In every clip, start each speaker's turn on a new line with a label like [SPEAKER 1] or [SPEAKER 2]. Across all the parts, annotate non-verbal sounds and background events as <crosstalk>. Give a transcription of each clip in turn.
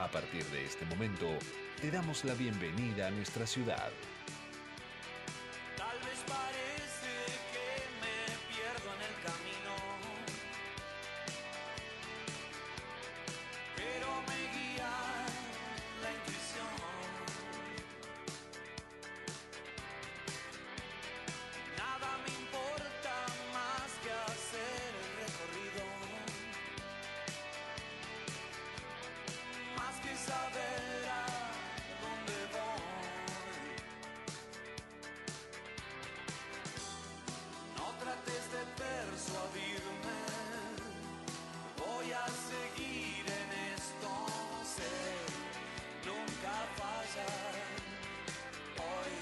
[SPEAKER 1] A partir de este momento, te damos la bienvenida a nuestra ciudad.
[SPEAKER 2] Tal vez parece que me pierdo en el camino, pero me guía la intuición. Nada me importa más que hacer el recorrido, más que saber a dónde voy. No trates de persuadirme, voy a seguir en esto, sé, nunca falla. Hoy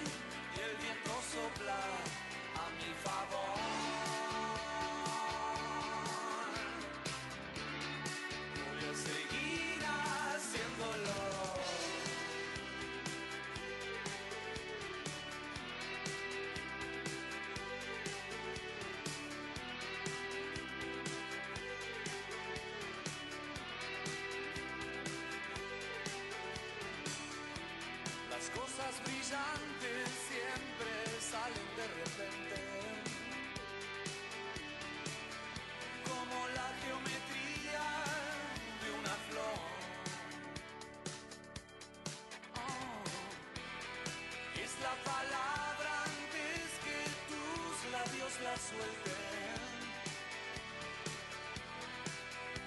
[SPEAKER 2] y el viento sopla a mi favor. Voy a seguir haciéndolo. Las cosas brillantes siempre salen de repente. Como la geometría de una flor. Oh, Es la palabra antes que tus labios la suelten.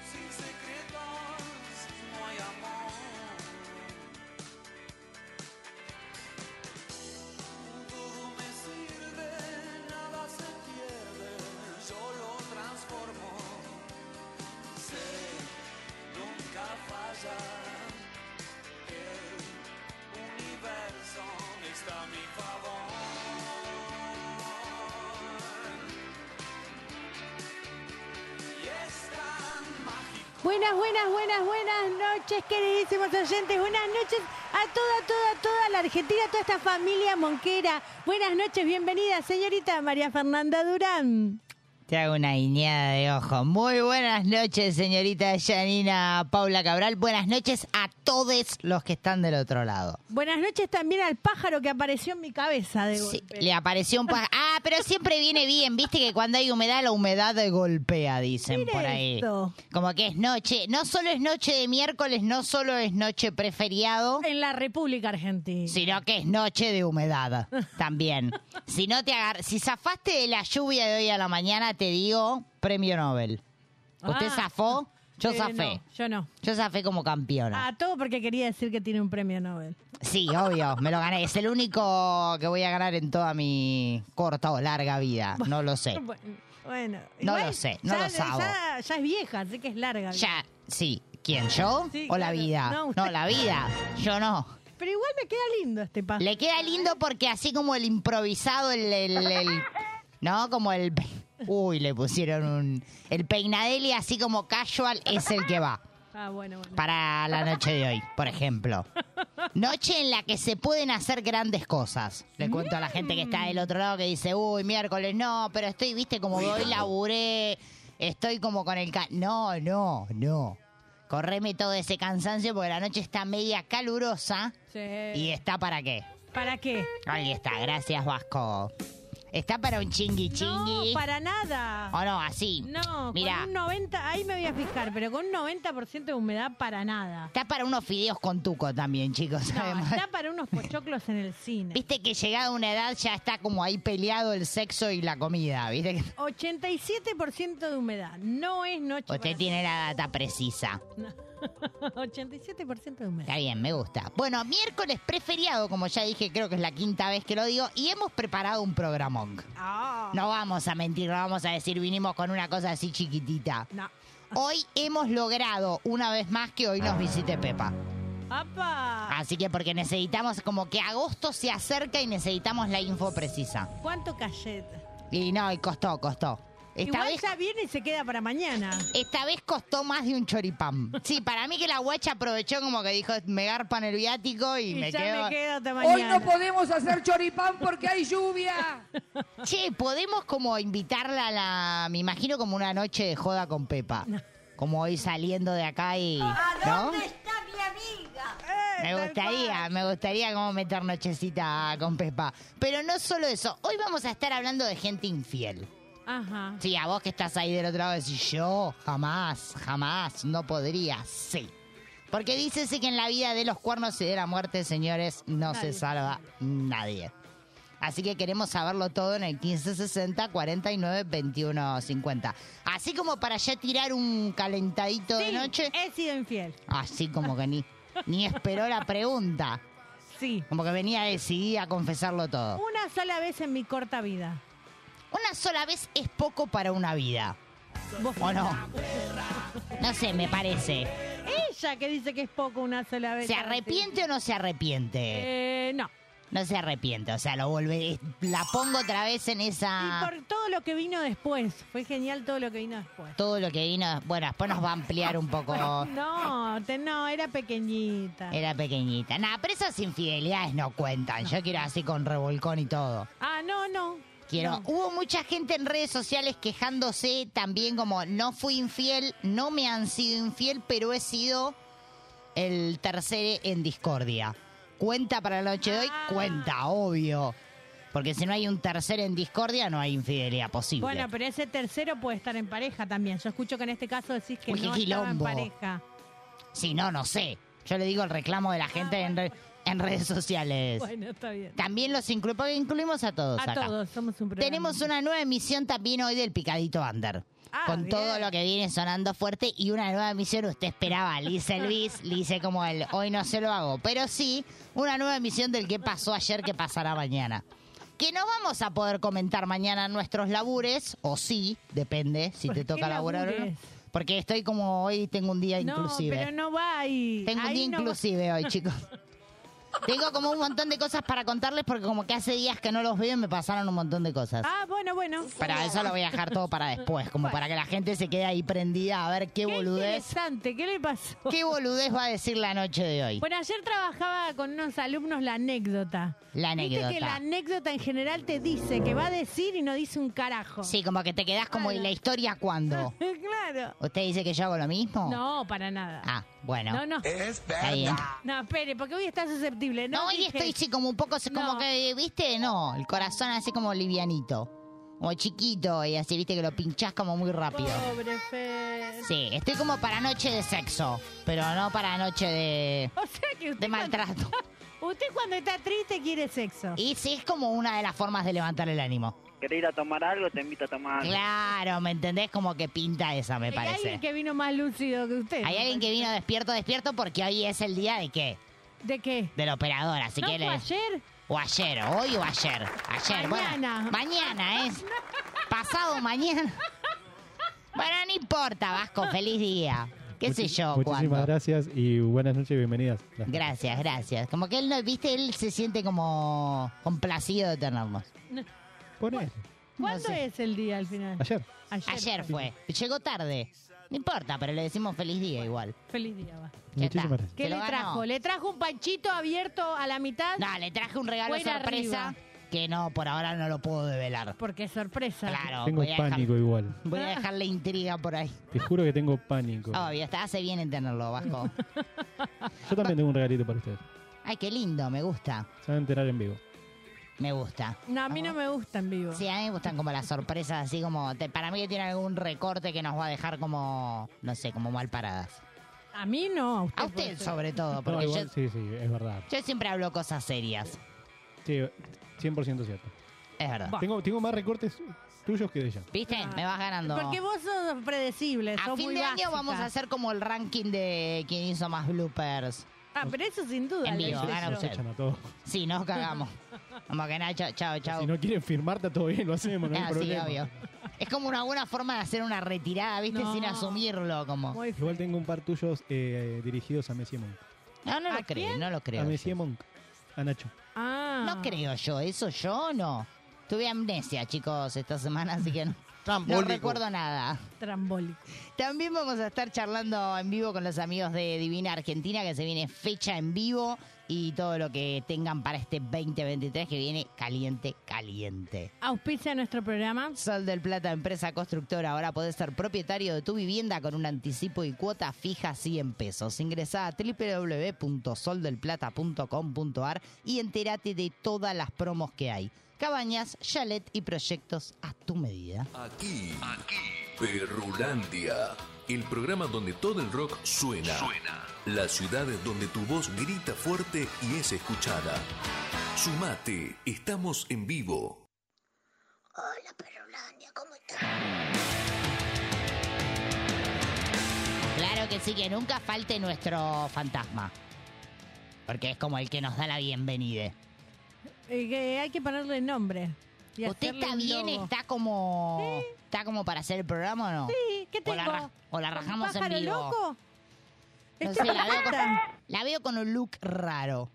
[SPEAKER 2] Sin secretos no hay amor. Todo me sirve, nada se pierde, yo lo transformo. Sé, nunca falla. El universo está a mi favor. Y es tan mágico.
[SPEAKER 3] Buenas, buenas, buenas, buenas noches, queridísimos oyentes. Buenas noches a toda, toda, toda la Argentina, a toda esta familia monquera. Buenas noches, bienvenida, señorita María Fernanda Durán.
[SPEAKER 4] Te hago una guiñada de ojo. Muy buenas noches, señorita Janina Paula Cabral. Buenas noches a todos los que están del otro lado.
[SPEAKER 3] Buenas noches también al pájaro que apareció en mi cabeza de
[SPEAKER 4] Sí,
[SPEAKER 3] golpe.
[SPEAKER 4] le apareció un pájaro. Ah, pero siempre viene bien. Viste
[SPEAKER 3] <laughs>
[SPEAKER 4] que <laughs> cuando hay humedad, la humedad golpea, dicen
[SPEAKER 3] Mire
[SPEAKER 4] por ahí.
[SPEAKER 3] esto.
[SPEAKER 4] Como que es noche. No solo es noche de miércoles, no solo es noche preferiado.
[SPEAKER 3] En la República Argentina.
[SPEAKER 4] Sino que es noche de
[SPEAKER 3] <laughs>
[SPEAKER 4] humedad también. Si no te agar si zafaste de la lluvia de hoy a la mañana, te digo premio Nobel. ¿Usted
[SPEAKER 3] Ah.
[SPEAKER 4] zafó? Yo
[SPEAKER 3] Eh,
[SPEAKER 4] zafé.
[SPEAKER 3] no, yo no.
[SPEAKER 4] Yo zafé como campeona.
[SPEAKER 3] A todo porque quería decir que tiene un premio Nobel.
[SPEAKER 4] Sí, obvio, me lo gané. Es el único que voy a ganar en toda mi corta o larga vida. No lo sé.
[SPEAKER 3] Bueno, bueno,
[SPEAKER 4] No lo sé, no
[SPEAKER 3] ya,
[SPEAKER 4] lo sabo.
[SPEAKER 3] Ya, ya es vieja, así que es larga.
[SPEAKER 4] Ya, sí. ¿Quién, yo
[SPEAKER 3] Sí,
[SPEAKER 4] o la
[SPEAKER 3] claro.
[SPEAKER 4] vida?
[SPEAKER 3] No,
[SPEAKER 4] No,
[SPEAKER 3] usted.
[SPEAKER 4] la vida. Yo no.
[SPEAKER 3] Pero igual me queda lindo este pájaro.
[SPEAKER 4] Le queda lindo porque así como el improvisado, el... el- el- no, como el... pe- Uy, le pusieron un... El peinadeli así como casual es el que va.
[SPEAKER 3] Ah, bueno, bueno. Ah,
[SPEAKER 4] para la noche de hoy, por ejemplo. Noche en la que se pueden hacer grandes cosas. Le cuento a la gente que está del otro lado que dice, uy, miércoles, no, pero estoy, viste, como que hoy laburé, estoy como con el... ca-". No, no, no. Correme todo ese cansancio porque la noche está media calurosa
[SPEAKER 3] Sí.
[SPEAKER 4] y está para qué.
[SPEAKER 3] ¿Para qué?
[SPEAKER 4] Ahí está, gracias Vasco. Está para un chingui
[SPEAKER 3] No,
[SPEAKER 4] chingui.
[SPEAKER 3] para nada.
[SPEAKER 4] O Oh, no, así.
[SPEAKER 3] No,
[SPEAKER 4] Mira,
[SPEAKER 3] con un 90, ahí me voy a fijar, pero con un 90% de humedad para nada.
[SPEAKER 4] está para unos fideos con tuco también, chicos.
[SPEAKER 3] No,
[SPEAKER 4] además.
[SPEAKER 3] está para unos pochoclos en
[SPEAKER 4] <laughs>
[SPEAKER 3] el cine.
[SPEAKER 4] Viste que llegada una edad ya está como ahí peleado el sexo y la comida, ¿viste? <laughs> que-
[SPEAKER 3] 87% de humedad. No es noche.
[SPEAKER 4] Usted
[SPEAKER 3] para-
[SPEAKER 4] tiene la data precisa.
[SPEAKER 3] No. <laughs> 87% de humedad.
[SPEAKER 4] Está bien, me gusta. Bueno, miércoles preferiado, como ya dije, creo que es la quinta vez que lo digo, y hemos preparado un programón.
[SPEAKER 3] Ah,
[SPEAKER 4] No vamos a mentir, no vamos a decir vinimos con una cosa así chiquitita.
[SPEAKER 3] no.
[SPEAKER 4] Hoy hemos logrado, una vez más, que hoy nos visite Pepa.
[SPEAKER 3] ¡Apa!
[SPEAKER 4] Así que porque necesitamos, como que agosto se acerca y necesitamos la info precisa.
[SPEAKER 3] ¿Cuánto cachete?
[SPEAKER 4] Y no, y costó, costó. Esta
[SPEAKER 3] Igual
[SPEAKER 4] vez,
[SPEAKER 3] ya viene y se queda para mañana.
[SPEAKER 4] esta vez costó más de un choripán. Sí, para mí que la guacha aprovechó como que dijo, me garpan el viático y,
[SPEAKER 3] Y
[SPEAKER 4] me
[SPEAKER 3] ya
[SPEAKER 4] quedo.
[SPEAKER 3] me quedo hasta
[SPEAKER 5] Hoy
[SPEAKER 3] mañana.
[SPEAKER 5] no podemos hacer choripán porque hay lluvia.
[SPEAKER 4] <laughs> Che, podemos como invitarla a la, me imagino como una noche de joda con Pepa. Como hoy saliendo de acá y. ¿No?
[SPEAKER 3] Eh,
[SPEAKER 4] Me
[SPEAKER 3] tal
[SPEAKER 4] gustaría,
[SPEAKER 3] cual.
[SPEAKER 4] me gustaría como meter nochecita con Pepa. Pero no solo eso, hoy vamos a estar hablando de gente infiel.
[SPEAKER 3] Ajá.
[SPEAKER 4] Sí, a vos que estás ahí del otro lado decís, yo jamás, jamás, no podría, sí. Porque dícese que en la vida de los cuernos y de la muerte, señores, no
[SPEAKER 3] Nadie.
[SPEAKER 4] se salva nadie. Así que queremos saberlo todo en el 1560 49 21 50. Así como para ya tirar un calentadito de
[SPEAKER 3] Sí,
[SPEAKER 4] noche,
[SPEAKER 3] He sido infiel.
[SPEAKER 4] así como que ni, ni esperó la pregunta.
[SPEAKER 3] Sí.
[SPEAKER 4] Como que venía decidida a confesarlo todo.
[SPEAKER 3] Una sola vez en mi corta vida.
[SPEAKER 4] Una sola vez es poco para una vida.
[SPEAKER 3] Vos-
[SPEAKER 4] ¿O no? No sé, me parece.
[SPEAKER 3] Ella que dice que es poco una sola vez.
[SPEAKER 4] ¿Se arrepiente o no se arrepiente?
[SPEAKER 3] Eh, no.
[SPEAKER 4] No se arrepiente, o sea, lo vuelve. La pongo otra vez en
[SPEAKER 3] Y
[SPEAKER 4] esa.
[SPEAKER 3] por todo lo que vino después. Fue genial todo lo que vino después.
[SPEAKER 4] Todo lo que vino. Bueno, después nos va a ampliar un poco.
[SPEAKER 3] <laughs> No, te- no, era pequeñita.
[SPEAKER 4] Era pequeñita. Nada, pero esas infidelidades no cuentan. Yo quiero así con revolcón y todo.
[SPEAKER 3] Ah, no, no.
[SPEAKER 4] Quiero.
[SPEAKER 3] No.
[SPEAKER 4] Hubo mucha gente en redes sociales quejándose también como no fui infiel, no me han sido infiel, pero he sido el tercero en discordia. Cuenta para la noche de hoy,
[SPEAKER 3] Ah.
[SPEAKER 4] cuenta, obvio. Porque si no hay un tercero en discordia, no hay infidelidad posible.
[SPEAKER 3] Bueno, pero ese tercero puede estar en pareja también. Yo escucho que en este caso decís que
[SPEAKER 4] Uy, qué
[SPEAKER 3] no estaba en
[SPEAKER 4] quilombo.
[SPEAKER 3] pareja.
[SPEAKER 4] Si no, no sé. Yo le digo el reclamo de la gente en, re- en redes sociales.
[SPEAKER 3] Ah, Bueno, está bien.
[SPEAKER 4] También los inclu- porque incluimos a todos
[SPEAKER 3] A
[SPEAKER 4] acá.
[SPEAKER 3] todos, somos un programa.
[SPEAKER 4] Tenemos una nueva emisión también hoy del Picadito Under.
[SPEAKER 3] Ah,
[SPEAKER 4] con
[SPEAKER 3] bien.
[SPEAKER 4] todo lo que viene sonando fuerte y una nueva emisión, usted esperaba, Lice
[SPEAKER 3] <laughs>
[SPEAKER 4] Luis, Lice como el hoy no se lo hago, pero sí una nueva emisión del que pasó ayer que pasará mañana. Que no vamos a poder comentar mañana nuestros labures, o sí, depende si
[SPEAKER 3] ¿Por
[SPEAKER 4] te toca
[SPEAKER 3] qué
[SPEAKER 4] laburar o no.
[SPEAKER 3] labures?
[SPEAKER 4] Porque estoy como hoy, tengo un día
[SPEAKER 3] No,
[SPEAKER 4] inclusive.
[SPEAKER 3] pero no va ahí.
[SPEAKER 4] Tengo un
[SPEAKER 3] Ahí
[SPEAKER 4] día
[SPEAKER 3] no va-
[SPEAKER 4] inclusive hoy,
[SPEAKER 3] <laughs>
[SPEAKER 4] chicos. Tengo como un montón de cosas para contarles porque como que hace días que no los veo y me pasaron un montón de cosas.
[SPEAKER 3] Ah, bueno, bueno.
[SPEAKER 4] Para eso lo voy a dejar todo para después, como para que la gente se quede ahí prendida a ver qué
[SPEAKER 3] Qué
[SPEAKER 4] boludez,
[SPEAKER 3] interesante, ¿qué le pasó?
[SPEAKER 4] qué boludez va a decir la noche de hoy.
[SPEAKER 3] Bueno, ayer trabajaba con unos alumnos la anécdota.
[SPEAKER 4] La
[SPEAKER 3] Viste que
[SPEAKER 4] anécdota.
[SPEAKER 3] la anécdota en general te dice que va a decir y no dice un carajo.
[SPEAKER 4] Sí, como que te quedás como, ¿y la historia cuándo?
[SPEAKER 3] <laughs> claro.
[SPEAKER 4] ¿Usted dice que yo hago lo mismo?
[SPEAKER 3] No, para nada.
[SPEAKER 4] Ah, bueno.
[SPEAKER 3] no, no.
[SPEAKER 4] Está bien.
[SPEAKER 3] No, espere, porque hoy está susceptible. No,
[SPEAKER 4] No, hoy
[SPEAKER 3] dije-
[SPEAKER 4] estoy sí, como un poco, como
[SPEAKER 3] No.
[SPEAKER 4] que, viste, no, el corazón así como livianito, como chiquito y así, viste, que lo pinchás como muy rápido.
[SPEAKER 3] Pobre Fer.
[SPEAKER 4] Sí, estoy como para noche de sexo, pero no para noche de,
[SPEAKER 3] <laughs> O sea que usted.
[SPEAKER 4] de
[SPEAKER 3] cuando,
[SPEAKER 4] maltrato.
[SPEAKER 3] <laughs> usted cuando está triste quiere sexo.
[SPEAKER 4] Y sí, es como una de las formas de levantar el ánimo.
[SPEAKER 6] ¿Querés ir a tomar algo? Te invito a
[SPEAKER 7] Ah,
[SPEAKER 6] tomar algo.
[SPEAKER 4] Claro, ¿me entendés? Como que pinta esa, me
[SPEAKER 3] Hay alguien
[SPEAKER 4] parece.
[SPEAKER 3] que vino más lúcido que usted.
[SPEAKER 4] Hay
[SPEAKER 3] ¿no?
[SPEAKER 4] alguien que vino despierto, despierto, porque hoy es el día de qué?
[SPEAKER 3] ¿De qué?
[SPEAKER 4] Del operador, así
[SPEAKER 3] ¿No
[SPEAKER 4] que...
[SPEAKER 3] fue
[SPEAKER 4] le-
[SPEAKER 3] ayer?
[SPEAKER 4] O ayer, hoy o ayer. Ayer,
[SPEAKER 3] Mañana.
[SPEAKER 4] bueno.
[SPEAKER 3] <laughs>
[SPEAKER 4] Mañana es. Pasado mañana. Bueno, no importa, Vasco, feliz día. ¿Qué sé
[SPEAKER 8] Muchi-
[SPEAKER 4] yo?
[SPEAKER 8] Muchísimas
[SPEAKER 4] cuándo.
[SPEAKER 8] gracias y buenas noches y bienvenidas. Las-
[SPEAKER 4] Gracias, gracias. Como que él, no- viste, él se siente como complacido de tenernos.
[SPEAKER 8] Ponele.
[SPEAKER 3] ¿Cuándo
[SPEAKER 4] sé.
[SPEAKER 3] es el día al final?
[SPEAKER 8] Ayer.
[SPEAKER 4] Ayer fue, llegó tarde. No importa, pero le decimos feliz día igual.
[SPEAKER 3] Feliz día, va.
[SPEAKER 4] Ya está.
[SPEAKER 8] Muchísimas gracias.
[SPEAKER 3] ¿Qué
[SPEAKER 4] Se
[SPEAKER 3] le
[SPEAKER 4] lo ganó.
[SPEAKER 3] trajo? ¿Le trajo un panchito abierto a la mitad?
[SPEAKER 4] No, le traje un regalo
[SPEAKER 3] Fuera
[SPEAKER 4] sorpresa
[SPEAKER 3] arriba.
[SPEAKER 4] que no, por ahora no lo puedo develar.
[SPEAKER 3] Porque es sorpresa.
[SPEAKER 4] Claro,
[SPEAKER 8] Tengo
[SPEAKER 4] voy a, dejar,
[SPEAKER 8] pánico igual.
[SPEAKER 4] voy
[SPEAKER 3] Ah.
[SPEAKER 4] a dejarle intriga por ahí.
[SPEAKER 8] Te juro que tengo pánico.
[SPEAKER 4] Obvio, está, hace bien en tenerlo,
[SPEAKER 3] <laughs>
[SPEAKER 4] Vasco.
[SPEAKER 8] Yo también tengo un regalito para ustedes.
[SPEAKER 4] Ay, qué lindo, me gusta,
[SPEAKER 8] Se van a enterar en vivo.
[SPEAKER 4] me gusta.
[SPEAKER 3] No, a mí no me gusta en vivo.
[SPEAKER 4] Sí, a mí me gustan como las sorpresas, así como... te- para mí que tiene algún recorte que nos va a dejar como, no sé, como mal paradas.
[SPEAKER 3] A mí no, a usted.
[SPEAKER 4] A
[SPEAKER 3] puede
[SPEAKER 4] usted
[SPEAKER 3] ser.
[SPEAKER 4] sobre todo,
[SPEAKER 8] No,
[SPEAKER 4] porque
[SPEAKER 8] igual,
[SPEAKER 4] yo,
[SPEAKER 8] Sí, sí, es verdad.
[SPEAKER 4] yo siempre hablo cosas serias.
[SPEAKER 8] Sí, 100% cierto.
[SPEAKER 4] Es verdad.
[SPEAKER 3] Bah.
[SPEAKER 8] Tengo, tengo más recortes tuyos que de ella.
[SPEAKER 4] ¿Viste? Me vas ganando.
[SPEAKER 3] Ah. Porque vos sos predecible,
[SPEAKER 4] A
[SPEAKER 3] sos
[SPEAKER 4] fin
[SPEAKER 3] muy
[SPEAKER 4] de
[SPEAKER 3] básica.
[SPEAKER 4] año vamos a hacer como el ranking de quién hizo más bloopers.
[SPEAKER 3] Ah, pero eso sin duda.
[SPEAKER 4] En
[SPEAKER 3] lo
[SPEAKER 4] vivo,
[SPEAKER 3] hice
[SPEAKER 4] gana
[SPEAKER 3] yo.
[SPEAKER 4] usted.
[SPEAKER 8] Echan a todos.
[SPEAKER 4] Sí, nos
[SPEAKER 3] <laughs>
[SPEAKER 4] cagamos. Como que nada, chao, chao, chao.
[SPEAKER 8] Si no quieren firmarte, todo bien, lo hacemos, no hay
[SPEAKER 4] Ah, <laughs> sí,
[SPEAKER 8] problema.
[SPEAKER 4] obvio. Es como una buena forma de hacer una retirada, ¿viste?
[SPEAKER 3] No.
[SPEAKER 4] Sin asumirlo, como.
[SPEAKER 3] Muy f-
[SPEAKER 8] Igual tengo un par tuyos eh, dirigidos a Messi Mon.
[SPEAKER 4] No, no
[SPEAKER 3] ¿A
[SPEAKER 4] lo creo,
[SPEAKER 3] quién?
[SPEAKER 4] no lo creo.
[SPEAKER 8] A
[SPEAKER 4] yo.
[SPEAKER 8] Messi Monk. A Nacho.
[SPEAKER 3] Ah.
[SPEAKER 4] No creo yo, eso yo no. Tuve amnesia, chicos, esta semana, así que no, no
[SPEAKER 9] Trambólico.
[SPEAKER 4] recuerdo nada.
[SPEAKER 3] Trambólico.
[SPEAKER 4] También vamos a estar charlando en vivo con los amigos de Divina Argentina, que se viene fecha en vivo y todo lo que tengan para este 2023 que viene caliente, caliente.
[SPEAKER 3] Auspicia nuestro programa.
[SPEAKER 4] Sol del Plata, empresa constructora. Ahora podés ser propietario de tu vivienda con un anticipo y cuota fija 100 pesos. Ingresá a www.soldelplata.com.ar y entérate de todas las promos que hay. Cabañas, chalet y proyectos a tu medida.
[SPEAKER 1] Aquí, aquí, Perrulandia. El programa donde todo el rock suena. Suena. Las ciudades donde tu voz grita fuerte y es escuchada. Sumate, estamos en vivo.
[SPEAKER 4] Claro que sí, que nunca falte nuestro fantasma. Porque es como el que nos da la bienvenida.
[SPEAKER 3] Eh, que hay que ponerle nombre. y
[SPEAKER 4] ¿Usted
[SPEAKER 3] hacerle
[SPEAKER 4] está
[SPEAKER 3] un
[SPEAKER 4] bien?
[SPEAKER 3] logo.
[SPEAKER 4] ¿Está como, está como para hacer el programa o no?
[SPEAKER 3] Sí, ¿qué
[SPEAKER 4] O la,
[SPEAKER 3] tengo?
[SPEAKER 4] ra- o la
[SPEAKER 3] ¿Un
[SPEAKER 4] rajamos en
[SPEAKER 3] pájaro
[SPEAKER 4] vivo.
[SPEAKER 3] loco? Este
[SPEAKER 4] No
[SPEAKER 3] Estoy
[SPEAKER 4] sé, la veo, con,
[SPEAKER 3] contenta.
[SPEAKER 4] la veo con un look raro.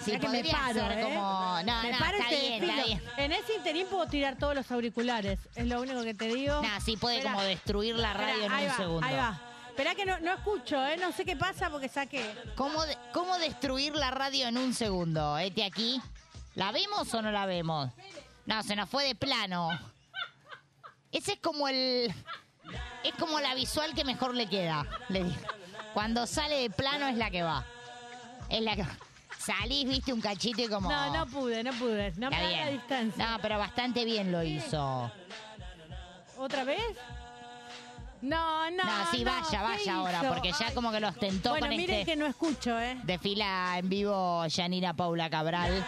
[SPEAKER 4] Sí,
[SPEAKER 3] Mirá que
[SPEAKER 4] podría ser
[SPEAKER 3] ¿eh?
[SPEAKER 4] como... No,
[SPEAKER 3] me
[SPEAKER 4] no,
[SPEAKER 3] paro y
[SPEAKER 4] está
[SPEAKER 3] te
[SPEAKER 4] bien,
[SPEAKER 3] desfilo.
[SPEAKER 4] está bien.
[SPEAKER 3] En ese interín puedo tirar todos los auriculares. Es lo único que te digo.
[SPEAKER 4] No, sí puede
[SPEAKER 3] Esperá.
[SPEAKER 4] como destruir la
[SPEAKER 3] Esperá,
[SPEAKER 4] radio en
[SPEAKER 3] ahí
[SPEAKER 4] un
[SPEAKER 3] va,
[SPEAKER 4] segundo.
[SPEAKER 3] Ahí va. Esperá que no, no escucho, ¿eh? No sé qué pasa porque saqué.
[SPEAKER 4] ¿Cómo, de- ¿Cómo destruir la radio en un segundo? Este aquí. ¿La vemos o no la vemos? No, se nos fue de plano. Ese es como el. Es como la visual que mejor le queda. le digo. Cuando sale de plano es la que va. Es la que va. Salís, viste un cachito y como.
[SPEAKER 3] No, no pude, no pude. No me
[SPEAKER 4] Está
[SPEAKER 3] da la
[SPEAKER 4] bien.
[SPEAKER 3] distancia.
[SPEAKER 4] No, pero bastante bien lo hizo.
[SPEAKER 3] ¿Otra vez? No, no.
[SPEAKER 4] No, sí,
[SPEAKER 3] no,
[SPEAKER 4] vaya,
[SPEAKER 3] ¿qué
[SPEAKER 4] vaya ahora,
[SPEAKER 3] hizo?
[SPEAKER 4] porque ya como que lo ostentó
[SPEAKER 3] Bueno,
[SPEAKER 4] con
[SPEAKER 3] miren
[SPEAKER 4] este.
[SPEAKER 3] que no escucho, ¿eh?
[SPEAKER 4] Desfila en vivo Yanira Paula Cabral,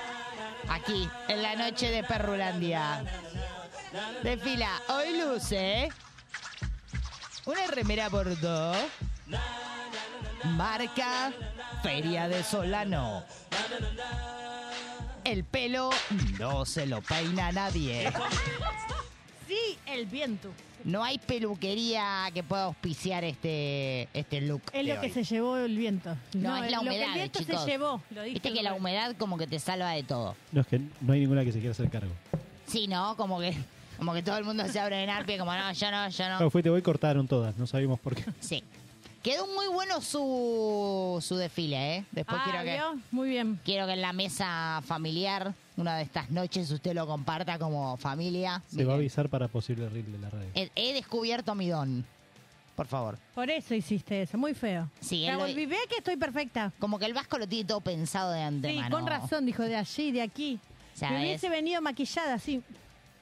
[SPEAKER 4] aquí, en la noche de Perrulandia. Desfila, hoy luce una remera bordeaux, marca Feria de Solano. El pelo no se lo peina nadie.
[SPEAKER 3] Sí, el viento.
[SPEAKER 4] No hay peluquería que pueda auspiciar este, este look.
[SPEAKER 3] Es
[SPEAKER 4] de
[SPEAKER 3] lo que
[SPEAKER 4] hoy.
[SPEAKER 3] se llevó el viento.
[SPEAKER 4] No, es la
[SPEAKER 3] lo que
[SPEAKER 4] humedad,
[SPEAKER 3] el viento
[SPEAKER 4] chicos.
[SPEAKER 3] se llevó. Lo dije
[SPEAKER 4] Viste que la
[SPEAKER 3] alguna vez.
[SPEAKER 4] humedad como que te salva de todo.
[SPEAKER 8] No, es que no hay ninguna que se quiera hacer cargo.
[SPEAKER 4] Sí, ¿no? Como que, como que todo el mundo se abre en arpia, como no, yo no, yo no.
[SPEAKER 8] Claro, fuiste hoy cortaron todas, no sabemos por qué.
[SPEAKER 4] Sí. Quedó muy bueno su, su desfile, ¿eh? Después
[SPEAKER 3] Ah,
[SPEAKER 4] quiero que,
[SPEAKER 3] ¿vio? Muy bien.
[SPEAKER 4] quiero que en la mesa familiar, una de estas noches, usted lo comparta como familia.
[SPEAKER 8] <laughs> Se va a
[SPEAKER 4] Miren,
[SPEAKER 8] avisar para posible reel de la radio.
[SPEAKER 4] he, he descubierto mi don. Por favor.
[SPEAKER 3] Por eso hiciste eso. Muy feo.
[SPEAKER 4] Sí,
[SPEAKER 3] Ya
[SPEAKER 4] él lo-
[SPEAKER 3] volví. Ve que estoy perfecta.
[SPEAKER 4] Como que el vasco lo tiene todo pensado de
[SPEAKER 3] Sí,
[SPEAKER 4] antemano.
[SPEAKER 3] con razón, dijo, de allí, de aquí.
[SPEAKER 4] ¿Sabes?
[SPEAKER 3] Me hubiese venido maquillada así.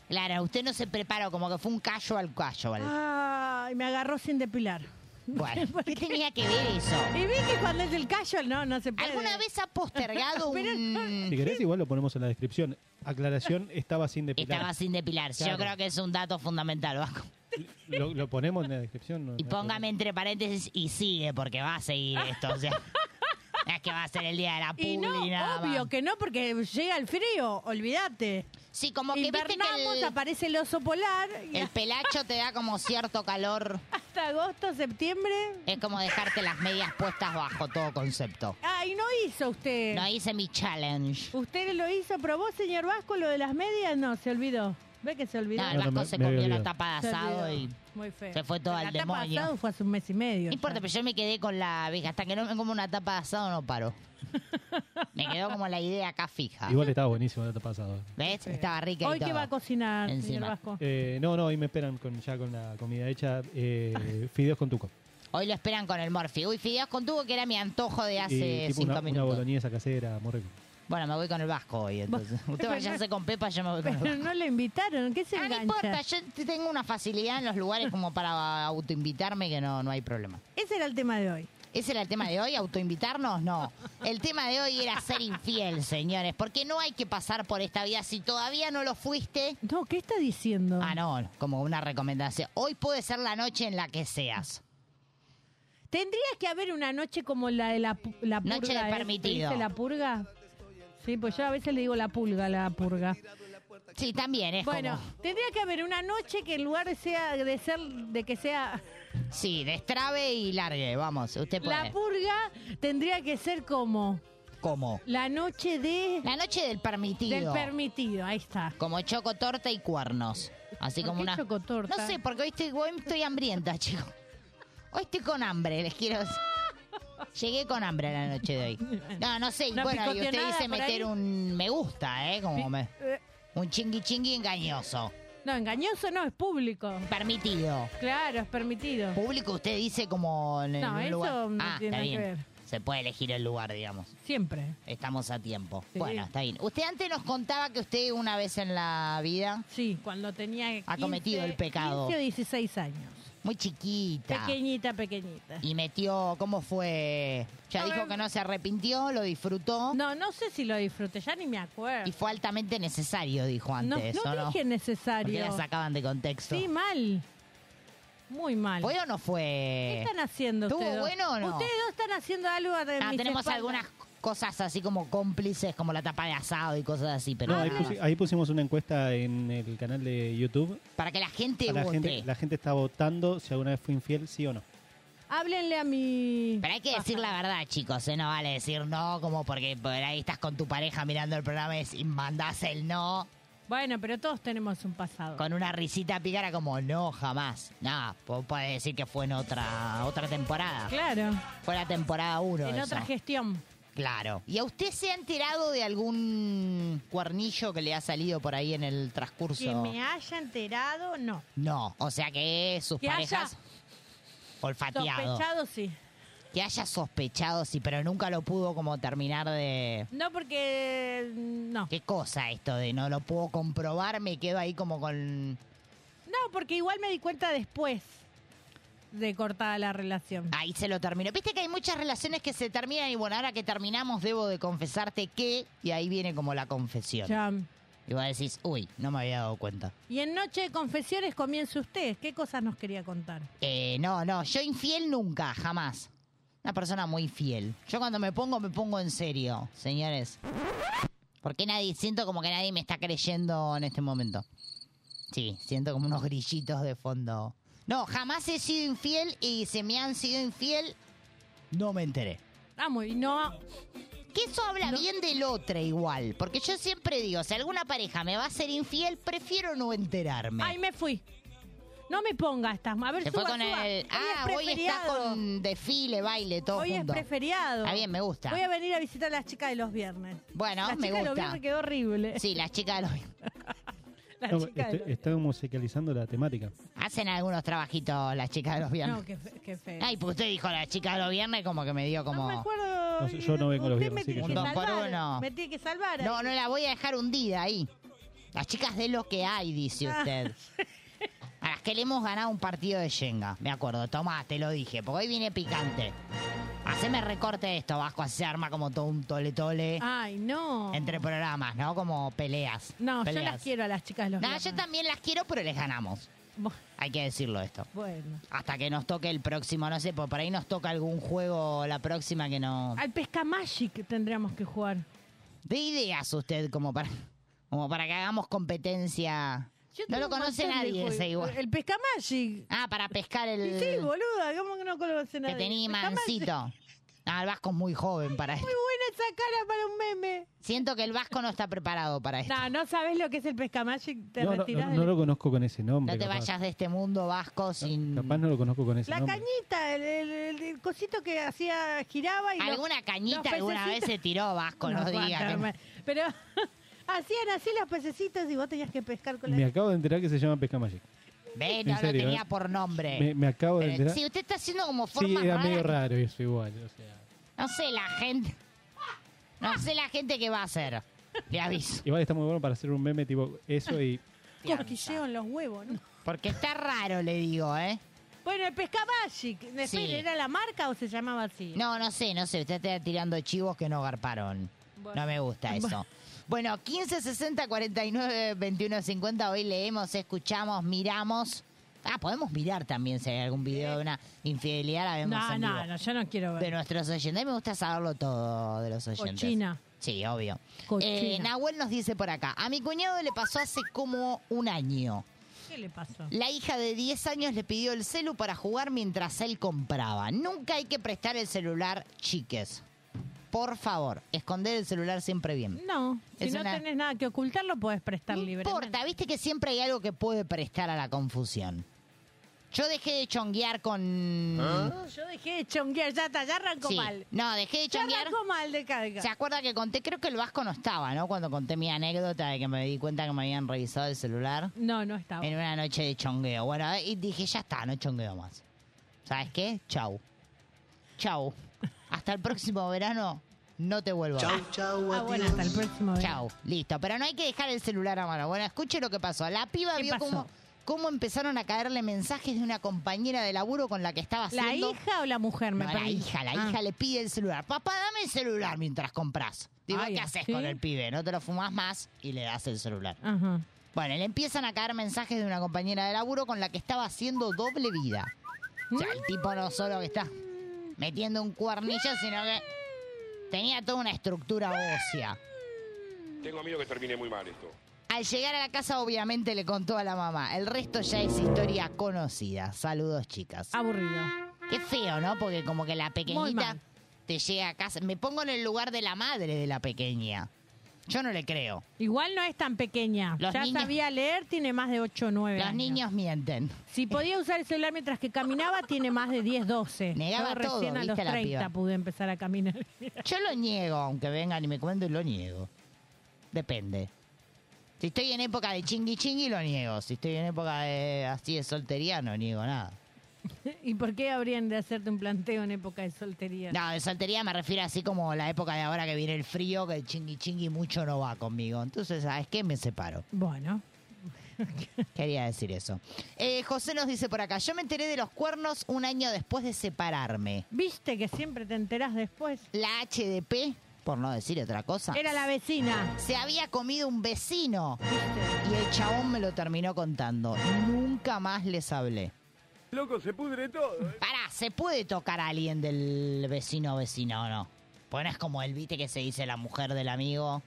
[SPEAKER 4] Claro, usted no se preparó, como que fue un callo al callo.
[SPEAKER 8] Ah.
[SPEAKER 3] Ay, me agarró sin depilar. <laughs>
[SPEAKER 4] Bueno, ¿qué tenía que ver eso?
[SPEAKER 3] Y vi que cuando es el casual, no, no se puede.
[SPEAKER 4] ¿Alguna vez ha postergado
[SPEAKER 3] <laughs> Pero-
[SPEAKER 4] un,
[SPEAKER 8] Si querés, igual lo ponemos en la descripción.
[SPEAKER 4] <laughs>
[SPEAKER 8] Aclaración, estaba sin depilar.
[SPEAKER 4] Estaba sin depilarse. Yo
[SPEAKER 8] Claro.
[SPEAKER 4] creo que es un dato fundamental, Vasco.
[SPEAKER 8] Lo, lo ponemos en la descripción. no-
[SPEAKER 4] Y
[SPEAKER 8] no-
[SPEAKER 4] póngame entre paréntesis y sigue, porque va
[SPEAKER 8] <laughs>
[SPEAKER 4] a seguir esto. O sea, no es que va a ser el día de la publi,
[SPEAKER 3] Y no,
[SPEAKER 4] nada más.
[SPEAKER 3] obvio que no, porque llega el frío, olvídate.
[SPEAKER 4] Sí, como que viste
[SPEAKER 3] Invernamos,
[SPEAKER 4] que el,
[SPEAKER 3] aparece el oso polar y
[SPEAKER 4] el pelacho te da como cierto calor.
[SPEAKER 3] <laughs> hasta agosto, septiembre.
[SPEAKER 4] Es como dejarte las medias puestas bajo todo concepto.
[SPEAKER 3] Ay, Ah, no hizo usted.
[SPEAKER 4] No hice mi challenge.
[SPEAKER 3] Usted lo hizo, pero vos, señor Vasco, lo de las medias no, se olvidó. Ve que se olvidó.
[SPEAKER 4] No, el
[SPEAKER 8] No, no,
[SPEAKER 4] vasco
[SPEAKER 8] me-
[SPEAKER 4] se
[SPEAKER 8] me había
[SPEAKER 4] comió la
[SPEAKER 8] olvidado.
[SPEAKER 4] tapa de
[SPEAKER 3] Se
[SPEAKER 4] asado
[SPEAKER 3] olvidó.
[SPEAKER 4] y...
[SPEAKER 3] Muy feo.
[SPEAKER 4] se fue todo
[SPEAKER 3] La
[SPEAKER 4] al
[SPEAKER 3] tapa
[SPEAKER 4] demonio.
[SPEAKER 3] de asado fue hace un mes y medio.
[SPEAKER 4] No importa, pero yo me quedé con la vieja. Hasta que no me como una tapa de asado no
[SPEAKER 3] <laughs>
[SPEAKER 4] paro. Me quedó como la idea acá fija.
[SPEAKER 8] Igual estaba buenísimo el dato pasado.
[SPEAKER 4] ¿Ves? Estaba rica y
[SPEAKER 3] Hoy que
[SPEAKER 4] todo.
[SPEAKER 3] va a cocinar, Ah, señor
[SPEAKER 4] Encima.
[SPEAKER 3] Vasco.
[SPEAKER 8] Eh, no, no, hoy me esperan con, ya con la comida hecha.
[SPEAKER 4] <laughs>
[SPEAKER 8] Eh, fideos con tuco.
[SPEAKER 4] Hoy lo esperan con el Morphy. Uy, fideos con tubo que era mi antojo de hace
[SPEAKER 8] Y Eh, tipo
[SPEAKER 4] cinco
[SPEAKER 8] una, una
[SPEAKER 4] minutos.
[SPEAKER 8] boloñesa casera, muy rico.
[SPEAKER 4] bueno, me voy con el Vasco hoy, entonces.
[SPEAKER 8] <laughs>
[SPEAKER 4] Usted váyase con Pepa, yo me voy con el
[SPEAKER 3] <laughs> Pero
[SPEAKER 4] Vasco.
[SPEAKER 3] no lo invitaron, ¿qué se
[SPEAKER 4] Ah, no
[SPEAKER 3] engancha?
[SPEAKER 4] importa, yo t- tengo una facilidad en los lugares como para autoinvitarme que no, no hay problema.
[SPEAKER 3] Ese era el tema de hoy.
[SPEAKER 4] ¿Ese era el tema de hoy? ¿Autoinvitarnos? No. El tema de hoy era ser infiel, señores, porque no hay que pasar por esta vida. Si todavía no lo fuiste,
[SPEAKER 3] No, ¿qué está diciendo?
[SPEAKER 4] ah, no, no, como una recomendación. Hoy puede ser la noche en la que seas.
[SPEAKER 3] Tendría que haber una noche como la de la, pu- la purga.
[SPEAKER 4] Noche de
[SPEAKER 3] ¿eh? ¿Te
[SPEAKER 4] permitido.
[SPEAKER 3] dice la purga? Sí, pues yo a veces le digo la pulga, a la purga.
[SPEAKER 4] Sí, también es
[SPEAKER 3] Bueno,
[SPEAKER 4] como...
[SPEAKER 3] tendría que haber una noche que en lugar de sea de ser de que sea
[SPEAKER 4] Sí, destrabe y largue, vamos. Usted puede.
[SPEAKER 3] la purga, tendría que ser como
[SPEAKER 4] ¿Cómo?
[SPEAKER 3] la noche de
[SPEAKER 4] La noche del permitido.
[SPEAKER 3] del permitido, ahí está.
[SPEAKER 4] como choco torta y cuernos. Así
[SPEAKER 3] ¿Por
[SPEAKER 4] como
[SPEAKER 3] qué
[SPEAKER 4] una.
[SPEAKER 3] chocotorta?
[SPEAKER 4] No sé, porque hoy estoy, hoy estoy hambrienta, <laughs> chicos. Hoy estoy con hambre, les quiero. decir. Llegué con hambre a la noche de hoy. No, no sé. y
[SPEAKER 3] No
[SPEAKER 4] bueno, y
[SPEAKER 3] picoteó
[SPEAKER 4] usted
[SPEAKER 3] nada
[SPEAKER 4] dice
[SPEAKER 3] por
[SPEAKER 4] meter
[SPEAKER 3] ahí.
[SPEAKER 4] un me gusta, ¿eh? Como me-
[SPEAKER 3] Eh,
[SPEAKER 4] un chingui chingui engañoso.
[SPEAKER 3] No, engañoso no, es público.
[SPEAKER 4] Permitido.
[SPEAKER 3] Claro, es permitido.
[SPEAKER 4] Público, usted dice como en
[SPEAKER 3] No,
[SPEAKER 4] un
[SPEAKER 3] eso
[SPEAKER 4] lugar.
[SPEAKER 3] no
[SPEAKER 4] ah,
[SPEAKER 3] tiene
[SPEAKER 4] está
[SPEAKER 3] nada que
[SPEAKER 4] bien.
[SPEAKER 3] ver.
[SPEAKER 4] Se puede elegir el lugar, digamos.
[SPEAKER 3] Siempre.
[SPEAKER 4] Estamos a tiempo.
[SPEAKER 3] Sí.
[SPEAKER 4] Bueno, está bien. Usted antes nos contaba que usted una vez en la vida,
[SPEAKER 3] Sí, cuando tenía 15,
[SPEAKER 4] cometido el pecado.
[SPEAKER 3] 15 o 16 años.
[SPEAKER 4] muy chiquita.
[SPEAKER 3] Pequeñita, pequeñita.
[SPEAKER 4] Y metió, ¿cómo fue? Ya
[SPEAKER 3] A
[SPEAKER 4] dijo
[SPEAKER 3] ver.
[SPEAKER 4] que no se arrepintió, lo disfrutó
[SPEAKER 3] No, no sé si lo disfruté, ya ni me acuerdo.
[SPEAKER 4] y fue altamente necesario, dijo
[SPEAKER 3] No,
[SPEAKER 4] antes.
[SPEAKER 3] no
[SPEAKER 4] ¿o
[SPEAKER 3] dije
[SPEAKER 4] Porque
[SPEAKER 3] necesario.
[SPEAKER 4] la sacaban de contexto.
[SPEAKER 3] Sí, mal. Muy mal.
[SPEAKER 4] ¿Fue o no
[SPEAKER 3] ¿Qué
[SPEAKER 4] fue?
[SPEAKER 3] están haciendo
[SPEAKER 4] eh, ¿Estuvo
[SPEAKER 3] ustedes? dos?
[SPEAKER 4] bueno o no?
[SPEAKER 3] Ustedes dos están haciendo algo a
[SPEAKER 4] Ah, tenemos algunas cosas así como cómplices, como la tapa de asado y cosas así, pero
[SPEAKER 3] Ah,
[SPEAKER 8] No, ahí,
[SPEAKER 4] nada más.
[SPEAKER 8] pusi- ahí pusimos una encuesta en el canal de YouTube.
[SPEAKER 4] para que la gente
[SPEAKER 8] A la,
[SPEAKER 4] vote.
[SPEAKER 8] gente, la gente está votando si alguna vez fue infiel, sí o no.
[SPEAKER 3] Háblenle a mi.
[SPEAKER 4] Pero hay que decir la verdad, chicos, ¿eh? no vale decir no, como porque por ahí estás con tu pareja mirando el programa y si mandás el no
[SPEAKER 3] Bueno, pero todos tenemos un pasado.
[SPEAKER 4] con una risita pícara como no, jamás. Nada, vos podés decir que fue en otra otra temporada.
[SPEAKER 3] Claro.
[SPEAKER 4] Fue la temporada 1.
[SPEAKER 3] en otra gestión.
[SPEAKER 4] Claro. ¿Y a usted se ha enterado de algún cuernillo que le ha salido por ahí en el
[SPEAKER 3] Que
[SPEAKER 4] transcurso?
[SPEAKER 3] me haya enterado, no.
[SPEAKER 4] No, o sea que sus
[SPEAKER 3] Que
[SPEAKER 4] parejas
[SPEAKER 3] haya
[SPEAKER 4] olfateado.
[SPEAKER 3] Sospechado, sí.
[SPEAKER 4] Que haya sospechado, sí, pero nunca lo pudo como terminar de...
[SPEAKER 3] No, porque. No.
[SPEAKER 4] ¿Qué cosa esto de no lo puedo comprobar? Me quedo ahí como con...
[SPEAKER 3] No, porque igual me di cuenta después de cortada la relación.
[SPEAKER 4] Ahí se lo termino. Viste que hay muchas relaciones que se terminan y bueno, ahora que terminamos debo de confesarte que... Y ahí viene como la confesión.
[SPEAKER 3] Ya.
[SPEAKER 4] Y vos decís, uy, no me había dado cuenta.
[SPEAKER 3] Y en Noche de Confesiones comience usted. ¿Qué cosas nos quería contar?
[SPEAKER 4] Eh, no, no, yo infiel nunca, jamás. Una persona muy fiel. Yo cuando me pongo, me pongo en serio, señores. Porque nadie, siento como que nadie me está creyendo en este momento. Sí, siento como unos grillitos de fondo. No, jamás he sido infiel y se me han sido infiel, no me enteré.
[SPEAKER 3] Vamos, y Ah, no.
[SPEAKER 4] Que eso habla bien del otro igual. Porque yo siempre digo, si alguna pareja me va a ser infiel, prefiero no enterarme.
[SPEAKER 3] Ay, me fui. No me ponga estas. A ver,
[SPEAKER 4] Se fue
[SPEAKER 3] suba,
[SPEAKER 4] con
[SPEAKER 3] suba.
[SPEAKER 4] el.
[SPEAKER 3] Hoy
[SPEAKER 4] Ah,
[SPEAKER 3] es
[SPEAKER 4] hoy está
[SPEAKER 3] preferiado.
[SPEAKER 4] con desfile, baile, todo
[SPEAKER 3] Hoy
[SPEAKER 4] junto.
[SPEAKER 3] es preferiado.
[SPEAKER 4] Está bien, me gusta.
[SPEAKER 3] Voy a venir a visitar a las chicas de los viernes.
[SPEAKER 4] Bueno,
[SPEAKER 3] las
[SPEAKER 4] me
[SPEAKER 3] chicas de los
[SPEAKER 4] gusta.
[SPEAKER 3] viernes quedó horrible.
[SPEAKER 4] Sí, las chicas lo-
[SPEAKER 3] Las
[SPEAKER 8] No,
[SPEAKER 3] chicas de
[SPEAKER 8] estoy-
[SPEAKER 3] los-
[SPEAKER 8] estamos musicalizando la temática.
[SPEAKER 4] hacen algunos trabajitos las chicas de los viernes.
[SPEAKER 3] No, qué, fe- qué feo.
[SPEAKER 4] Ay, pues usted dijo las chicas de los viernes como que me dio
[SPEAKER 3] no
[SPEAKER 4] como...
[SPEAKER 3] me acuerdo.
[SPEAKER 8] No sé, yo no vengo los
[SPEAKER 3] Usted
[SPEAKER 8] viernes,
[SPEAKER 3] me
[SPEAKER 8] así
[SPEAKER 3] tiene
[SPEAKER 8] que
[SPEAKER 3] que
[SPEAKER 8] yo
[SPEAKER 4] no. Dos por
[SPEAKER 3] salvar.
[SPEAKER 4] uno.
[SPEAKER 3] Me tiene que salvar. eh.
[SPEAKER 4] No, no la voy a dejar hundida ahí. Las chicas de lo que hay, dice
[SPEAKER 3] Ah. <laughs>
[SPEAKER 4] usted. A las que le hemos ganado un partido de Shenga, me acuerdo. Tomá, te lo dije, porque hoy viene picante. Haceme recorte de esto, Vasco, así se arma como todo un tole tole
[SPEAKER 3] Ay, no.
[SPEAKER 4] entre programas, ¿no? Como peleas.
[SPEAKER 3] No,
[SPEAKER 4] peleas.
[SPEAKER 3] yo las quiero a las chicas de los
[SPEAKER 4] No,
[SPEAKER 3] viernes.
[SPEAKER 4] yo también las quiero, pero les ganamos.
[SPEAKER 3] Bu-
[SPEAKER 4] Hay que decirlo esto.
[SPEAKER 3] Bueno.
[SPEAKER 4] Hasta que nos toque el próximo, no sé, por, por ahí nos toca algún juego la próxima que no...
[SPEAKER 3] Al pesca magic tendríamos que jugar.
[SPEAKER 4] De ideas usted como para, como para que hagamos competencia.
[SPEAKER 3] Yo
[SPEAKER 4] No
[SPEAKER 3] tengo
[SPEAKER 4] lo
[SPEAKER 3] un
[SPEAKER 4] conoce
[SPEAKER 3] montón de
[SPEAKER 4] nadie
[SPEAKER 3] juegos. eh,
[SPEAKER 4] ese igual.
[SPEAKER 3] El pesca magic.
[SPEAKER 4] Ah, para pescar
[SPEAKER 3] Y Sí,
[SPEAKER 4] el
[SPEAKER 3] boluda, ¿cómo que no conoce
[SPEAKER 4] que
[SPEAKER 3] nadie?
[SPEAKER 4] tenía
[SPEAKER 3] Pesca Magic.
[SPEAKER 4] mancito. Ah, el Vasco es muy joven para esto.
[SPEAKER 3] Muy buena esa cara para un meme.
[SPEAKER 4] Siento que el Vasco no está preparado para esto.
[SPEAKER 3] No, no sabes lo que es el pesca magic, te
[SPEAKER 8] No, no,
[SPEAKER 3] retirás
[SPEAKER 8] no-
[SPEAKER 3] de
[SPEAKER 8] no
[SPEAKER 3] la-
[SPEAKER 8] lo conozco con ese nombre.
[SPEAKER 4] No te
[SPEAKER 8] capaz.
[SPEAKER 4] vayas de este mundo, Vasco, sin...
[SPEAKER 8] Capaz no lo conozco con ese
[SPEAKER 3] La
[SPEAKER 8] nombre.
[SPEAKER 3] cañita, el, el- el cosito que hacía, giraba y... los-
[SPEAKER 4] Alguna cañita
[SPEAKER 3] los
[SPEAKER 4] alguna vez
[SPEAKER 3] pececitos-
[SPEAKER 4] se tiró Vasco, no,
[SPEAKER 3] No,
[SPEAKER 4] diga
[SPEAKER 3] cuánta
[SPEAKER 4] que no.
[SPEAKER 3] herma- Pero <laughs> hacían así los pececitos y vos tenías que pescar con la...
[SPEAKER 8] Me acabo de enterar que se llama Pesca Magic.
[SPEAKER 4] Ve,
[SPEAKER 8] En
[SPEAKER 4] no
[SPEAKER 8] serio,
[SPEAKER 4] lo tenía
[SPEAKER 8] ¿eh?
[SPEAKER 4] por nombre.
[SPEAKER 8] Me, me acabo de
[SPEAKER 4] Pero-
[SPEAKER 8] enterar.
[SPEAKER 4] sí, usted está haciendo como
[SPEAKER 8] Sí,
[SPEAKER 4] formas
[SPEAKER 8] era medio
[SPEAKER 4] raras.
[SPEAKER 8] raro eso igual. o sea.
[SPEAKER 4] No sé la gente. No sé la gente que va a hacer. Le aviso.
[SPEAKER 8] Igual está muy bueno para hacer un meme tipo eso y
[SPEAKER 3] Cosquilleo en los huevos, ¿no?
[SPEAKER 4] Porque está raro, le digo, ¿eh?
[SPEAKER 3] Bueno, el pesca magic, después,
[SPEAKER 4] Sí.
[SPEAKER 3] ¿era la marca o se llamaba así?
[SPEAKER 4] No, no sé, no sé. Usted está tirando chivos que no garparon.
[SPEAKER 3] Bueno.
[SPEAKER 4] No me gusta eso. Bueno, 15, 60, 49, 21, 50. Hoy leemos, escuchamos, miramos. Ah, podemos mirar también si hay algún video de una infidelidad. La vemos
[SPEAKER 3] no,
[SPEAKER 4] en
[SPEAKER 3] no,
[SPEAKER 4] vivo.
[SPEAKER 3] no, yo no quiero
[SPEAKER 4] De
[SPEAKER 3] ver.
[SPEAKER 4] nuestros oyentes. A mí me gusta saberlo todo de los oyentes.
[SPEAKER 3] Cochina.
[SPEAKER 4] Sí, obvio.
[SPEAKER 3] Cochina.
[SPEAKER 4] Eh, Nahuel nos dice por acá, a mi cuñado le pasó hace como un año.
[SPEAKER 3] ¿Qué le pasó?
[SPEAKER 4] La hija de 10 años le pidió el celu para jugar mientras él compraba. Nunca hay que prestar el celular, chiques. Por favor, esconder el celular siempre bien.
[SPEAKER 3] No, si
[SPEAKER 4] Es
[SPEAKER 3] no
[SPEAKER 4] una-
[SPEAKER 3] tenés nada que ocultar, lo podés prestar
[SPEAKER 4] No
[SPEAKER 3] libremente.
[SPEAKER 4] importa, viste que siempre hay algo que puede prestar a la confusión. Yo dejé de chonguear con...
[SPEAKER 3] Mm. Yo dejé de chonguear, ya está, ya arrancó
[SPEAKER 4] Sí.
[SPEAKER 3] mal.
[SPEAKER 4] No, dejé de
[SPEAKER 3] Ya
[SPEAKER 4] chonguear.
[SPEAKER 3] arrancó mal de carga.
[SPEAKER 4] ¿Se acuerda que conté? Creo que el Vasco no estaba, ¿no? Cuando conté mi anécdota de que me di cuenta que me habían revisado el celular
[SPEAKER 3] No, no estaba.
[SPEAKER 4] en una noche de chongueo. Bueno, y dije, ya está, no chongueo más. ¿Sabes qué? Chau. Chau. Hasta el próximo verano no te vuelvo a ver.
[SPEAKER 3] Ah, bueno, hasta el próximo verano.
[SPEAKER 4] Chau. Listo. Pero no hay que dejar el celular a mano. Bueno, escuche lo que pasó. La piba
[SPEAKER 3] ¿Qué
[SPEAKER 4] vio
[SPEAKER 3] pasó?
[SPEAKER 4] cómo, cómo empezaron a caerle mensajes de una compañera de laburo con la que estaba
[SPEAKER 3] ¿La
[SPEAKER 4] haciendo...
[SPEAKER 3] hija o la mujer? Me
[SPEAKER 4] No, la
[SPEAKER 3] perdí.
[SPEAKER 4] hija, la
[SPEAKER 3] Ah.
[SPEAKER 4] hija le pide el celular. Papá, dame el celular mientras compras. Digo,
[SPEAKER 3] Ay,
[SPEAKER 4] ¿qué haces
[SPEAKER 3] ¿sí?
[SPEAKER 4] con el pibe? No te lo fumas más y le das el celular.
[SPEAKER 3] Ajá.
[SPEAKER 4] Bueno, le empiezan a caer mensajes de una compañera de laburo con la que estaba haciendo doble vida. O sea, el tipo no solo que está metiendo un cuernillo, sino que tenía toda una estructura ósea.
[SPEAKER 9] Tengo miedo que termine muy mal esto.
[SPEAKER 4] Al llegar a la casa, obviamente le contó a la mamá. El resto ya es historia conocida. Saludos, chicas.
[SPEAKER 3] Aburrido.
[SPEAKER 4] Qué feo, ¿no? Porque como que la
[SPEAKER 3] Muy
[SPEAKER 4] pequeñita
[SPEAKER 3] mal.
[SPEAKER 4] te llega a casa. Me pongo en el lugar de la madre de la pequeña. Yo no le creo.
[SPEAKER 3] Igual no es tan pequeña.
[SPEAKER 4] Los
[SPEAKER 3] ya
[SPEAKER 4] niños-
[SPEAKER 3] sabía leer, tiene más de 8 o 9
[SPEAKER 4] Los
[SPEAKER 3] años.
[SPEAKER 4] niños mienten.
[SPEAKER 3] Si podía usar el celular mientras que caminaba, tiene más de 10, 12.
[SPEAKER 4] Negaba
[SPEAKER 3] Yo
[SPEAKER 4] todo,
[SPEAKER 3] recién a los
[SPEAKER 4] viste, la
[SPEAKER 3] 30
[SPEAKER 4] piba.
[SPEAKER 3] pude empezar a caminar.
[SPEAKER 4] <laughs>
[SPEAKER 3] <laughs>
[SPEAKER 4] Yo lo niego, aunque vengan y me cuenten, lo niego. Depende. Si estoy en época de chingui chingui, lo niego. Si estoy en época de así de soltería, no niego nada.
[SPEAKER 3] ¿Y por qué habrían de hacerte un planteo en época de soltería?
[SPEAKER 4] No, de soltería me refiero así como la época de ahora que viene el frío, que el chingui chingui mucho no va conmigo. Entonces, ¿sabes qué? Me
[SPEAKER 3] <laughs>
[SPEAKER 4] separo.
[SPEAKER 3] Bueno,
[SPEAKER 4] Quería decir eso. Eh, José nos dice por acá, yo me enteré de los cuernos un año después de separarme.
[SPEAKER 3] viste que siempre te enterás después.
[SPEAKER 4] La HDP, por no decir otra cosa,
[SPEAKER 3] Era la vecina.
[SPEAKER 4] se había comido un vecino y el chabón me lo terminó contando. Nunca más les hablé.
[SPEAKER 9] Loco, se pudre todo. ¿eh?
[SPEAKER 4] Pará, ¿se puede tocar a alguien del vecino vecino o no? Pues no es como el vite que se dice la mujer del amigo.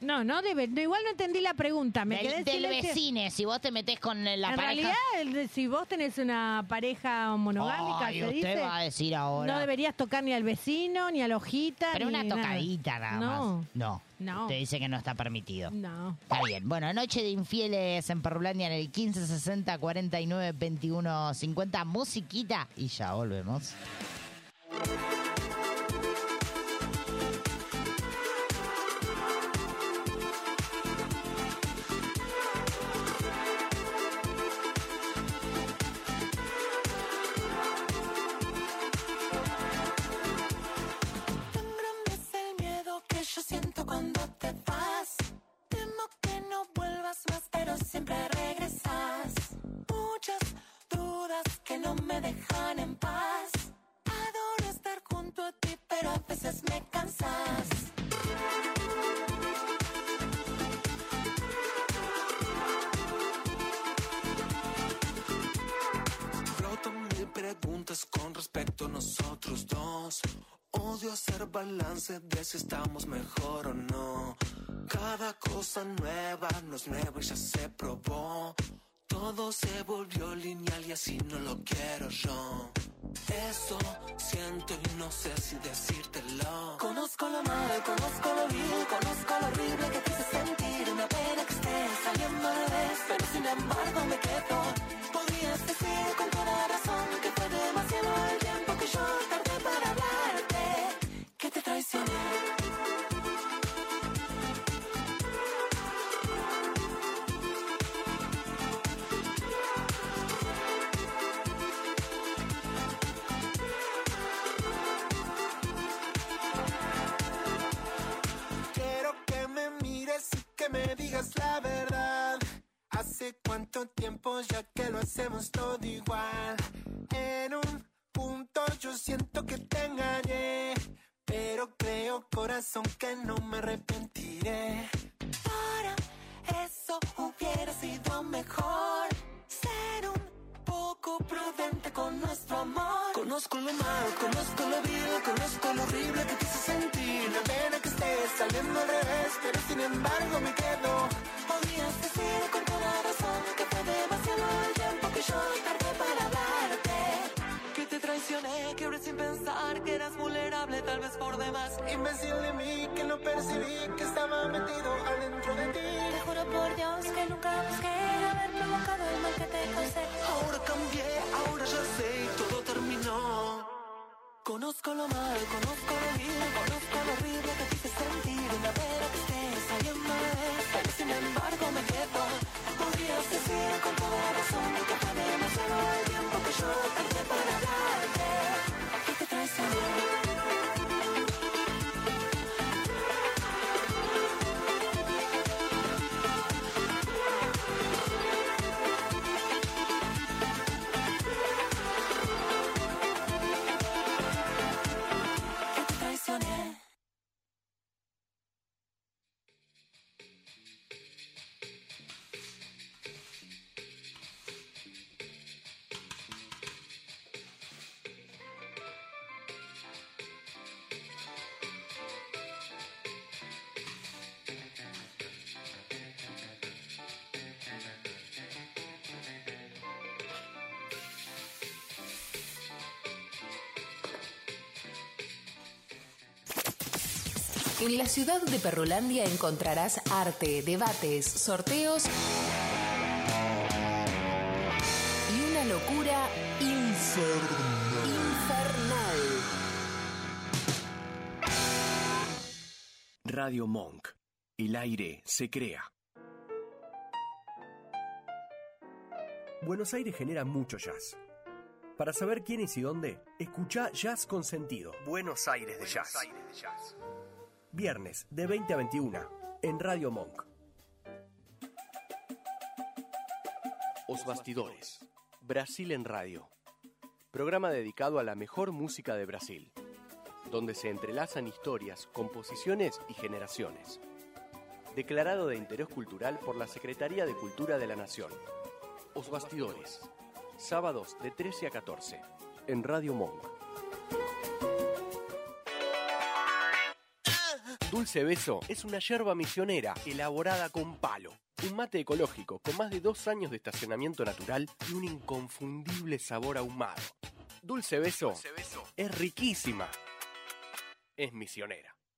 [SPEAKER 3] No, no debe. no, igual no entendí la pregunta. Me quedé
[SPEAKER 4] Del,
[SPEAKER 3] en
[SPEAKER 4] del
[SPEAKER 3] silencio.
[SPEAKER 4] vecine, si vos te metés con la
[SPEAKER 3] en
[SPEAKER 4] pareja...
[SPEAKER 3] realidad, el de- si vos tenés una pareja monogámica,
[SPEAKER 4] Ay,
[SPEAKER 3] se
[SPEAKER 4] usted
[SPEAKER 3] dice,
[SPEAKER 4] va a decir ahora.
[SPEAKER 3] no deberías tocar ni al vecino, ni a la hojita.
[SPEAKER 4] Pero
[SPEAKER 3] ni
[SPEAKER 4] una
[SPEAKER 3] nada.
[SPEAKER 4] tocadita nada, más. No.
[SPEAKER 3] No.
[SPEAKER 4] Te dice que no está permitido.
[SPEAKER 3] No, no.
[SPEAKER 4] Está bien. Bueno, Noche de Infieles en Perrulandia en el 1560 49 21 50. Musiquita y ya volvemos.
[SPEAKER 10] Tan grande es el miedo que yo siento cuando te vas. Temo que no vuelvas más, pero siempre regresas. Muchas dudas que no me dejan en paz. Adoro estar junto a ti, pero a veces me cansas.
[SPEAKER 7] Flotan mil preguntas con respecto a nosotros dos. Odio hacer balance de si estamos mejor o no. Cada cosa nueva no es nueva y ya se probó. Todo se volvió lineal y así no lo quiero yo. Eso siento y no sé si decírtelo.
[SPEAKER 10] Conozco lo mal, conozco lo vil, conozco lo horrible que te hace sentir. Una pena que estés saliendo al revés, pero sin embargo me quedo. Podrías decir con toda razón que fue demasiado el tiempo que yo tardé para hablarte, que te traicioné.
[SPEAKER 7] Quiero que me mires y que me digas la verdad. Hace cuánto tiempo ya que lo hacemos todo igual. En un punto yo siento que te engañé. Pero creo, corazón, que no me arrepentiré.
[SPEAKER 10] Para eso hubiera sido mejor ser un poco prudente con nuestro amor.
[SPEAKER 7] Conozco lo malo, conozco lo vil, conozco lo horrible que te hice sentir. Una
[SPEAKER 10] embargo me quedo. Podías decir con toda razón que fue demasiado el tiempo que yo tardé para hablarte. Que te traicioné, quebré sin pensar que eras vulnerable, tal vez por demás. Imbécil de mí que no percibí que estaba metido adentro de ti. Te juro por Dios que nunca busqué haber provocado el mal que te causé.
[SPEAKER 7] Ahora cambié, ahora ya sé y todo terminó.
[SPEAKER 10] Conozco lo mal, conozco lo vil, conozco lo horrible que te hice sentir una vera que estés ahí en vez. Sin embargo me quedo, podrías decir con toda razón que fue demasiado el tiempo que yo tardé para darte. Aquí te traicioné. Que te traicioné.
[SPEAKER 11] En la ciudad de Perrolandia encontrarás arte, debates, sorteos y una locura infernal.
[SPEAKER 12] Radio Monk. El aire se crea.
[SPEAKER 13] Buenos Aires genera mucho jazz. Para saber quién es y dónde, escucha Jazz con Sentido. Buenos Aires de Jazz. Viernes, de 20 a 21, en Radio Monk. Os Bastidores. Brasil en Radio. Programa dedicado a la mejor música de Brasil, donde se entrelazan historias, composiciones y generaciones. Declarado de interés cultural por la Secretaría de Cultura de la Nación. Os Bastidores. Sábados de 13 a 14, en Radio Monk. Dulce Beso es una yerba misionera elaborada con palo. Un mate ecológico con más de dos años de estacionamiento natural y un inconfundible sabor ahumado. Dulce Beso,
[SPEAKER 14] Dulce Beso.
[SPEAKER 13] es riquísima. Es misionera.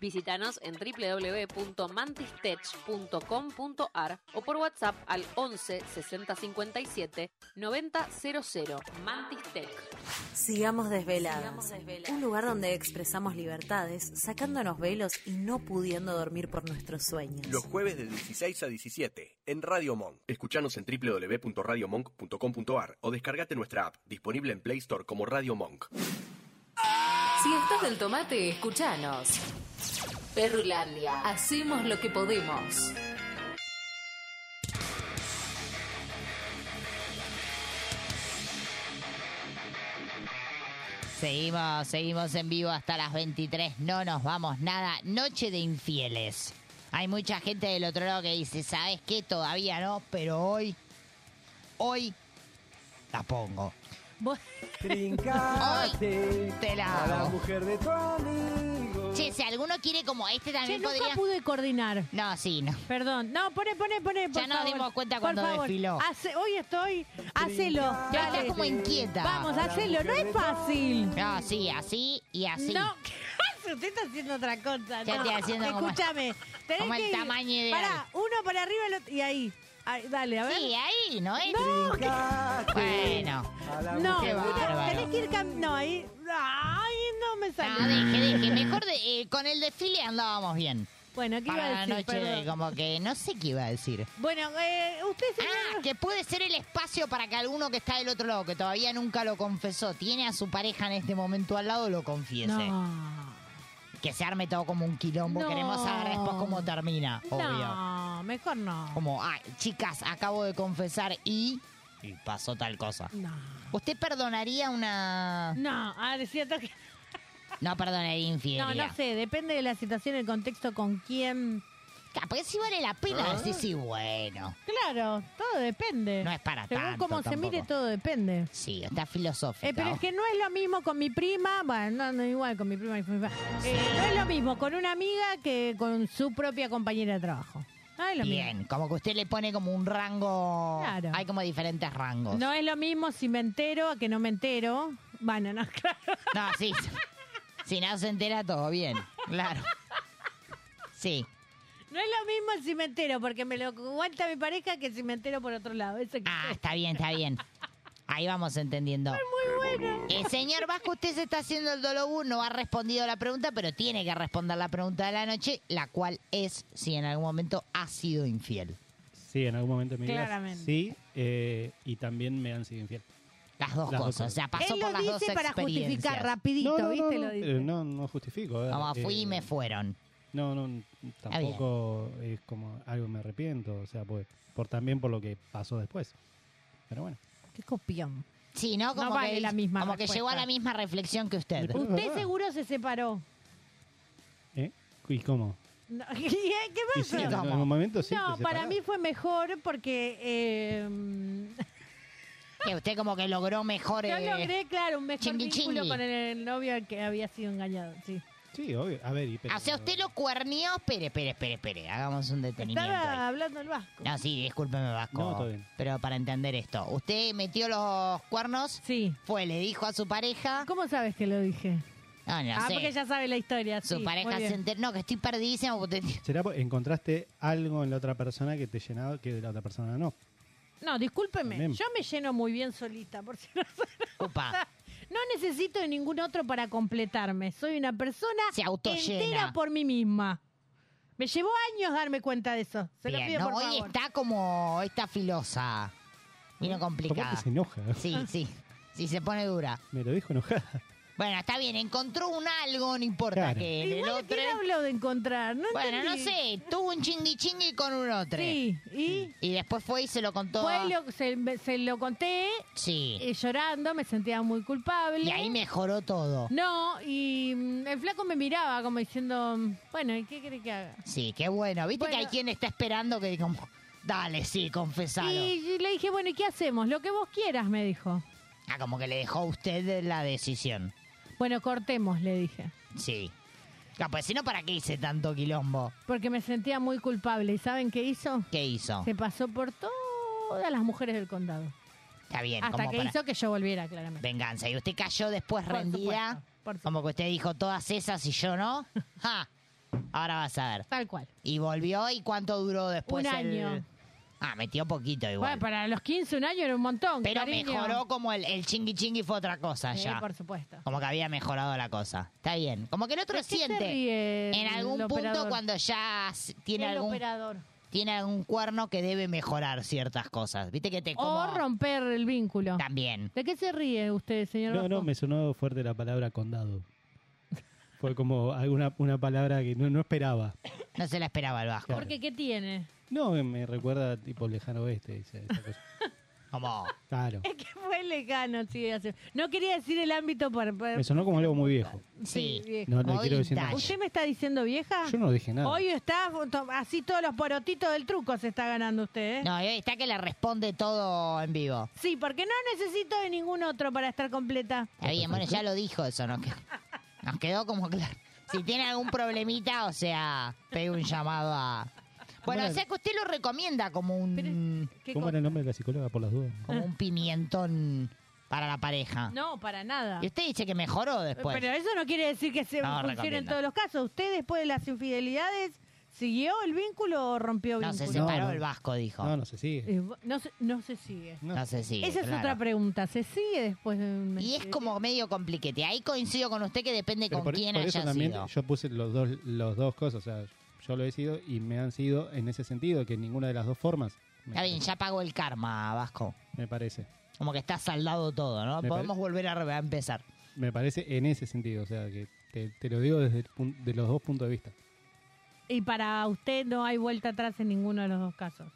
[SPEAKER 15] Visítanos en www.mantistech.com.ar o por WhatsApp al 11 60 57 90 00. Mantis Tech.
[SPEAKER 16] Sigamos desveladas.
[SPEAKER 15] Sigamos desveladas.
[SPEAKER 16] Un lugar donde expresamos libertades, sacándonos velos y no pudiendo dormir por nuestros sueños.
[SPEAKER 13] Los jueves de 16 a 17 en Radio Monk.
[SPEAKER 14] Escuchanos en www.radiomonk.com.ar o descargate nuestra app, disponible en Play Store como Radio Monk.
[SPEAKER 11] Si estás del tomate, escúchanos. Perrulandia, hacemos lo que podemos.
[SPEAKER 4] Seguimos, seguimos en vivo hasta las 23. No nos vamos nada. Noche de infieles. Hay mucha gente del otro lado que dice, ¿sabes qué? Todavía no, pero hoy, hoy la pongo.
[SPEAKER 2] Trincate
[SPEAKER 4] te la
[SPEAKER 2] a la
[SPEAKER 4] hago.
[SPEAKER 2] mujer de tu amigo.
[SPEAKER 4] Che, si alguno quiere como este
[SPEAKER 3] Che,
[SPEAKER 4] también
[SPEAKER 3] nunca
[SPEAKER 4] podría...
[SPEAKER 3] pude coordinar.
[SPEAKER 4] No, sí, no.
[SPEAKER 3] Perdón. No, pone, pone, pone. por
[SPEAKER 4] Ya nos
[SPEAKER 3] favor.
[SPEAKER 4] dimos cuenta
[SPEAKER 3] Por
[SPEAKER 4] cuando
[SPEAKER 3] favor.
[SPEAKER 4] desfiló.
[SPEAKER 3] Hace- hoy estoy. Hacelo.
[SPEAKER 4] Ya
[SPEAKER 3] dale.
[SPEAKER 4] está como inquieta.
[SPEAKER 3] Vamos, hacelo. No es fácil.
[SPEAKER 4] No, sí, así y así.
[SPEAKER 3] No, <laughs> usted está haciendo otra cosa.
[SPEAKER 4] Ya
[SPEAKER 3] no.
[SPEAKER 4] estoy haciendo como-
[SPEAKER 3] Escúchame. tenés
[SPEAKER 4] como el
[SPEAKER 3] que ir-
[SPEAKER 4] tamaño ideal.
[SPEAKER 3] Pará, uno para arriba el otro- y ahí. Ahí, dale, a ver.
[SPEAKER 4] Sí, ahí, ¿no es?
[SPEAKER 3] No,
[SPEAKER 4] Bueno.
[SPEAKER 3] No,
[SPEAKER 4] Qué
[SPEAKER 3] mira,
[SPEAKER 4] bárbaro.
[SPEAKER 3] tenés que ir cam- No, ahí. Ay, no me salió.
[SPEAKER 4] Ah, deje, deje. Mejor de- eh, con el desfile andábamos bien.
[SPEAKER 3] Bueno, ¿qué iba
[SPEAKER 4] Para
[SPEAKER 3] a
[SPEAKER 4] la
[SPEAKER 3] decir?
[SPEAKER 4] noche, de-
[SPEAKER 3] Perdón.
[SPEAKER 4] como que no sé qué iba a decir.
[SPEAKER 3] Bueno, eh, usted se
[SPEAKER 4] Ah, que puede ser el espacio para que alguno que está del otro lado, que todavía nunca lo confesó, tiene a su pareja en este momento al lado, lo confiese. Que se arme todo como un quilombo.
[SPEAKER 3] No.
[SPEAKER 4] Queremos saber después cómo termina, obvio.
[SPEAKER 3] No, mejor no.
[SPEAKER 4] Como, ah, chicas, acabo de confesar y y pasó tal cosa.
[SPEAKER 3] No.
[SPEAKER 4] ¿Usted perdonaría una...?
[SPEAKER 3] No, ah, es cierto que...
[SPEAKER 4] No perdonaría
[SPEAKER 3] No,
[SPEAKER 4] infidelidad.
[SPEAKER 3] no sé, depende de la situación, el contexto, con quién.
[SPEAKER 4] Capaz si vale la pena
[SPEAKER 3] ¿Ah?
[SPEAKER 4] decir sí, bueno.
[SPEAKER 3] Claro, todo depende.
[SPEAKER 4] No es para
[SPEAKER 3] Según
[SPEAKER 4] tanto
[SPEAKER 3] cómo se
[SPEAKER 4] tampoco.
[SPEAKER 3] mire, todo depende.
[SPEAKER 4] Sí, está filosófico.
[SPEAKER 3] Eh, pero es que no es lo mismo con mi prima, bueno, no, no igual con mi prima. Eh, no es lo mismo con una amiga que con su propia compañera de trabajo. No es lo mismo.
[SPEAKER 4] Bien, como que usted le pone como un rango...
[SPEAKER 3] Claro.
[SPEAKER 4] Hay como diferentes rangos.
[SPEAKER 3] No es lo mismo si me entero a que no me entero. Bueno, no, <laughs> claro.
[SPEAKER 4] No, sí. Si no se entera todo
[SPEAKER 3] <laughs>
[SPEAKER 4] bien, claro. Sí.
[SPEAKER 3] No es lo mismo si me entero porque me lo cuenta mi pareja que si me entero por otro lado. Eso que-
[SPEAKER 4] Ah, está bien, está bien. Ahí vamos entendiendo.
[SPEAKER 3] muy bueno.
[SPEAKER 4] Eh, señor Vasco, usted se está haciendo el dolobú, no ha respondido la pregunta, pero tiene que responder la pregunta de la noche, la cual es si en algún momento ha sido infiel.
[SPEAKER 8] Sí, en algún momento de mi vida.
[SPEAKER 3] Claramente.
[SPEAKER 8] Sí, eh, y también me han sido infiel.
[SPEAKER 4] Las dos cosas, o sea, pasó
[SPEAKER 3] Él
[SPEAKER 4] por
[SPEAKER 3] lo
[SPEAKER 4] las dos
[SPEAKER 3] dice para
[SPEAKER 4] experiencias.
[SPEAKER 3] justificar rapidito, ¿viste? Lo dice.
[SPEAKER 8] Eh, no, no justifico. a ver,
[SPEAKER 4] Como fui y
[SPEAKER 8] eh,
[SPEAKER 4] me fueron.
[SPEAKER 8] No, no, tampoco es como algo me arrepiento, o sea, pues, por también por lo que pasó después. Pero bueno.
[SPEAKER 3] Qué copión.
[SPEAKER 4] Sí, ¿no? Como,
[SPEAKER 3] No vale
[SPEAKER 4] que,
[SPEAKER 3] la misma
[SPEAKER 4] como que
[SPEAKER 3] respuesta.
[SPEAKER 4] llegó a la misma reflexión que usted.
[SPEAKER 3] <laughs> Usted seguro se separó. <laughs>
[SPEAKER 8] ¿Eh? ¿Y cómo?
[SPEAKER 3] No, ¿Qué qué
[SPEAKER 8] Y
[SPEAKER 3] pasó?
[SPEAKER 8] sí, en algún momento sí.
[SPEAKER 3] no,
[SPEAKER 8] te
[SPEAKER 3] para
[SPEAKER 8] separás.
[SPEAKER 3] mí fue mejor porque eh, <laughs>
[SPEAKER 4] Que usted como que logró mejor...
[SPEAKER 3] yo
[SPEAKER 4] eh,
[SPEAKER 3] logré, claro, un mejor
[SPEAKER 4] chingui,
[SPEAKER 3] vínculo
[SPEAKER 4] chingui.
[SPEAKER 3] con el novio al que había sido engañado. Sí.
[SPEAKER 8] Sí, obvio. A ver, y pero-
[SPEAKER 4] Ah, O sea, usted lo cuernió... eh. Espere, espere, espere, espere. Hagamos un detenimiento.
[SPEAKER 3] Estaba
[SPEAKER 4] ahí.
[SPEAKER 3] hablando el vasco.
[SPEAKER 4] No, sí, discúlpeme, Vasco.
[SPEAKER 8] No, está bien.
[SPEAKER 4] Pero para entender esto, usted metió los cuernos.
[SPEAKER 3] Sí.
[SPEAKER 4] Fue, le dijo a su pareja.
[SPEAKER 3] ¿Cómo sabes que lo dije?
[SPEAKER 4] No, no
[SPEAKER 3] ah,
[SPEAKER 4] sé.
[SPEAKER 3] porque ya sabe la historia.
[SPEAKER 4] Su
[SPEAKER 3] sí,
[SPEAKER 4] pareja
[SPEAKER 3] muy bien.
[SPEAKER 4] se enteró. No, que estoy perdidísimo. porque te-
[SPEAKER 8] ¿Será porque encontraste algo en la otra persona que te llenaba que de la otra persona no?
[SPEAKER 3] No, discúlpeme.
[SPEAKER 8] También.
[SPEAKER 3] Yo me lleno muy bien solita, por si no
[SPEAKER 4] Opa.
[SPEAKER 3] No necesito de ningún otro para completarme. Soy una persona
[SPEAKER 4] autollena.
[SPEAKER 3] entera por mí misma. Me llevó años darme cuenta de eso. Se lo
[SPEAKER 4] Bien,
[SPEAKER 3] pido
[SPEAKER 4] no,
[SPEAKER 3] por
[SPEAKER 4] hoy
[SPEAKER 3] favor.
[SPEAKER 4] está como esta filosa. Vino complicada.
[SPEAKER 8] ¿Cómo que se enoja?
[SPEAKER 3] <laughs>
[SPEAKER 4] Sí, sí. Sí, se pone dura.
[SPEAKER 8] Me lo dijo enojada.
[SPEAKER 4] <laughs> Bueno, está bien, encontró un algo, no importa
[SPEAKER 8] Claro.
[SPEAKER 4] que en el
[SPEAKER 3] Igual,
[SPEAKER 4] otro.
[SPEAKER 3] ¿quién habló de encontrar? No
[SPEAKER 4] Bueno, no
[SPEAKER 3] entendí.
[SPEAKER 4] sé, tuvo un chingui chingui con un otro.
[SPEAKER 3] Sí, y.
[SPEAKER 4] Y después fue y se lo contó.
[SPEAKER 3] Fue y lo- se, me- se lo conté
[SPEAKER 4] Sí.
[SPEAKER 3] eh, llorando, me sentía muy culpable.
[SPEAKER 4] Y ahí mejoró todo.
[SPEAKER 3] No, y mm, el flaco me miraba como diciendo, mm, bueno, ¿y qué cree que haga?
[SPEAKER 4] Sí, qué bueno. Viste que
[SPEAKER 3] Bueno.
[SPEAKER 4] hay quien está esperando que como, dale, sí, confesalo.
[SPEAKER 3] Y le dije, bueno, ¿y qué hacemos? Lo que vos quieras, me dijo.
[SPEAKER 4] Ah, como que le dejó a usted la decisión.
[SPEAKER 3] Bueno, cortemos, le dije.
[SPEAKER 4] Sí. Ah, pues si no, ¿para qué hice tanto quilombo?
[SPEAKER 3] Porque me sentía muy culpable. ¿Y saben qué hizo?
[SPEAKER 4] ¿Qué hizo?
[SPEAKER 3] Se pasó por todas las mujeres del condado.
[SPEAKER 4] Está bien,
[SPEAKER 3] hasta
[SPEAKER 4] como
[SPEAKER 3] que
[SPEAKER 4] para
[SPEAKER 3] hizo que yo volviera, claramente.
[SPEAKER 4] venganza. Y usted cayó después rendida. Como que usted dijo todas esas y yo
[SPEAKER 3] <laughs>
[SPEAKER 4] no. Ja. Ahora vas a ver.
[SPEAKER 3] Tal cual.
[SPEAKER 4] Y volvió y cuánto duró después.
[SPEAKER 3] Un
[SPEAKER 4] el-
[SPEAKER 3] año.
[SPEAKER 4] Ah, metió poquito igual.
[SPEAKER 3] Bueno, para los 15, un año era un montón.
[SPEAKER 4] Pero
[SPEAKER 3] cariño.
[SPEAKER 4] mejoró como el, el chingui chingui fue otra cosa
[SPEAKER 3] Sí,
[SPEAKER 4] ya.
[SPEAKER 3] por supuesto.
[SPEAKER 4] Como que había mejorado la cosa. Está bien. Como que el otro
[SPEAKER 3] ¿De qué se
[SPEAKER 4] siente
[SPEAKER 3] ríe
[SPEAKER 4] en
[SPEAKER 3] el
[SPEAKER 4] algún punto
[SPEAKER 3] operador?
[SPEAKER 4] cuando ya s- tiene
[SPEAKER 3] El
[SPEAKER 4] algún
[SPEAKER 3] operador.
[SPEAKER 4] tiene algún cuerno que debe mejorar ciertas cosas. ¿Viste que te Eh, como
[SPEAKER 3] O romper el vínculo.
[SPEAKER 4] También.
[SPEAKER 3] ¿De qué se ríe usted, señor?
[SPEAKER 8] No, no,
[SPEAKER 3] Vasco?
[SPEAKER 8] me sonó fuerte la palabra condado. Fue como alguna una palabra que no, no esperaba.
[SPEAKER 4] no se la esperaba el Vasco?
[SPEAKER 3] Porque, ¿qué <laughs> tiene?
[SPEAKER 8] No, me recuerda a tipo lejano oeste. dice esa cosa.
[SPEAKER 4] Como.
[SPEAKER 8] Claro.
[SPEAKER 3] Es que fue lejano, sí. hace- No quería decir el ámbito para... para-
[SPEAKER 8] Me sonó como algo muy viejo.
[SPEAKER 3] Sí, vieja.
[SPEAKER 8] No, no quiero decir nada.
[SPEAKER 3] ¿Usted me está diciendo vieja?
[SPEAKER 8] Yo no dije nada.
[SPEAKER 3] Hoy está to- así todos los porotitos del truco se está ganando usted, ¿eh?
[SPEAKER 4] No, y hoy está que le responde todo en vivo.
[SPEAKER 3] Sí, porque no necesito de ningún otro para estar completa.
[SPEAKER 4] Está bien, bueno, ya lo dijo eso, nos quedó, nos quedó como claro. Si tiene algún problemita, o sea, pegue un llamado a. Bueno, o sea que usted lo recomienda como un.
[SPEAKER 8] ¿Cómo era el nombre de la psicóloga por las dudas?
[SPEAKER 4] Como un pimientón para la pareja.
[SPEAKER 3] No, para nada.
[SPEAKER 4] Y usted dice que mejoró después.
[SPEAKER 3] Ah. Pero eso no quiere decir que se
[SPEAKER 4] No,
[SPEAKER 3] funcione en
[SPEAKER 4] recomienda.
[SPEAKER 3] todos los casos. ¿Usted después de las infidelidades siguió el vínculo o rompió
[SPEAKER 4] No, se
[SPEAKER 3] vínculo?
[SPEAKER 4] separó el Vasco, dijo.
[SPEAKER 8] No, no se sigue.
[SPEAKER 3] Eh, vo- No se, no se sigue.
[SPEAKER 4] No se sigue.
[SPEAKER 3] Esa es
[SPEAKER 4] claro.
[SPEAKER 3] otra pregunta. ¿Se sigue después de un
[SPEAKER 4] Y es como medio compliquete. Ahí coincido con usted que depende
[SPEAKER 8] Pero
[SPEAKER 4] con quién
[SPEAKER 8] eso
[SPEAKER 4] haya
[SPEAKER 8] también
[SPEAKER 4] sido.
[SPEAKER 8] yo puse los dos, los dos cosas. O sea, yo lo he sido y me han sido en ese sentido, que ninguna de las dos formas
[SPEAKER 4] Está bien, ya pagó el karma, Vasco.
[SPEAKER 8] me parece.
[SPEAKER 4] Como que está saldado todo, ¿no?
[SPEAKER 8] Me pare-
[SPEAKER 4] Podemos volver a, re- a empezar.
[SPEAKER 8] Me parece en ese sentido. O sea, que te, te lo digo desde el pun- de los dos puntos de vista.
[SPEAKER 3] Y para usted no hay vuelta atrás en ninguno de los dos casos.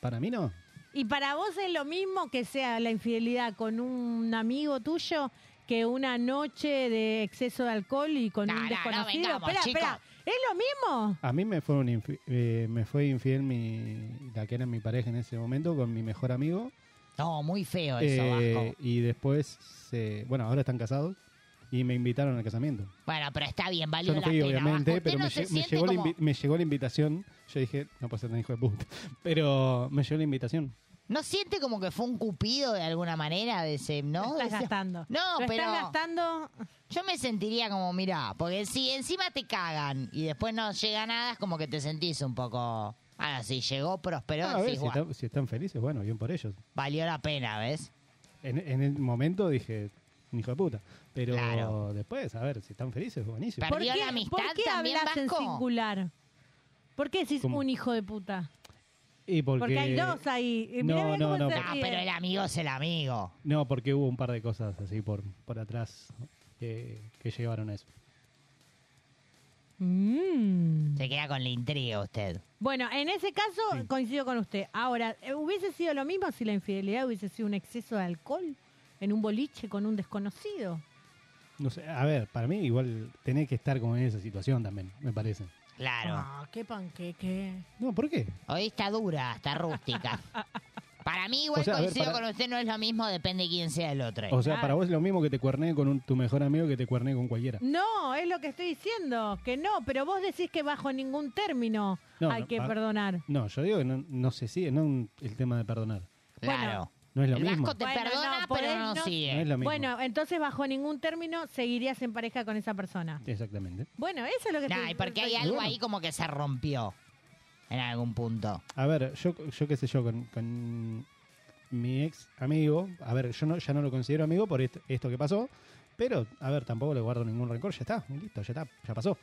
[SPEAKER 8] Para mí no.
[SPEAKER 3] ¿Y para vos es lo mismo que sea la infidelidad con un amigo tuyo que una noche de exceso de alcohol y con
[SPEAKER 4] no,
[SPEAKER 3] un
[SPEAKER 4] no
[SPEAKER 3] desconocido?
[SPEAKER 4] vengamos,
[SPEAKER 3] espera,
[SPEAKER 4] chicos.
[SPEAKER 3] espera, ¿es lo mismo?
[SPEAKER 8] A mí me fue, un infi- eh, me fue infiel mi, la que era mi pareja en ese momento con mi mejor amigo. Eh,
[SPEAKER 4] No, muy feo eso, Vasco.
[SPEAKER 8] Y después, se, bueno, ahora están casados y me invitaron al casamiento.
[SPEAKER 4] Bueno, pero está bien, valió
[SPEAKER 8] Yo no
[SPEAKER 4] la
[SPEAKER 8] fui,
[SPEAKER 4] pena.
[SPEAKER 8] obviamente,
[SPEAKER 4] Vasco. Usted
[SPEAKER 8] pero
[SPEAKER 4] no
[SPEAKER 8] me,
[SPEAKER 4] se
[SPEAKER 8] lle- me
[SPEAKER 4] siente
[SPEAKER 8] llegó la
[SPEAKER 4] como-
[SPEAKER 8] invi- me llegó la invitación. Yo dije, no puede ser tan hijo de puta. <laughs> Pero me llegó la invitación.
[SPEAKER 4] ¿No siente como que fue un cupido de alguna manera? De ese, ¿no?
[SPEAKER 3] Lo estás
[SPEAKER 4] De ese-
[SPEAKER 3] gastando.
[SPEAKER 4] No,
[SPEAKER 3] Lo
[SPEAKER 4] pero...
[SPEAKER 3] estás gastando...
[SPEAKER 4] Yo me sentiría como, mirá, porque si encima te cagan y después no llega nada, es como que te sentís un poco... Ah, si llegó, prosperó,
[SPEAKER 8] Ah, a ver,
[SPEAKER 4] decís,
[SPEAKER 8] si,
[SPEAKER 4] "Guau,
[SPEAKER 8] están, si están felices, bueno, bien por ellos.
[SPEAKER 4] valió la pena, ¿ves?
[SPEAKER 8] En, en el momento dije, "Un hijo de puta. Pero
[SPEAKER 4] Claro.
[SPEAKER 8] después, a ver, si están felices, buenísimo.
[SPEAKER 3] ¿Por qué, ¿por qué hablas en singular? ¿Por qué decís
[SPEAKER 8] ¿Cómo?
[SPEAKER 3] un hijo de puta?
[SPEAKER 8] Y porque...
[SPEAKER 3] Porque hay dos ahí. Y
[SPEAKER 8] No,
[SPEAKER 3] mirá, mirá
[SPEAKER 8] no,
[SPEAKER 3] cómo
[SPEAKER 8] no.
[SPEAKER 3] se
[SPEAKER 8] porque-
[SPEAKER 3] ríe.
[SPEAKER 4] Pero el amigo es el amigo.
[SPEAKER 8] No, porque hubo un par de cosas así por, por atrás que, que llevaron a eso.
[SPEAKER 3] Mm.
[SPEAKER 4] Se queda con la intriga usted.
[SPEAKER 3] Bueno, en ese caso coincido con usted. Ahora, eh, ¿hubiese sido lo mismo si la infidelidad hubiese sido un exceso de alcohol en un boliche con un desconocido?
[SPEAKER 8] No sé, a ver, para mí igual tenés que estar como en esa situación también, me parece.
[SPEAKER 4] Claro.
[SPEAKER 3] Ah, qué panqueque.
[SPEAKER 8] No, ¿por qué?
[SPEAKER 4] Hoy está dura, está
[SPEAKER 3] <laughs>
[SPEAKER 4] rústica. para mí igual
[SPEAKER 8] O sea, a ver,
[SPEAKER 4] coincido
[SPEAKER 8] para-
[SPEAKER 4] con usted, no es lo mismo, depende de quién sea el otro.
[SPEAKER 8] O sea, para vos es lo mismo que te cuernee con un- tu mejor amigo que te cuernee con cualquiera.
[SPEAKER 3] No, es lo que estoy diciendo, que no, pero vos decís que bajo ningún término
[SPEAKER 8] No, ah,
[SPEAKER 3] hay
[SPEAKER 8] no,
[SPEAKER 3] que
[SPEAKER 8] pa-
[SPEAKER 3] perdonar.
[SPEAKER 8] No, yo digo que no, no se sigue, no un- el tema de perdonar.
[SPEAKER 3] Claro.
[SPEAKER 8] No es lo
[SPEAKER 4] El
[SPEAKER 8] mismo.
[SPEAKER 4] Vasco te perdona, pero
[SPEAKER 3] podés
[SPEAKER 4] no sigue.
[SPEAKER 8] No es lo mismo.
[SPEAKER 3] pues Bueno, entonces bajo ningún término seguirías en pareja con esa persona.
[SPEAKER 8] Exactamente.
[SPEAKER 3] Bueno, eso es lo que
[SPEAKER 4] Nah,
[SPEAKER 3] estoy-
[SPEAKER 4] y porque hay
[SPEAKER 3] estoy-
[SPEAKER 4] algo ahí como que se rompió en algún punto.
[SPEAKER 8] A ver, yo, yo qué sé yo, con, con mi ex amigo, a ver, yo no, ya no lo considero amigo por est- esto que pasó, pero, a ver, tampoco le guardo ningún rencor, ya está, listo, ya está, ya pasó.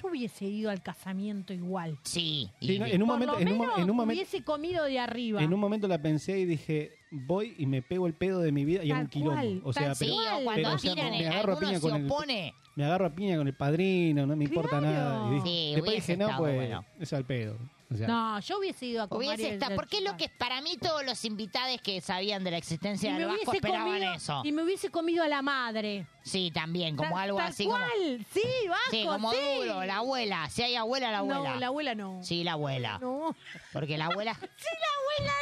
[SPEAKER 3] Yo hubiese ido al casamiento igual.
[SPEAKER 4] Sí.
[SPEAKER 8] Sí, no, en un
[SPEAKER 3] Por
[SPEAKER 8] momento-
[SPEAKER 3] lo
[SPEAKER 8] en un mo-
[SPEAKER 3] menos
[SPEAKER 8] en un momento-
[SPEAKER 3] hubiese comido de arriba.
[SPEAKER 8] En un momento la pensé y dije, voy y me pego el pedo de mi vida y a
[SPEAKER 3] Tal
[SPEAKER 8] un quilombo. O
[SPEAKER 3] cual,
[SPEAKER 8] sea,
[SPEAKER 3] tal
[SPEAKER 8] pero,
[SPEAKER 4] Sí, o cuando
[SPEAKER 8] pero, o sea,
[SPEAKER 4] tiran,
[SPEAKER 8] me agarro a
[SPEAKER 4] alguno
[SPEAKER 8] piña
[SPEAKER 4] se
[SPEAKER 8] con el,
[SPEAKER 4] opone.
[SPEAKER 8] me agarro a piña con el padrino, no me importa nada. Y dije-
[SPEAKER 4] Sí,
[SPEAKER 8] después
[SPEAKER 4] hubiese
[SPEAKER 8] dije, no,
[SPEAKER 4] estado
[SPEAKER 8] pues,
[SPEAKER 4] bueno.
[SPEAKER 8] es al pedo. O sea,
[SPEAKER 3] No, yo hubiese ido a comer. y-
[SPEAKER 4] Hubiese estado, porque es lo que para mí todos los invitados que sabían de la
[SPEAKER 3] y
[SPEAKER 4] existencia
[SPEAKER 3] me
[SPEAKER 4] del Vasco
[SPEAKER 3] hubiese
[SPEAKER 4] esperaban
[SPEAKER 3] comido-
[SPEAKER 4] eso.
[SPEAKER 3] Y me hubiese comido a la madre.
[SPEAKER 4] Sí, también, como
[SPEAKER 3] Tal-
[SPEAKER 4] algo
[SPEAKER 3] tal
[SPEAKER 4] así
[SPEAKER 3] cual.
[SPEAKER 4] como.
[SPEAKER 3] Sí, Vasco,
[SPEAKER 4] Sí, como
[SPEAKER 3] sí.
[SPEAKER 4] duro, la abuela. Si hay abuela, la abuela.
[SPEAKER 3] No, la abuela no.
[SPEAKER 4] Sí, la abuela.
[SPEAKER 3] No.
[SPEAKER 4] Porque la abuela.
[SPEAKER 3] <laughs> Sí, la abuela.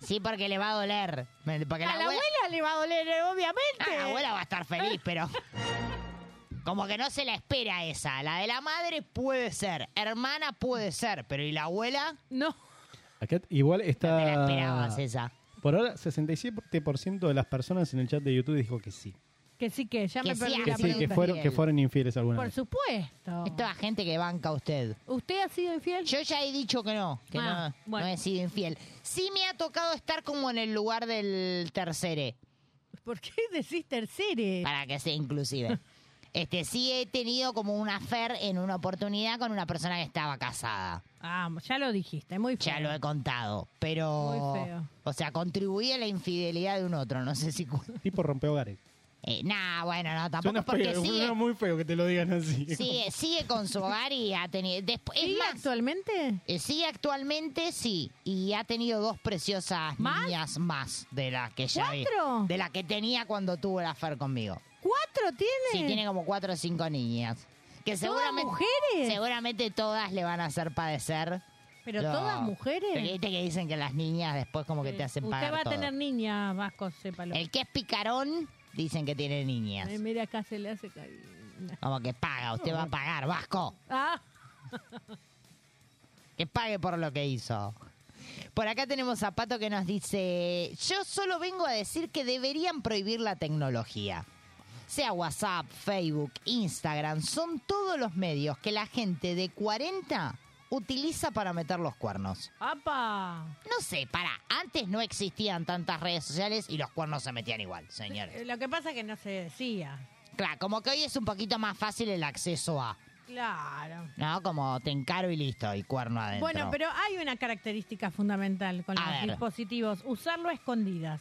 [SPEAKER 4] Sí, porque le va a doler. Me- Porque la
[SPEAKER 3] a la
[SPEAKER 4] abuela.
[SPEAKER 3] abuela le va a doler, eh, obviamente.
[SPEAKER 4] Ah, la abuela va a estar feliz,
[SPEAKER 3] <laughs>
[SPEAKER 4] pero. Como que no se la espera esa. La de la madre puede ser. Hermana puede ser. Pero ¿y la abuela?
[SPEAKER 3] No.
[SPEAKER 8] acá igual está...
[SPEAKER 4] te la esperabas esa.
[SPEAKER 8] Por ahora, 67% de las personas en el chat de YouTube dijo que sí.
[SPEAKER 3] Que sí que, ya
[SPEAKER 4] Que
[SPEAKER 3] me
[SPEAKER 4] sí,
[SPEAKER 3] perdí
[SPEAKER 4] ah,
[SPEAKER 3] la
[SPEAKER 8] Que sí, que
[SPEAKER 3] pregunta.
[SPEAKER 8] fueron, que fueron infieles alguna
[SPEAKER 3] Por
[SPEAKER 8] vez.
[SPEAKER 3] supuesto.
[SPEAKER 4] Es toda gente que banca a usted.
[SPEAKER 3] ¿Usted ha sido infiel?
[SPEAKER 4] Yo ya he dicho que no, que
[SPEAKER 3] Ah,
[SPEAKER 4] no, no he sido infiel. Sí me ha tocado estar como en el lugar del tercere,
[SPEAKER 3] ¿Por qué decís tercere?
[SPEAKER 4] para que sea
[SPEAKER 3] <laughs>
[SPEAKER 4] inclusive. Este, sí he tenido como una fer en una oportunidad con una persona que estaba casada.
[SPEAKER 3] Ah, ya lo dijiste, muy feo.
[SPEAKER 4] Ya lo he contado, pero...
[SPEAKER 3] Muy feo.
[SPEAKER 4] O sea, contribuí a la infidelidad de un otro, no sé si... cu-
[SPEAKER 8] Tipo rompehogares.
[SPEAKER 4] Eh, nah, bueno, no, tampoco
[SPEAKER 8] Suena
[SPEAKER 4] porque eh.
[SPEAKER 8] feo,
[SPEAKER 4] sigue,
[SPEAKER 8] suena muy feo que te lo digan así. <laughs>
[SPEAKER 3] <laughs>
[SPEAKER 4] sigue, sigue con su hogar y ha tenido... despu- es más,
[SPEAKER 3] actualmente?
[SPEAKER 4] Eh, sí, actualmente sí. Y ha tenido dos preciosas niñas más de las que ya vi-
[SPEAKER 3] ¿Cuatro?
[SPEAKER 4] De las que tenía cuando tuvo la affair conmigo.
[SPEAKER 3] ¿Cuatro tiene?
[SPEAKER 4] Sí, tiene como cuatro o cinco niñas. Que
[SPEAKER 3] ¿Todas
[SPEAKER 4] seguramente,
[SPEAKER 3] mujeres?
[SPEAKER 4] Seguramente todas le van a hacer padecer.
[SPEAKER 3] ¿Pero
[SPEAKER 4] lo-
[SPEAKER 3] todas mujeres?
[SPEAKER 4] Porque Viste que dicen que las niñas después como que te hacen pagar
[SPEAKER 3] Usted va
[SPEAKER 4] todo.
[SPEAKER 3] a tener niña, Vasco, sépalo.
[SPEAKER 4] El que es picarón, dicen que tiene niñas.
[SPEAKER 3] Ay, mira, acá se le hace caer.
[SPEAKER 4] Como que paga, usted va a pagar, Vasco.
[SPEAKER 3] Ah,
[SPEAKER 4] Que pague por lo que hizo. Por acá tenemos a Pato que nos dice, yo solo vengo a decir que deberían prohibir la tecnología. Sea WhatsApp, Facebook, Instagram, son todos los medios que la gente de 40 utiliza para meter los cuernos.
[SPEAKER 3] ¡apa!
[SPEAKER 4] No sé, para, antes no existían tantas redes sociales y los cuernos se metían igual, señores.
[SPEAKER 3] Eh, Lo que pasa es que no se decía.
[SPEAKER 4] Claro, como que hoy es un poquito más fácil el acceso a,
[SPEAKER 3] Claro.
[SPEAKER 4] ¿no? Como te encaro y listo, el cuerno adentro.
[SPEAKER 3] Bueno, pero hay una característica fundamental con
[SPEAKER 4] A
[SPEAKER 3] los
[SPEAKER 4] ver.
[SPEAKER 3] dispositivos, usarlo a escondidas.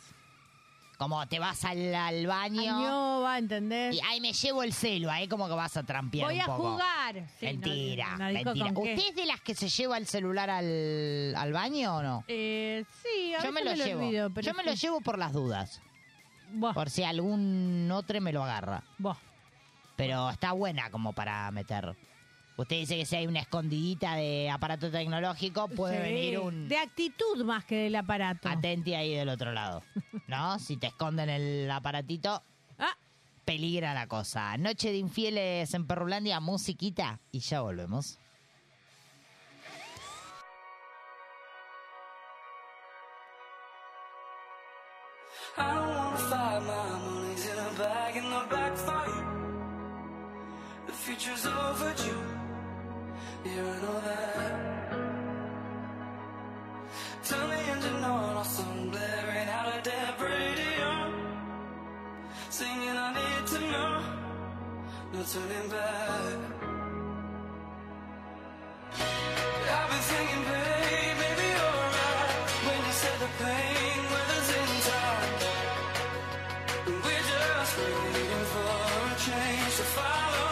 [SPEAKER 4] Como te vas al, al baño.
[SPEAKER 3] No, va a entender.
[SPEAKER 4] Y ahí me llevo el celo, ahí como que vas a trampear
[SPEAKER 3] Voy
[SPEAKER 4] un
[SPEAKER 3] a
[SPEAKER 4] poco.
[SPEAKER 3] jugar. Sí, no,
[SPEAKER 4] mentira,
[SPEAKER 3] no dijo
[SPEAKER 4] mentira.
[SPEAKER 3] con qué.
[SPEAKER 4] ¿Usted es de las que se lleva el celular al, al baño o no?
[SPEAKER 3] Eh, sí, a
[SPEAKER 4] Yo me lo
[SPEAKER 3] veces
[SPEAKER 4] llevo.
[SPEAKER 3] olvido, pero
[SPEAKER 4] Yo me lo
[SPEAKER 3] sí.
[SPEAKER 4] llevo por las dudas. Por si algún otro me lo agarra. Pero está buena como para meter. Usted dice que si hay una escondidita de aparato tecnológico, puede
[SPEAKER 3] Sí,
[SPEAKER 4] venir un...
[SPEAKER 3] De actitud más que del aparato.
[SPEAKER 4] Atenti ahí del otro
[SPEAKER 3] <laughs>
[SPEAKER 4] lado. ¿No? Si te esconden el aparatito,
[SPEAKER 3] Ah.
[SPEAKER 4] peligra la cosa. Noche de infieles en Perrulandia, musiquita y ya volvemos.
[SPEAKER 2] I don't wanna fight my money's in a bag in the back for you. The future's overdue. You know that. Turn the engine on, or some blaring out a dead radio. Singing, I need to know. No turning back. I've been thinking, babe, maybe you're right. When you said the pain withers in time. We're just waiting for a change to follow.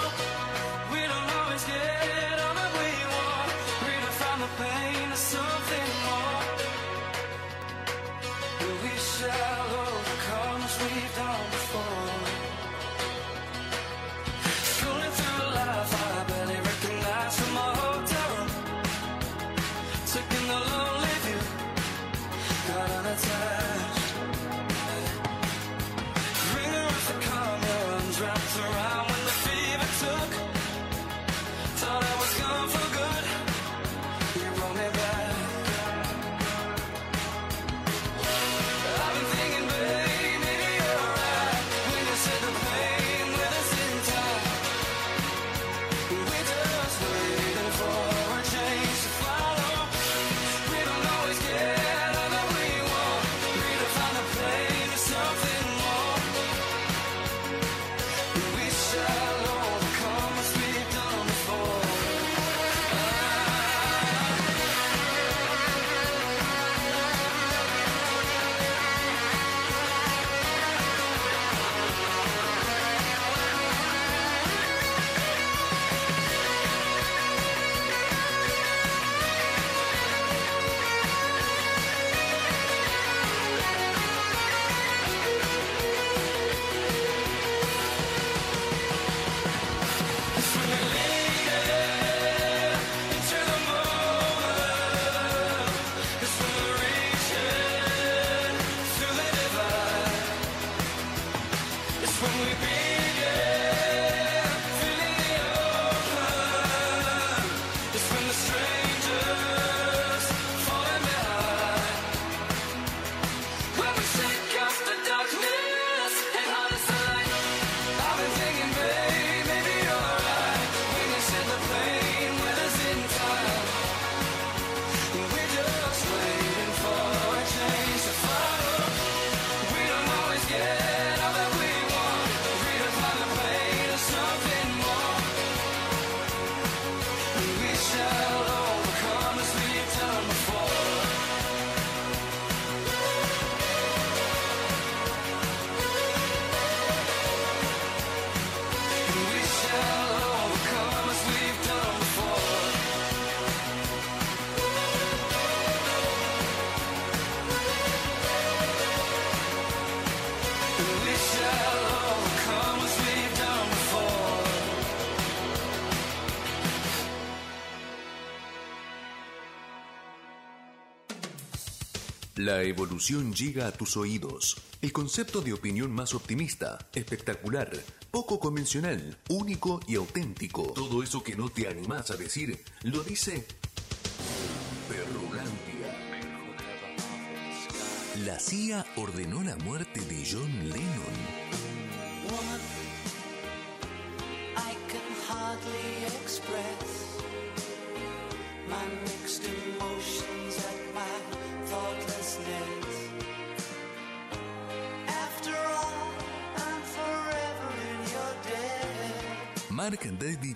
[SPEAKER 2] We don't always get all that we want. Redefine the pain to something more. We shall overcome as we've done before. Scrolling through life, I barely recognize from my hotel room. Taking the lonely view, not unattached. Ringer of the corner, I'm wrapped around when the fever took. Thought I was gone for good, you brought me back. I've been thinking, babe, maybe you're right when you said the pain with us in time. We're just waiting for a change to follow. We don't always get all that we want. Redefine the pain to something more. We shall overcome as we've done before. Darkness and all this light. I've been thinking, babe, maybe you're right. When you said the pain with us in time. We're just waiting for a change to follow. We don't always get all that we want. Redefine the pain to something more. We shall overcome as we've done before. We shall overcome as we've done before. We shall overcome as we've done before.
[SPEAKER 1] La evolución llega a tus oídos. El concepto de opinión más optimista, espectacular, poco convencional, único y auténtico. Todo eso que no te animás a decir, lo dice Perrulandia. La CIA ordenó la muerte de John Lennon.
[SPEAKER 2] Woman, I can hardly express my mixed emotions at my thoughtlessness. After all, I'm forever in your debt.
[SPEAKER 17] Mark David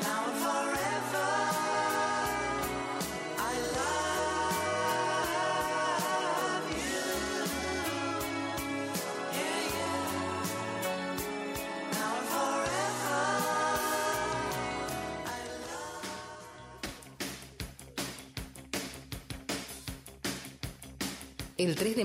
[SPEAKER 2] Now and forever, I love you. Yeah, yeah. Now and forever.
[SPEAKER 11] El 3 de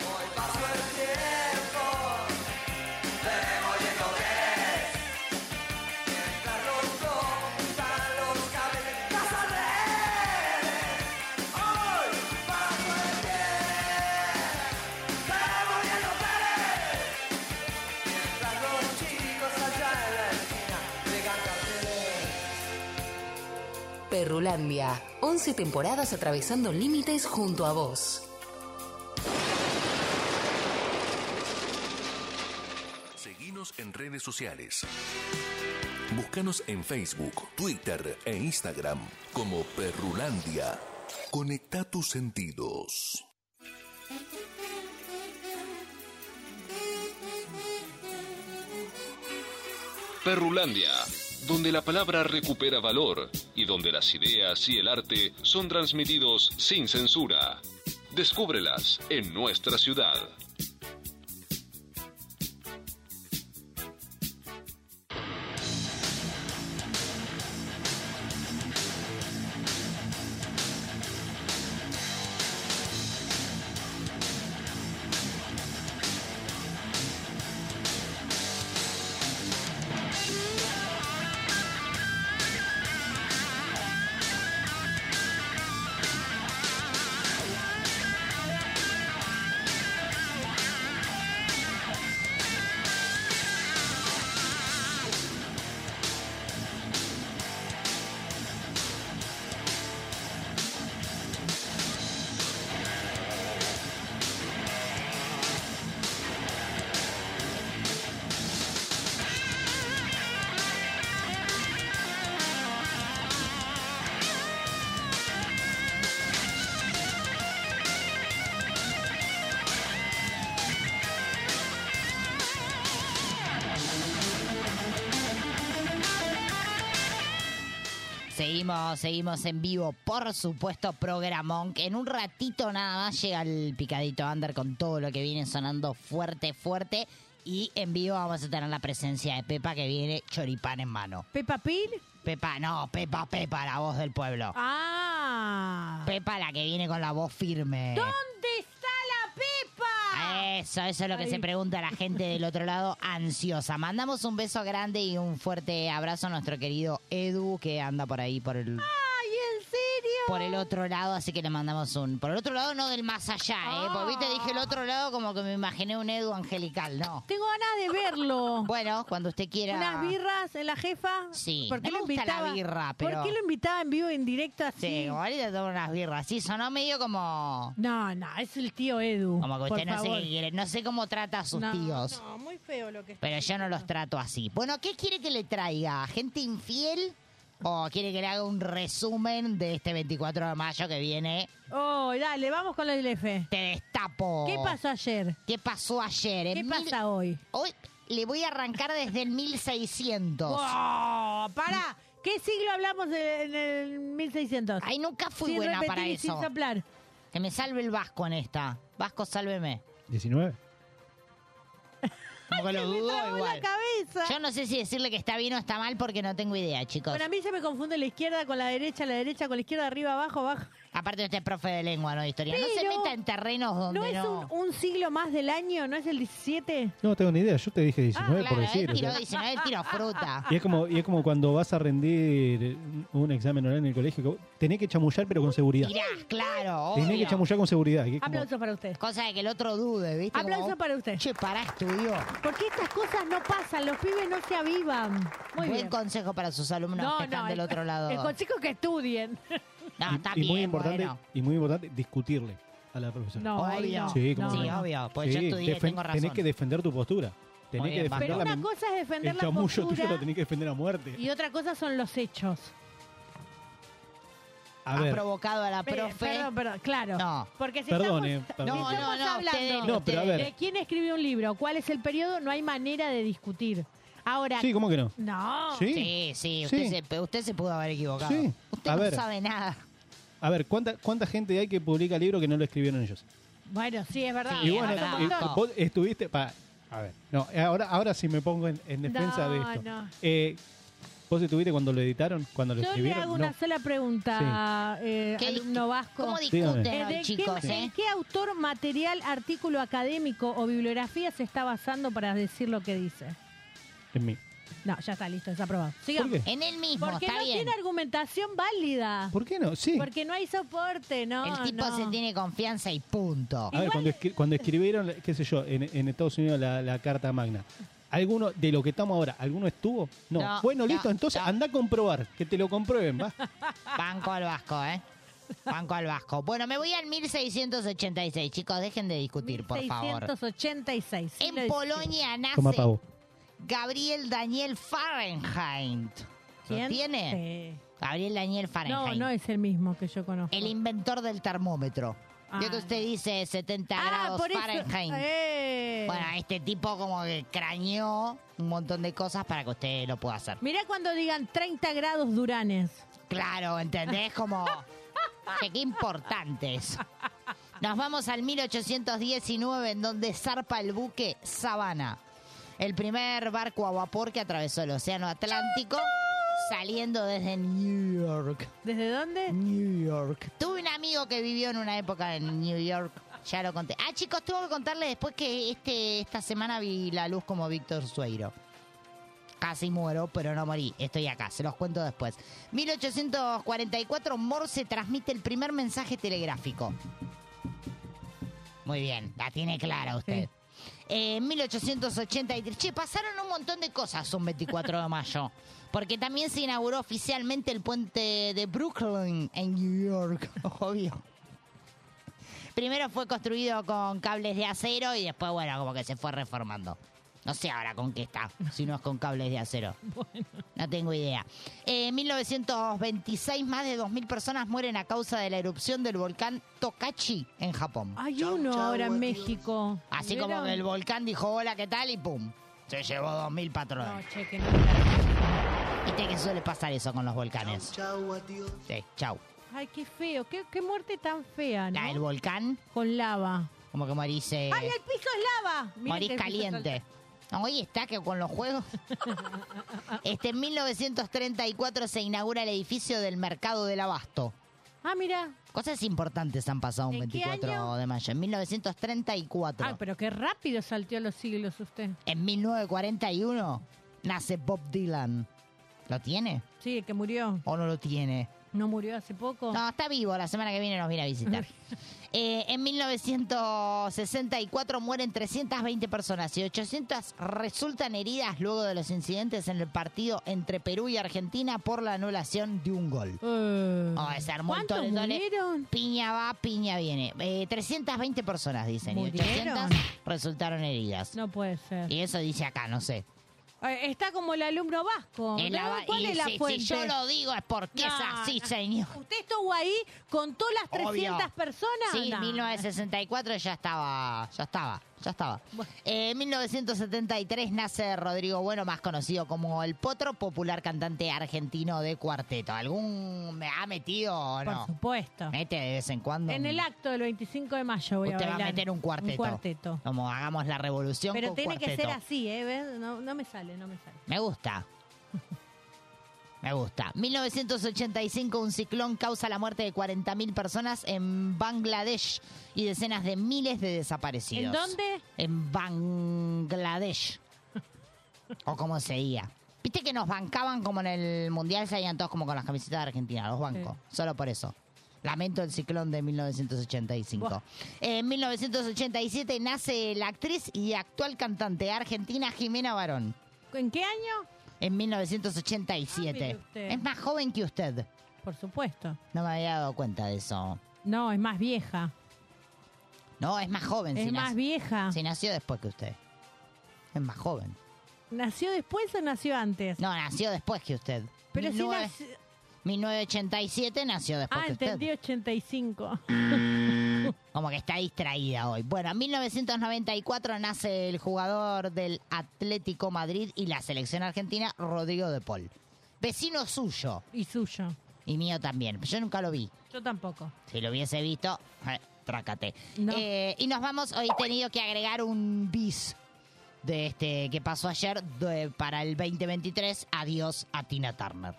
[SPEAKER 2] Hoy pasó el tiempo, veremos y encontré. Mientras los para los cables de casa redes. Hoy pasó el tiempo, veremos y encontré. Mientras los chicos allá en la esquina llegan carteles.
[SPEAKER 11] Perrulandia, 11 temporadas atravesando límites junto a vos.
[SPEAKER 17] Seguinos en redes sociales. Búscanos en Facebook, Twitter e Instagram como Perrulandia. Conecta tus sentidos.
[SPEAKER 1] Perrulandia, donde la palabra recupera valor y donde las ideas y el arte son transmitidos sin censura. Descúbrelas en nuestra ciudad.
[SPEAKER 4] Seguimos, seguimos en vivo, por supuesto, programón, que en un ratito nada más llega el picadito under con todo lo que viene sonando fuerte, fuerte. Y en vivo vamos a tener la presencia de Pepa que viene choripán en mano.
[SPEAKER 3] ¿Pepa Pil?
[SPEAKER 4] Pepa, no, Pepa, Pepa, la voz del pueblo.
[SPEAKER 3] Ah.
[SPEAKER 4] Pepa la que viene con la voz firme.
[SPEAKER 3] ¿Dónde está la Pepa?
[SPEAKER 4] Eh. Eso, eso es lo que
[SPEAKER 3] Ahí.
[SPEAKER 4] se pregunta la gente del otro lado ansiosa. Mandamos un beso grande y un fuerte abrazo a nuestro querido Edu que anda por ahí por el
[SPEAKER 3] Ay, en serio.
[SPEAKER 4] por el otro lado, así que le mandamos un. Por el otro lado, no del más
[SPEAKER 3] Ah.
[SPEAKER 4] allá, ¿eh? Porque viste, dije el otro lado como que me imaginé un Edu angelical, no.
[SPEAKER 3] Tengo ganas de verlo.
[SPEAKER 4] Bueno, cuando usted quiera.
[SPEAKER 3] Unas birras en la jefa.
[SPEAKER 4] Sí,
[SPEAKER 3] ¿Por qué
[SPEAKER 4] no
[SPEAKER 3] lo
[SPEAKER 4] me gusta la
[SPEAKER 3] invitaba?
[SPEAKER 4] birra,
[SPEAKER 3] ¿Por
[SPEAKER 4] pero-
[SPEAKER 3] qué lo invitaba en vivo, en directo así?
[SPEAKER 4] Sí, igual le tomo unas birras. Sí, sonó medio como.
[SPEAKER 3] No, no, es el tío Edu.
[SPEAKER 4] Como que
[SPEAKER 3] por
[SPEAKER 4] usted no
[SPEAKER 3] favor.
[SPEAKER 4] sé qué quiere. No sé cómo trata a sus
[SPEAKER 3] No,
[SPEAKER 4] tíos.
[SPEAKER 3] No, muy feo lo que está.
[SPEAKER 4] Pero yo no los trato así. Bueno, ¿qué quiere que le traiga? ¿Gente infiel? ¿O quiere que le haga un resumen de este 24 de mayo que viene?
[SPEAKER 3] Oh, dale, vamos con el F.
[SPEAKER 4] Te destapo.
[SPEAKER 3] ¿Qué pasó ayer?
[SPEAKER 4] ¿Qué pasó ayer? En
[SPEAKER 3] ¿Qué
[SPEAKER 4] mil-
[SPEAKER 3] pasa hoy?
[SPEAKER 4] Hoy le voy a arrancar desde el 1600.
[SPEAKER 3] Oh, para. ¿Qué siglo hablamos de- en el 1600?
[SPEAKER 4] Ay, nunca fui
[SPEAKER 3] Sin
[SPEAKER 4] buena
[SPEAKER 3] repetir
[SPEAKER 4] para
[SPEAKER 3] y sin
[SPEAKER 4] eso.
[SPEAKER 3] soplar.
[SPEAKER 4] Que me salve el Vasco en esta. Vasco, sálveme.
[SPEAKER 8] 19.
[SPEAKER 4] eh. Como que lo dudo
[SPEAKER 3] trabó la
[SPEAKER 4] igual.
[SPEAKER 3] cabeza.
[SPEAKER 4] Yo no sé si decirle que está bien o está mal porque no tengo idea, chicos.
[SPEAKER 3] Bueno, a mí se me confunde la izquierda con la derecha, la derecha con la izquierda, arriba, abajo, abajo.
[SPEAKER 4] Aparte usted es profe de lengua, no de historia. no se
[SPEAKER 3] Pero-
[SPEAKER 4] meta en terrenos donde
[SPEAKER 3] ¿No
[SPEAKER 4] no...
[SPEAKER 3] es un, un siglo más del año? ¿No es el 17?
[SPEAKER 8] No tengo ni idea, yo te dije
[SPEAKER 4] Ah,
[SPEAKER 8] 19 por decir. o sea.
[SPEAKER 4] Tiro 19, "Eh, tiro fruta.
[SPEAKER 3] <laughs>
[SPEAKER 8] Y es, como, y es como cuando vas a rendir un examen oral en el colegio, que vos tenés que chamullar pero con seguridad.
[SPEAKER 4] Mirá, claro,
[SPEAKER 8] Tenés que
[SPEAKER 4] obvio.
[SPEAKER 8] chamullar con seguridad. y es como-
[SPEAKER 3] Aplausos para usted.
[SPEAKER 4] Cosa de que el otro dude, ¿viste?
[SPEAKER 3] Aplausos
[SPEAKER 4] Como,
[SPEAKER 3] para usted.
[SPEAKER 4] Che, pará, estudió.
[SPEAKER 3] Porque estas cosas no pasan, los pibes no se avivan. Muy
[SPEAKER 4] Buen
[SPEAKER 3] bien.
[SPEAKER 4] consejo para sus alumnos que están del
[SPEAKER 3] el-
[SPEAKER 4] otro lado.
[SPEAKER 3] El consejo es que estudien.
[SPEAKER 4] No, está
[SPEAKER 8] y,
[SPEAKER 4] bien,
[SPEAKER 8] muy importante,
[SPEAKER 4] bueno.
[SPEAKER 8] y muy importante discutirle a la profesora.
[SPEAKER 3] No, ahí Obvio. no.
[SPEAKER 8] Sí, como
[SPEAKER 3] Sí,
[SPEAKER 8] no.
[SPEAKER 3] obvio, pues yo estudié,
[SPEAKER 8] defen-
[SPEAKER 3] tengo razón.
[SPEAKER 8] Tenés que defender tu postura. Tenés
[SPEAKER 4] Muy
[SPEAKER 8] que
[SPEAKER 4] bien,
[SPEAKER 8] defender
[SPEAKER 3] Pero
[SPEAKER 8] la
[SPEAKER 3] una
[SPEAKER 8] men-
[SPEAKER 3] cosa es defender
[SPEAKER 8] El
[SPEAKER 3] la
[SPEAKER 8] chamullo tuyo
[SPEAKER 3] postura
[SPEAKER 8] lo tenés que defender a muerte.
[SPEAKER 3] y otra cosa son los hechos.
[SPEAKER 8] A ver.
[SPEAKER 4] provocado a la
[SPEAKER 3] Pe-
[SPEAKER 4] profe.
[SPEAKER 3] Eh, Perdón, perdón, claro.
[SPEAKER 4] No.
[SPEAKER 3] Porque si
[SPEAKER 8] Perdón,
[SPEAKER 3] estamos,
[SPEAKER 8] eh, perdón.
[SPEAKER 3] si
[SPEAKER 8] No,
[SPEAKER 3] estamos
[SPEAKER 4] no, no,
[SPEAKER 3] hablando
[SPEAKER 4] ustedes, No,
[SPEAKER 8] pero a ver.
[SPEAKER 3] de quién escribió un libro, cuál es el periodo, no hay manera de discutir. Ahora,
[SPEAKER 8] Sí, ¿cómo que no?
[SPEAKER 3] No.
[SPEAKER 8] Sí.
[SPEAKER 4] Sí, sí, usted,
[SPEAKER 8] Sí.
[SPEAKER 4] Se, pe- usted se pudo haber equivocado.
[SPEAKER 8] Sí.
[SPEAKER 4] Usted
[SPEAKER 8] A
[SPEAKER 4] no
[SPEAKER 8] ver.
[SPEAKER 4] sabe nada.
[SPEAKER 8] A ver, ¿cuánta, ¿cuánta gente hay que publica libros que no lo escribieron ellos?
[SPEAKER 3] Bueno, sí, es verdad.
[SPEAKER 8] y vos,
[SPEAKER 3] es
[SPEAKER 8] no-
[SPEAKER 3] verdad.
[SPEAKER 8] y vos estuviste. pa- a ver, no, ahora, ahora sí me pongo en, en defensa
[SPEAKER 3] No,
[SPEAKER 8] de esto.
[SPEAKER 3] no.
[SPEAKER 8] Eh, ¿Vos estuviste cuando lo editaron? ¿Cuando lo
[SPEAKER 3] Yo le
[SPEAKER 8] escribieron?
[SPEAKER 3] hago
[SPEAKER 8] No.
[SPEAKER 3] una sola pregunta, eh,
[SPEAKER 4] ¿Qué
[SPEAKER 3] alumno vasco.
[SPEAKER 4] cómo discuten
[SPEAKER 3] Eh,
[SPEAKER 4] hoy,
[SPEAKER 3] ¿de qué-
[SPEAKER 4] chicos,
[SPEAKER 3] ¿En
[SPEAKER 4] eh?
[SPEAKER 3] qué autor, material, artículo académico o bibliografía se está basando para decir lo que dice?
[SPEAKER 8] En mí.
[SPEAKER 3] No, ya está listo, desaprobado. Sigamos.
[SPEAKER 8] ¿Por qué?
[SPEAKER 4] En el mismo,
[SPEAKER 3] Porque
[SPEAKER 4] está
[SPEAKER 3] no
[SPEAKER 4] bien.
[SPEAKER 3] tiene argumentación válida.
[SPEAKER 8] ¿Por qué no? Sí.
[SPEAKER 3] Porque no hay soporte, ¿no?
[SPEAKER 4] El tipo
[SPEAKER 3] no.
[SPEAKER 4] se tiene confianza y punto.
[SPEAKER 8] A ver, cuando, escri- cuando escribieron, qué sé yo, en, en Estados Unidos la, la Carta Magna, ¿alguno de lo que estamos ahora, alguno estuvo? No.
[SPEAKER 4] No,
[SPEAKER 8] bueno,
[SPEAKER 4] no,
[SPEAKER 8] listo, entonces anda a comprobar, que te lo comprueben, ¿va?
[SPEAKER 4] <laughs> Banco al Vasco, ¿eh? Banco al Vasco. Bueno, me voy al 1686, chicos, dejen de discutir, por favor.
[SPEAKER 3] 686.
[SPEAKER 4] En Polonia
[SPEAKER 8] Toma,
[SPEAKER 4] nace
[SPEAKER 8] pavo.
[SPEAKER 4] Gabriel Daniel Fahrenheit. ¿Lo
[SPEAKER 3] ¿Quién?
[SPEAKER 4] tiene? Gabriel Daniel
[SPEAKER 3] No,
[SPEAKER 4] Fahrenheit.
[SPEAKER 3] no es el mismo que yo conozco.
[SPEAKER 4] El inventor del termómetro. Yo que usted dice 70
[SPEAKER 3] Ah,
[SPEAKER 4] grados
[SPEAKER 3] por eso.
[SPEAKER 4] Fahrenheit.
[SPEAKER 3] Eh.
[SPEAKER 4] Bueno, este tipo como que craneó un montón de cosas para que usted lo pueda hacer.
[SPEAKER 3] Mirá cuando digan 30 grados duranes.
[SPEAKER 4] Claro, ¿entendés? Como, che, qué importantes. Nos vamos al 1819, en donde zarpa el buque Sabana. El primer barco a vapor que atravesó el Océano Atlántico, saliendo desde New York.
[SPEAKER 3] ¿Desde dónde?
[SPEAKER 4] New York. Tuve un amigo que vivió en una época en New York. Ya lo conté. Ah, chicos, tengo que contarles después que este, esta semana vi la luz como Víctor Sueiro. Casi muero, pero no morí. Estoy acá, se los cuento después. 1844, Morse transmite el primer mensaje telegráfico. Muy bien, la tiene clara usted. Eh, En 1883, che, pasaron un montón de cosas un 24 de mayo, porque también se inauguró oficialmente el puente de Brooklyn en New York, <laughs> obvio. Primero fue construido con cables de acero y después, bueno, como que se fue reformando. No sé ahora con qué está, si no es con cables de acero. No tengo idea. Eh, En 1926, más de 2.000 personas mueren a causa de la erupción del volcán Tokachi en Japón.
[SPEAKER 3] Hay uno ahora en México.
[SPEAKER 4] Así
[SPEAKER 3] ¿Vieron?
[SPEAKER 4] como que el volcán dijo hola, ¿qué tal? Y pum, se llevó 2.000 patrones.
[SPEAKER 3] Che, que
[SPEAKER 4] Viste que suele pasar eso con los volcanes.
[SPEAKER 3] Chau, adiós.
[SPEAKER 4] Sí, chau.
[SPEAKER 3] Ay, qué feo. Qué, qué muerte tan fea, ¿no?
[SPEAKER 4] La del volcán.
[SPEAKER 3] Con lava.
[SPEAKER 4] Como que morís, eh,
[SPEAKER 3] ¡Ay, el piso es lava! Miren
[SPEAKER 4] morís
[SPEAKER 3] que el piso es
[SPEAKER 4] caliente. No, Hoy está que con los
[SPEAKER 3] <laughs>
[SPEAKER 4] juegos. Este, en 1934 se inaugura el edificio del Mercado del Abasto.
[SPEAKER 3] Ah, mira.
[SPEAKER 4] Cosas importantes han pasado un
[SPEAKER 3] ¿En qué
[SPEAKER 4] 24
[SPEAKER 3] año?
[SPEAKER 4] de mayo. En 1934.
[SPEAKER 3] Ah, pero qué rápido salteó los siglos usted.
[SPEAKER 4] En 1941 nace Bob Dylan. ¿Lo tiene?
[SPEAKER 3] Sí, que murió.
[SPEAKER 4] ¿O no lo tiene?
[SPEAKER 3] ¿No murió hace poco?
[SPEAKER 4] No, está vivo. La semana que viene nos viene a
[SPEAKER 3] <laughs>
[SPEAKER 4] visitar. Eh, en 1964 mueren 320 personas y 800 resultan heridas luego de los incidentes en el partido entre Perú y Argentina por la anulación de un gol. Oh, se armó el
[SPEAKER 3] Eh. ¿cuántos
[SPEAKER 4] tole- tole.
[SPEAKER 3] murieron?
[SPEAKER 4] Piña va, piña viene. Eh, 320 personas dicen y
[SPEAKER 3] ¿Murieron?
[SPEAKER 4] 800 resultaron heridas.
[SPEAKER 3] No puede ser.
[SPEAKER 4] Y eso dice acá, no sé.
[SPEAKER 3] Eh, Está como el alumno vasco.
[SPEAKER 4] Es la
[SPEAKER 3] ¿no?
[SPEAKER 4] va-
[SPEAKER 3] ¿Cuál
[SPEAKER 4] y
[SPEAKER 3] es la
[SPEAKER 4] si- si
[SPEAKER 3] fuente?
[SPEAKER 4] yo lo digo es porque es así, señor.
[SPEAKER 3] ¿Usted estuvo ahí, contó las
[SPEAKER 4] Obvio.
[SPEAKER 3] 300 personas?
[SPEAKER 4] Sí,
[SPEAKER 3] No.
[SPEAKER 4] 1964 ya estaba, ya estaba, ya estaba. Eh, En 1973 nace Rodrigo Bueno, más conocido como El Potro, popular cantante argentino de cuarteto. ¿Algún me ha metido o
[SPEAKER 3] Por
[SPEAKER 4] no?
[SPEAKER 3] supuesto.
[SPEAKER 4] Mete de vez en cuando.
[SPEAKER 3] En
[SPEAKER 4] un-
[SPEAKER 3] el acto del 25 de mayo voy
[SPEAKER 4] usted
[SPEAKER 3] a
[SPEAKER 4] va a
[SPEAKER 3] bailar.
[SPEAKER 4] meter un cuarteto.
[SPEAKER 3] Un cuarteto.
[SPEAKER 4] Como hagamos la revolución
[SPEAKER 3] Pero
[SPEAKER 4] con
[SPEAKER 3] tiene que
[SPEAKER 4] cuarteto.
[SPEAKER 3] ser así, ¿eh? ¿Ves? No, no me sale, no me sale.
[SPEAKER 4] Me gusta. Me gusta. 1985, un ciclón causa la muerte de 40.000 personas en Bangladesh y decenas de miles de desaparecidos.
[SPEAKER 3] ¿En dónde?
[SPEAKER 4] En Bangladesh. o como se diga. Viste que nos bancaban como en el Mundial, salían todos como con las camisetas de Argentina, los bancos. Solo por eso. Lamento el ciclón de 1985. Eh, En 1987 nace la actriz y actual cantante argentina Jimena Barón.
[SPEAKER 3] ¿En qué año?
[SPEAKER 4] En
[SPEAKER 3] Ah, mire
[SPEAKER 4] 1987.
[SPEAKER 3] usted.
[SPEAKER 4] es más joven que usted.
[SPEAKER 3] Por supuesto.
[SPEAKER 4] No me había dado cuenta de eso.
[SPEAKER 3] No, es más vieja.
[SPEAKER 4] No, es más joven.
[SPEAKER 3] Es más
[SPEAKER 4] vieja. Si nació después que usted. Es más joven.
[SPEAKER 3] ¿Nació después o nació antes?
[SPEAKER 4] No, nació después que usted.
[SPEAKER 3] Pero si
[SPEAKER 4] 19
[SPEAKER 3] nació-
[SPEAKER 4] 1987 nació después
[SPEAKER 3] Ah,
[SPEAKER 4] que usted.
[SPEAKER 3] entendí 85.
[SPEAKER 4] <laughs> Como que está distraída hoy. Bueno, en 1994 nace el jugador del Atlético Madrid y la selección argentina, Rodrigo de Paul. Vecino suyo.
[SPEAKER 3] Y suyo.
[SPEAKER 4] Y mío también. Yo nunca lo vi.
[SPEAKER 3] Yo tampoco.
[SPEAKER 4] Si lo hubiese visto, <laughs> eh, trácate.
[SPEAKER 3] No.
[SPEAKER 4] Eh, y nos vamos, hoy he tenido que agregar un bis de este que pasó ayer de- para el 2023. Adiós a Tina Turner.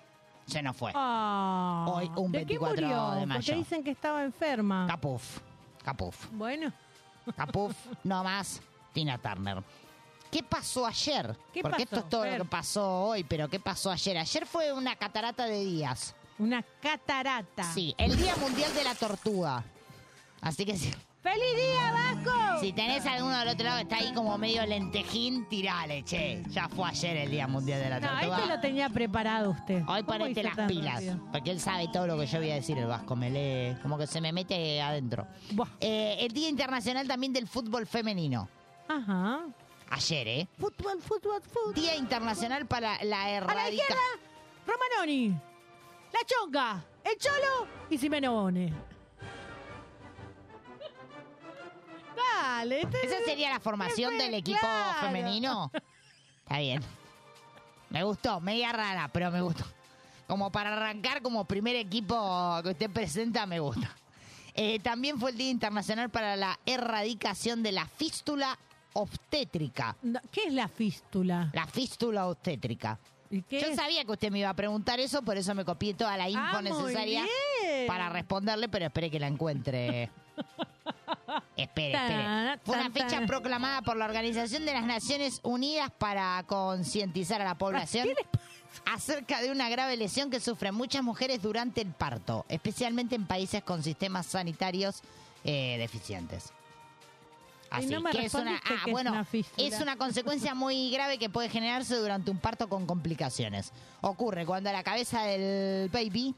[SPEAKER 4] Se nos fue.
[SPEAKER 3] Ah,
[SPEAKER 4] Hoy, un
[SPEAKER 3] ¿De qué
[SPEAKER 4] 24
[SPEAKER 3] murió?
[SPEAKER 4] de
[SPEAKER 3] Porque
[SPEAKER 4] mayo.
[SPEAKER 3] dicen que estaba Oh, enferma.
[SPEAKER 4] Capuf. Capuf.
[SPEAKER 3] Bueno.
[SPEAKER 4] Capuf, no más. Tina Turner. ¿Qué pasó ayer?
[SPEAKER 3] ¿Qué
[SPEAKER 4] Porque
[SPEAKER 3] pasó,
[SPEAKER 4] esto es todo
[SPEAKER 3] Fer?
[SPEAKER 4] lo que pasó hoy, pero ¿qué pasó ayer? Ayer fue una catarata de días.
[SPEAKER 3] Una catarata.
[SPEAKER 4] Sí, el Día Mundial de la Tortuga. Así que sí.
[SPEAKER 3] ¡Feliz día, Vasco!
[SPEAKER 4] Si tenés alguno del otro lado que está ahí como medio lentejín, tirale, che. Ya fue ayer el Día Mundial de la
[SPEAKER 3] No,
[SPEAKER 4] Tortuga.
[SPEAKER 3] este lo tenía preparado usted.
[SPEAKER 4] Hoy
[SPEAKER 3] ¿Cómo
[SPEAKER 4] ponete
[SPEAKER 3] hizo
[SPEAKER 4] las
[SPEAKER 3] tan
[SPEAKER 4] pilas.
[SPEAKER 3] rápido?
[SPEAKER 4] Porque él sabe todo lo que yo voy a decir, el Vasco. Me lee, como que se me mete adentro. Eh, el Día Internacional también del Fútbol Femenino.
[SPEAKER 3] Ajá.
[SPEAKER 4] Ayer, ¿eh?
[SPEAKER 3] Fútbol, fútbol, fútbol.
[SPEAKER 4] Día Internacional para la
[SPEAKER 3] A la
[SPEAKER 4] erradicación.
[SPEAKER 3] izquierda, Romanoni. La Chonga, el Cholo y Simenone. Dale. este-
[SPEAKER 4] ¿Esa sería la formación del equipo
[SPEAKER 3] Claro.
[SPEAKER 4] femenino? Está bien. Me gustó, media rara, pero me gustó. Como para arrancar como primer equipo que usted presenta, me gusta. Eh, también fue el Día Internacional para la Erradicación de la Fístula Obstétrica.
[SPEAKER 3] ¿Qué es la fístula?
[SPEAKER 4] La fístula obstétrica. Yo sabía que usted me iba a preguntar eso, por eso me copié toda la info
[SPEAKER 3] Ah, muy
[SPEAKER 4] necesaria
[SPEAKER 3] bien.
[SPEAKER 4] para responderle, pero espere que la
[SPEAKER 3] <laughs>
[SPEAKER 4] encuentre. espere, espere. Fue una
[SPEAKER 3] Tan, tan,
[SPEAKER 4] fecha
[SPEAKER 3] tan.
[SPEAKER 4] proclamada por la Organización de las Naciones Unidas para concientizar a la población acerca de una grave lesión que sufren muchas mujeres durante el parto, especialmente en países con sistemas sanitarios eh, deficientes.
[SPEAKER 3] Ay,
[SPEAKER 4] Así
[SPEAKER 3] no me
[SPEAKER 4] que es una,
[SPEAKER 3] respondiste
[SPEAKER 4] ah,
[SPEAKER 3] que es
[SPEAKER 4] bueno,
[SPEAKER 3] una fístula.
[SPEAKER 4] es una consecuencia muy grave que puede generarse durante un parto con complicaciones. Ocurre cuando la cabeza del baby,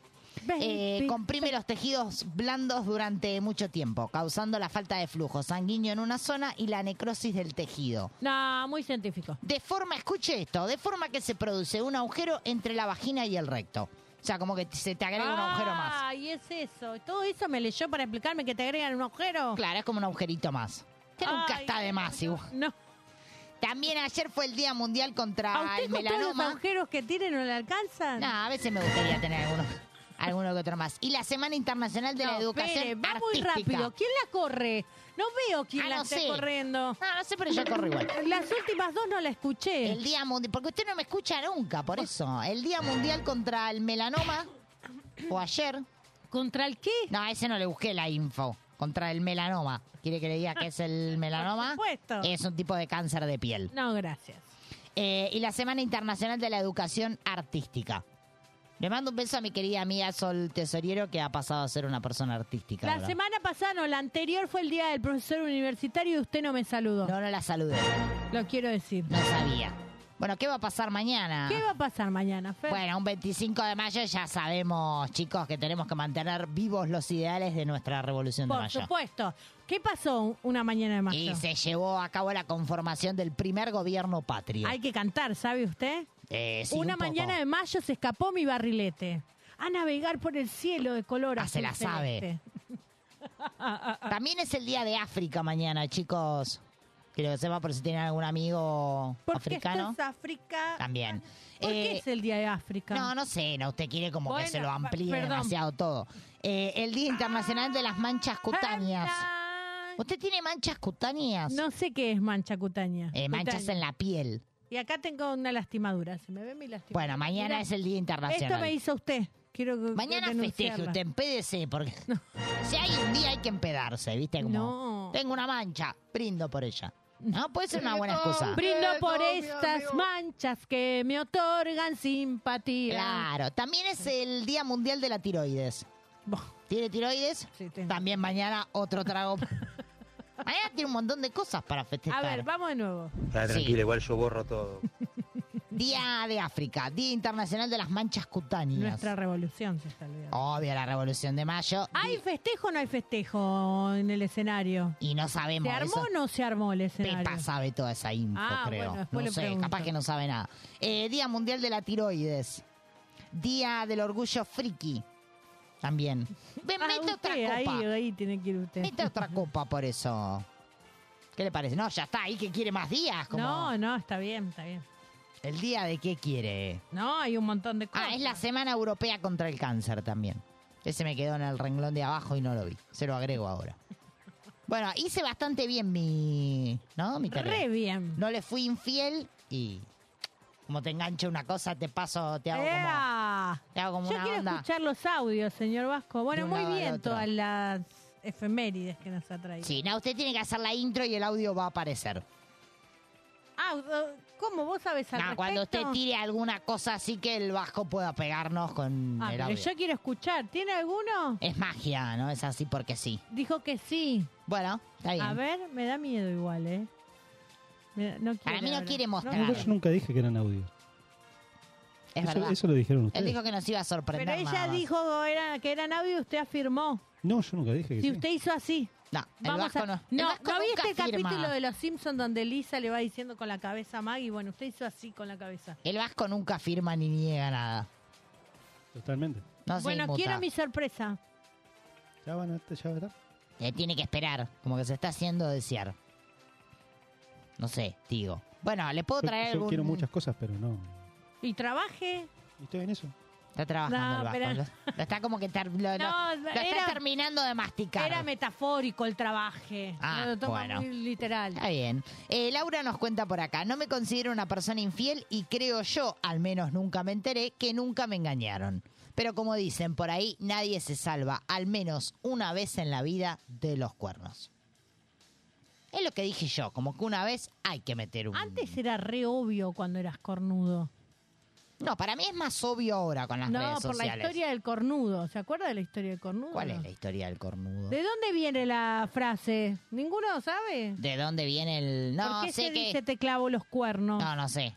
[SPEAKER 4] eh, comprime los tejidos blandos durante mucho tiempo, causando la falta de flujo sanguíneo en una zona y la necrosis del tejido.
[SPEAKER 3] No, muy científico.
[SPEAKER 4] De forma, escuche esto, de forma que se produce un agujero entre la vagina y el recto. O sea, como que se te agrega un agujero más.
[SPEAKER 3] Ah, y es eso. Todo eso me leyó para explicarme que te agregan un agujero.
[SPEAKER 4] Claro, es como un agujerito más. Que nunca está de más, igual.
[SPEAKER 3] No.
[SPEAKER 4] También ayer fue el Día Mundial contra
[SPEAKER 3] ¿A usted
[SPEAKER 4] el
[SPEAKER 3] con todos los
[SPEAKER 4] Melanoma.
[SPEAKER 3] agujeros que tiene no le alcanzan?
[SPEAKER 4] No, a veces me gustaría tener alguno, alguno que otro más. Y la Semana Internacional de la Educación
[SPEAKER 3] Espere, va muy
[SPEAKER 4] Artística.
[SPEAKER 3] rápido. ¿Quién la corre? No veo quién
[SPEAKER 4] Ah,
[SPEAKER 3] la
[SPEAKER 4] no
[SPEAKER 3] está
[SPEAKER 4] sé.
[SPEAKER 3] corriendo.
[SPEAKER 4] Ah, No, no sé, pero yo corro igual.
[SPEAKER 3] <laughs> Las últimas dos no la escuché. Oh.
[SPEAKER 4] El Día Mundial, porque usted no me escucha nunca, por eso. El Día Mundial contra el Melanoma, o ayer.
[SPEAKER 3] ¿Contra el qué?
[SPEAKER 4] No, a ese no le busqué la info. Contra el melanoma. ¿Quiere que le diga qué es el melanoma?
[SPEAKER 3] <laughs> Por supuesto.
[SPEAKER 4] Es un tipo de cáncer de piel.
[SPEAKER 3] No, gracias.
[SPEAKER 4] Eh, y la Semana Internacional de la Educación Artística. Le mando un beso a mi querida amiga Sol Tesoriero, que ha pasado a ser una persona artística.
[SPEAKER 3] La
[SPEAKER 4] ahora.
[SPEAKER 3] semana pasada, no, la anterior fue el día del profesor universitario y usted no me saludó.
[SPEAKER 4] No, no la saludé.
[SPEAKER 3] Lo quiero decir.
[SPEAKER 4] No sabía. Bueno, ¿qué va a pasar mañana?
[SPEAKER 3] ¿Qué va a pasar mañana, Fer?
[SPEAKER 4] Bueno, un 25 de mayo ya sabemos, chicos, que tenemos que mantener vivos los ideales de nuestra revolución de
[SPEAKER 3] Por
[SPEAKER 4] mayo.
[SPEAKER 3] supuesto. ¿Qué pasó una mañana de mayo?
[SPEAKER 4] Y se llevó a cabo la conformación del primer gobierno patrio.
[SPEAKER 3] Hay que cantar, ¿sabe usted?
[SPEAKER 4] Eh, sí,
[SPEAKER 3] una
[SPEAKER 4] un poco.
[SPEAKER 3] mañana de mayo se escapó mi barrilete. A navegar por el cielo de color
[SPEAKER 4] Ah, se
[SPEAKER 3] azul
[SPEAKER 4] la sabe.
[SPEAKER 3] celeste. Ah,
[SPEAKER 4] También es el día de África mañana, chicos. Quiero que sepa por si tienen algún amigo
[SPEAKER 3] Porque esto
[SPEAKER 4] africano.
[SPEAKER 3] es África.
[SPEAKER 4] También.
[SPEAKER 3] ¿Por
[SPEAKER 4] Eh,
[SPEAKER 3] qué es el día de África?
[SPEAKER 4] No, no sé, no, usted quiere como
[SPEAKER 3] Bueno,
[SPEAKER 4] que se lo amplíe
[SPEAKER 3] perdón.
[SPEAKER 4] demasiado todo. Eh, el Día Internacional de las Manchas Cutáneas. ¿Usted tiene manchas cutáneas?
[SPEAKER 3] No sé qué es mancha cutánea.
[SPEAKER 4] Eh, manchas
[SPEAKER 3] Cutánea.
[SPEAKER 4] en la piel.
[SPEAKER 3] Y acá tengo una lastimadura. Se me ve mi lastimadura.
[SPEAKER 4] Bueno, mañana
[SPEAKER 3] Mira,
[SPEAKER 4] es el Día Internacional.
[SPEAKER 3] Esto me hizo usted. Quiero que-
[SPEAKER 4] Mañana
[SPEAKER 3] denunciarla.
[SPEAKER 4] festeje usted, empédese, porque <laughs> si hay un día hay que empedarse, ¿viste? Como, tengo una mancha, brindo por ella. No, puede ser una buena excusa.
[SPEAKER 3] Brindo por estas manchas que me otorgan simpatía.
[SPEAKER 4] Claro, también es el Día Mundial de la Tiroides. ¿Tiene tiroides? También mañana otro
[SPEAKER 3] <laughs>
[SPEAKER 4] trago. mañana tiene un montón de cosas para
[SPEAKER 3] A
[SPEAKER 4] festejar.
[SPEAKER 3] ver, vamos de nuevo.
[SPEAKER 18] Ah, tranquila, igual yo borro todo.
[SPEAKER 4] Día de África, Día Internacional de las Manchas Cutáneas.
[SPEAKER 3] Nuestra revolución Ah, se está olvidando.
[SPEAKER 4] Obvio, la Revolución de Mayo.
[SPEAKER 3] ¿Hay festejo o no hay festejo en el escenario?
[SPEAKER 4] Y no
[SPEAKER 3] ¿Se
[SPEAKER 4] sabemos.
[SPEAKER 3] armó
[SPEAKER 4] eso-
[SPEAKER 3] o no se armó el escenario?
[SPEAKER 4] Pepa sabe toda esa info,
[SPEAKER 3] Ah,
[SPEAKER 4] creo.
[SPEAKER 3] bueno, después
[SPEAKER 4] no
[SPEAKER 3] le
[SPEAKER 4] sé,
[SPEAKER 3] pregunto.
[SPEAKER 4] capaz que no sabe nada. Eh, Día Mundial de la Tiroides. Día del Orgullo Friki.
[SPEAKER 3] <laughs>
[SPEAKER 4] También. Ven,
[SPEAKER 3] Ah,
[SPEAKER 4] mete otra
[SPEAKER 3] usted, ahí,
[SPEAKER 4] copa.
[SPEAKER 3] ahí tiene que ir usted.
[SPEAKER 4] Mete otra copa por eso. ¿Qué le parece? No, ya está ahí que quiere más días. Como
[SPEAKER 3] No, no, está bien, está bien.
[SPEAKER 4] ¿El día de qué quiere?
[SPEAKER 3] No, hay un montón de cosas.
[SPEAKER 4] Ah, es la Semana Europea contra el Cáncer también. Ese me quedó en el renglón de abajo y no lo vi. Se lo agrego ahora. Bueno, hice bastante bien mi. ¿No? Mi tarea.
[SPEAKER 3] Re bien.
[SPEAKER 4] No le fui infiel y. Como te engancho una cosa, te paso, te hago como.
[SPEAKER 3] ¡Ea!
[SPEAKER 4] Te hago como
[SPEAKER 3] Yo
[SPEAKER 4] una
[SPEAKER 3] quiero
[SPEAKER 4] onda.
[SPEAKER 3] escuchar los audios, señor Vasco.
[SPEAKER 4] De
[SPEAKER 3] Bueno,
[SPEAKER 4] un
[SPEAKER 3] muy
[SPEAKER 4] lado al
[SPEAKER 3] bien
[SPEAKER 4] otro.
[SPEAKER 3] todas las efemérides que nos ha traído.
[SPEAKER 4] Sí, no, usted tiene que hacer la intro y el audio va a aparecer.
[SPEAKER 3] Ah, ¿cómo vos sabés al
[SPEAKER 4] No, cuando usted
[SPEAKER 3] respecto?
[SPEAKER 4] tire alguna cosa así que el vasco pueda pegarnos con
[SPEAKER 3] Ah,
[SPEAKER 4] el
[SPEAKER 3] pero
[SPEAKER 4] audio.
[SPEAKER 3] yo quiero escuchar. ¿Tiene alguno?
[SPEAKER 4] Es magia, ¿no? Es así porque sí.
[SPEAKER 3] Dijo que sí.
[SPEAKER 4] Bueno, está bien.
[SPEAKER 3] A ver, me da miedo igual, ¿eh? Me da- no
[SPEAKER 4] Para mí no
[SPEAKER 3] ahora.
[SPEAKER 4] quiere mostrar.
[SPEAKER 8] Nunca- yo nunca dije que eran audio.
[SPEAKER 4] Es
[SPEAKER 8] eso,
[SPEAKER 4] verdad.
[SPEAKER 8] eso lo dijeron ustedes.
[SPEAKER 4] Él dijo que nos iba a sorprender.
[SPEAKER 3] Pero ella
[SPEAKER 4] nada más.
[SPEAKER 3] dijo era- que eran audio y usted afirmó.
[SPEAKER 8] No, yo nunca dije que
[SPEAKER 3] Si
[SPEAKER 8] sí.
[SPEAKER 3] usted hizo así.
[SPEAKER 4] No, el
[SPEAKER 3] Vamos
[SPEAKER 4] Vasco
[SPEAKER 3] a...
[SPEAKER 4] no.
[SPEAKER 3] No,
[SPEAKER 4] El
[SPEAKER 3] ¿no
[SPEAKER 4] Vasco
[SPEAKER 3] viste
[SPEAKER 4] nunca
[SPEAKER 3] el
[SPEAKER 4] firma.
[SPEAKER 3] capítulo de Los Simpsons donde Lisa le va diciendo con la cabeza a Maggie? Bueno, usted hizo así con la cabeza.
[SPEAKER 4] El vasco nunca firma ni niega nada.
[SPEAKER 8] Totalmente.
[SPEAKER 4] No se
[SPEAKER 3] bueno,
[SPEAKER 4] inmuta.
[SPEAKER 3] quiero mi sorpresa.
[SPEAKER 8] Ya van a este, ya va a estar.
[SPEAKER 4] Eh, tiene que esperar, como que se está haciendo desear. No sé, digo. Bueno, le puedo
[SPEAKER 8] Yo-
[SPEAKER 4] traer
[SPEAKER 8] yo,
[SPEAKER 4] algún-
[SPEAKER 8] quiero muchas cosas, pero no.
[SPEAKER 3] Y trabaje.
[SPEAKER 8] Estoy en eso.
[SPEAKER 4] Está trabajando
[SPEAKER 3] No,
[SPEAKER 4] el vasco.
[SPEAKER 3] pero-
[SPEAKER 4] Lo, lo está como que ter- lo, lo-
[SPEAKER 3] No,
[SPEAKER 4] lo
[SPEAKER 3] era-
[SPEAKER 4] está terminando de masticar.
[SPEAKER 3] Era metafórico el trabaje.
[SPEAKER 4] Ah,
[SPEAKER 3] No lo toma
[SPEAKER 4] bueno.
[SPEAKER 3] muy literal.
[SPEAKER 4] Está bien. Eh, Laura nos cuenta por acá, no me considero una persona infiel y creo yo, al menos nunca me enteré, que nunca me engañaron. Pero como dicen por ahí, nadie se salva, al menos una vez en la vida, de los cuernos. Es lo que dije yo, como que una vez hay que meter un...
[SPEAKER 3] Antes era re obvio cuando eras cornudo.
[SPEAKER 4] No, para mí es más obvio ahora con las
[SPEAKER 3] No,
[SPEAKER 4] redes
[SPEAKER 3] por la
[SPEAKER 4] sociales.
[SPEAKER 3] historia del cornudo. ¿Se acuerda de la historia del cornudo?
[SPEAKER 4] ¿Cuál es la historia del cornudo?
[SPEAKER 3] ¿De dónde viene la frase? ¿Ninguno sabe?
[SPEAKER 4] ¿De dónde viene el...? No,
[SPEAKER 3] ¿Por qué
[SPEAKER 4] sé
[SPEAKER 3] se
[SPEAKER 4] que...
[SPEAKER 3] dice te clavo los cuernos?
[SPEAKER 4] No, no sé.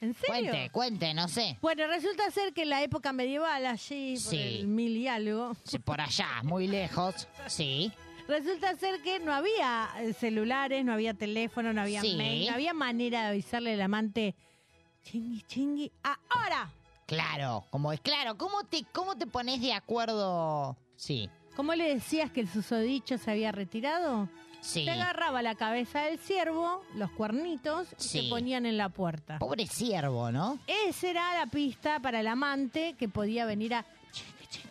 [SPEAKER 3] ¿En serio?
[SPEAKER 4] Cuente, cuente, no sé.
[SPEAKER 3] Bueno, resulta ser que en la época medieval, allí, por
[SPEAKER 4] Sí.
[SPEAKER 3] el mil y algo,
[SPEAKER 4] Sí, Por allá, muy lejos, sí.
[SPEAKER 3] resulta ser que no había eh, celulares, no había teléfono, no había
[SPEAKER 4] Sí.
[SPEAKER 3] mail, no había manera de avisarle al amante, chingui, chingui, ahora.
[SPEAKER 4] Claro, como es claro, ¿cómo te, cómo te pones de acuerdo? Sí,
[SPEAKER 3] ¿Cómo le decías que el susodicho se había retirado?
[SPEAKER 4] sí.
[SPEAKER 3] Te agarraba la cabeza del ciervo, los cuernitos, y
[SPEAKER 4] Sí.
[SPEAKER 3] se ponían en la puerta.
[SPEAKER 4] Pobre ciervo, ¿no?
[SPEAKER 3] Esa era la pista para el amante que podía venir a...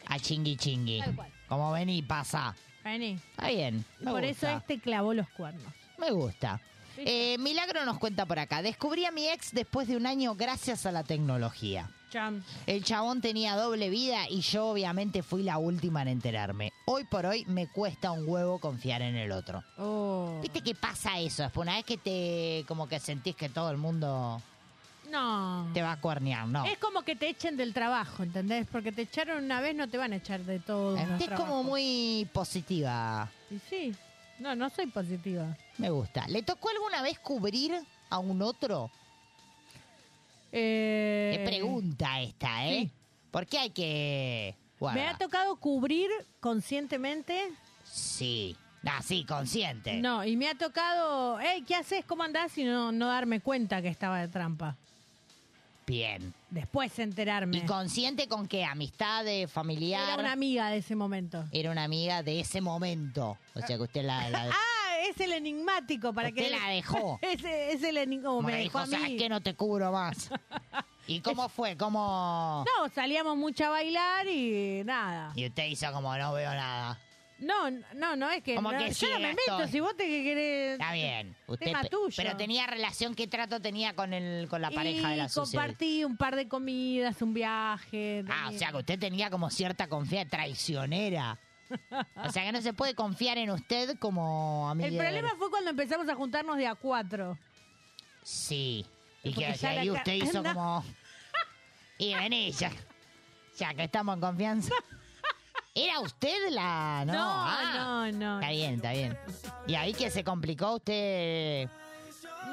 [SPEAKER 4] A chingui chingui.
[SPEAKER 3] Tal cual.
[SPEAKER 4] Como ven y pasa.
[SPEAKER 3] Vení.
[SPEAKER 4] Está bien.
[SPEAKER 3] Y
[SPEAKER 4] me
[SPEAKER 3] por eso
[SPEAKER 4] gusta,
[SPEAKER 3] este clavó los cuernos.
[SPEAKER 4] Me gusta. Eh, Milagro nos cuenta por acá. Descubrí a mi ex después de un año gracias a la tecnología.
[SPEAKER 3] Cham.
[SPEAKER 4] El chabón tenía doble vida y yo obviamente fui la última en enterarme. Hoy por hoy me cuesta un huevo confiar en el otro. ¿Viste que pasa eso? Después una vez que te como que sentís que todo el mundo
[SPEAKER 3] No.
[SPEAKER 4] te va a cuernear, ¿no?
[SPEAKER 3] Es como que te echen del trabajo, ¿entendés? Porque te echaron una vez, no te van a echar de todo.
[SPEAKER 4] Usted Este es como muy positiva.
[SPEAKER 3] Y sí. No, no soy positiva.
[SPEAKER 4] Me gusta. ¿Le tocó alguna vez cubrir a un otro?
[SPEAKER 3] Eh...
[SPEAKER 4] Qué pregunta esta, ¿eh? ¿Por qué hay que...?
[SPEAKER 3] Me ha tocado cubrir conscientemente.
[SPEAKER 4] Sí. Así, consciente.
[SPEAKER 3] No, y me ha tocado, hey, ¿qué haces? ¿Cómo andás? Y no, no darme cuenta que estaba de trampa.
[SPEAKER 4] Bien.
[SPEAKER 3] Después enterarme.
[SPEAKER 4] ¿Y consciente con qué? ¿Amistad de familiar?
[SPEAKER 3] Era una amiga de ese momento.
[SPEAKER 4] Era una amiga de ese momento. O sea que usted la... la-
[SPEAKER 3] <laughs> Ah, es el enigmático para
[SPEAKER 4] Usted
[SPEAKER 3] que.
[SPEAKER 4] la
[SPEAKER 3] <laughs>
[SPEAKER 4] dejó.
[SPEAKER 3] es, es el enigmático.
[SPEAKER 4] como
[SPEAKER 3] Me
[SPEAKER 4] le
[SPEAKER 3] dejó
[SPEAKER 4] dijo,
[SPEAKER 3] a
[SPEAKER 4] "Sabes
[SPEAKER 3] mí.
[SPEAKER 4] qué? No te cubro
[SPEAKER 3] <laughs>
[SPEAKER 4] más. ¿Y cómo fue? ¿Cómo...?
[SPEAKER 3] No, salíamos mucho a bailar y nada.
[SPEAKER 4] Y usted hizo como no veo nada.
[SPEAKER 3] No, no, no es que.
[SPEAKER 4] Como
[SPEAKER 3] no,
[SPEAKER 4] que
[SPEAKER 3] yo
[SPEAKER 4] sí,
[SPEAKER 3] no me
[SPEAKER 4] Gastón.
[SPEAKER 3] meto. Si vos te querés.
[SPEAKER 4] Está bien. Usted
[SPEAKER 3] tema
[SPEAKER 4] pe-
[SPEAKER 3] tuyo.
[SPEAKER 4] Pero tenía relación, ¿qué trato tenía con el con la pareja
[SPEAKER 3] y
[SPEAKER 4] de la social?
[SPEAKER 3] compartí un par de comidas, un viaje.
[SPEAKER 4] Ah, o sea que usted tenía como cierta confianza traicionera. O sea que no se puede confiar en usted como amiga.
[SPEAKER 3] El
[SPEAKER 4] de-
[SPEAKER 3] problema fue cuando empezamos a juntarnos de a cuatro.
[SPEAKER 4] Sí. Y
[SPEAKER 3] Porque
[SPEAKER 4] que
[SPEAKER 3] ya
[SPEAKER 4] ahí
[SPEAKER 3] la ca-
[SPEAKER 4] usted
[SPEAKER 3] <laughs>
[SPEAKER 4] hizo
[SPEAKER 3] anda.
[SPEAKER 4] como. Y vení, ya, ya que estamos en
[SPEAKER 3] <laughs>
[SPEAKER 4] confianza. ¿Era usted la.? No,
[SPEAKER 3] No,
[SPEAKER 4] ah,
[SPEAKER 3] no, no.
[SPEAKER 4] Está bien, está bien. Y ahí que se complicó usted.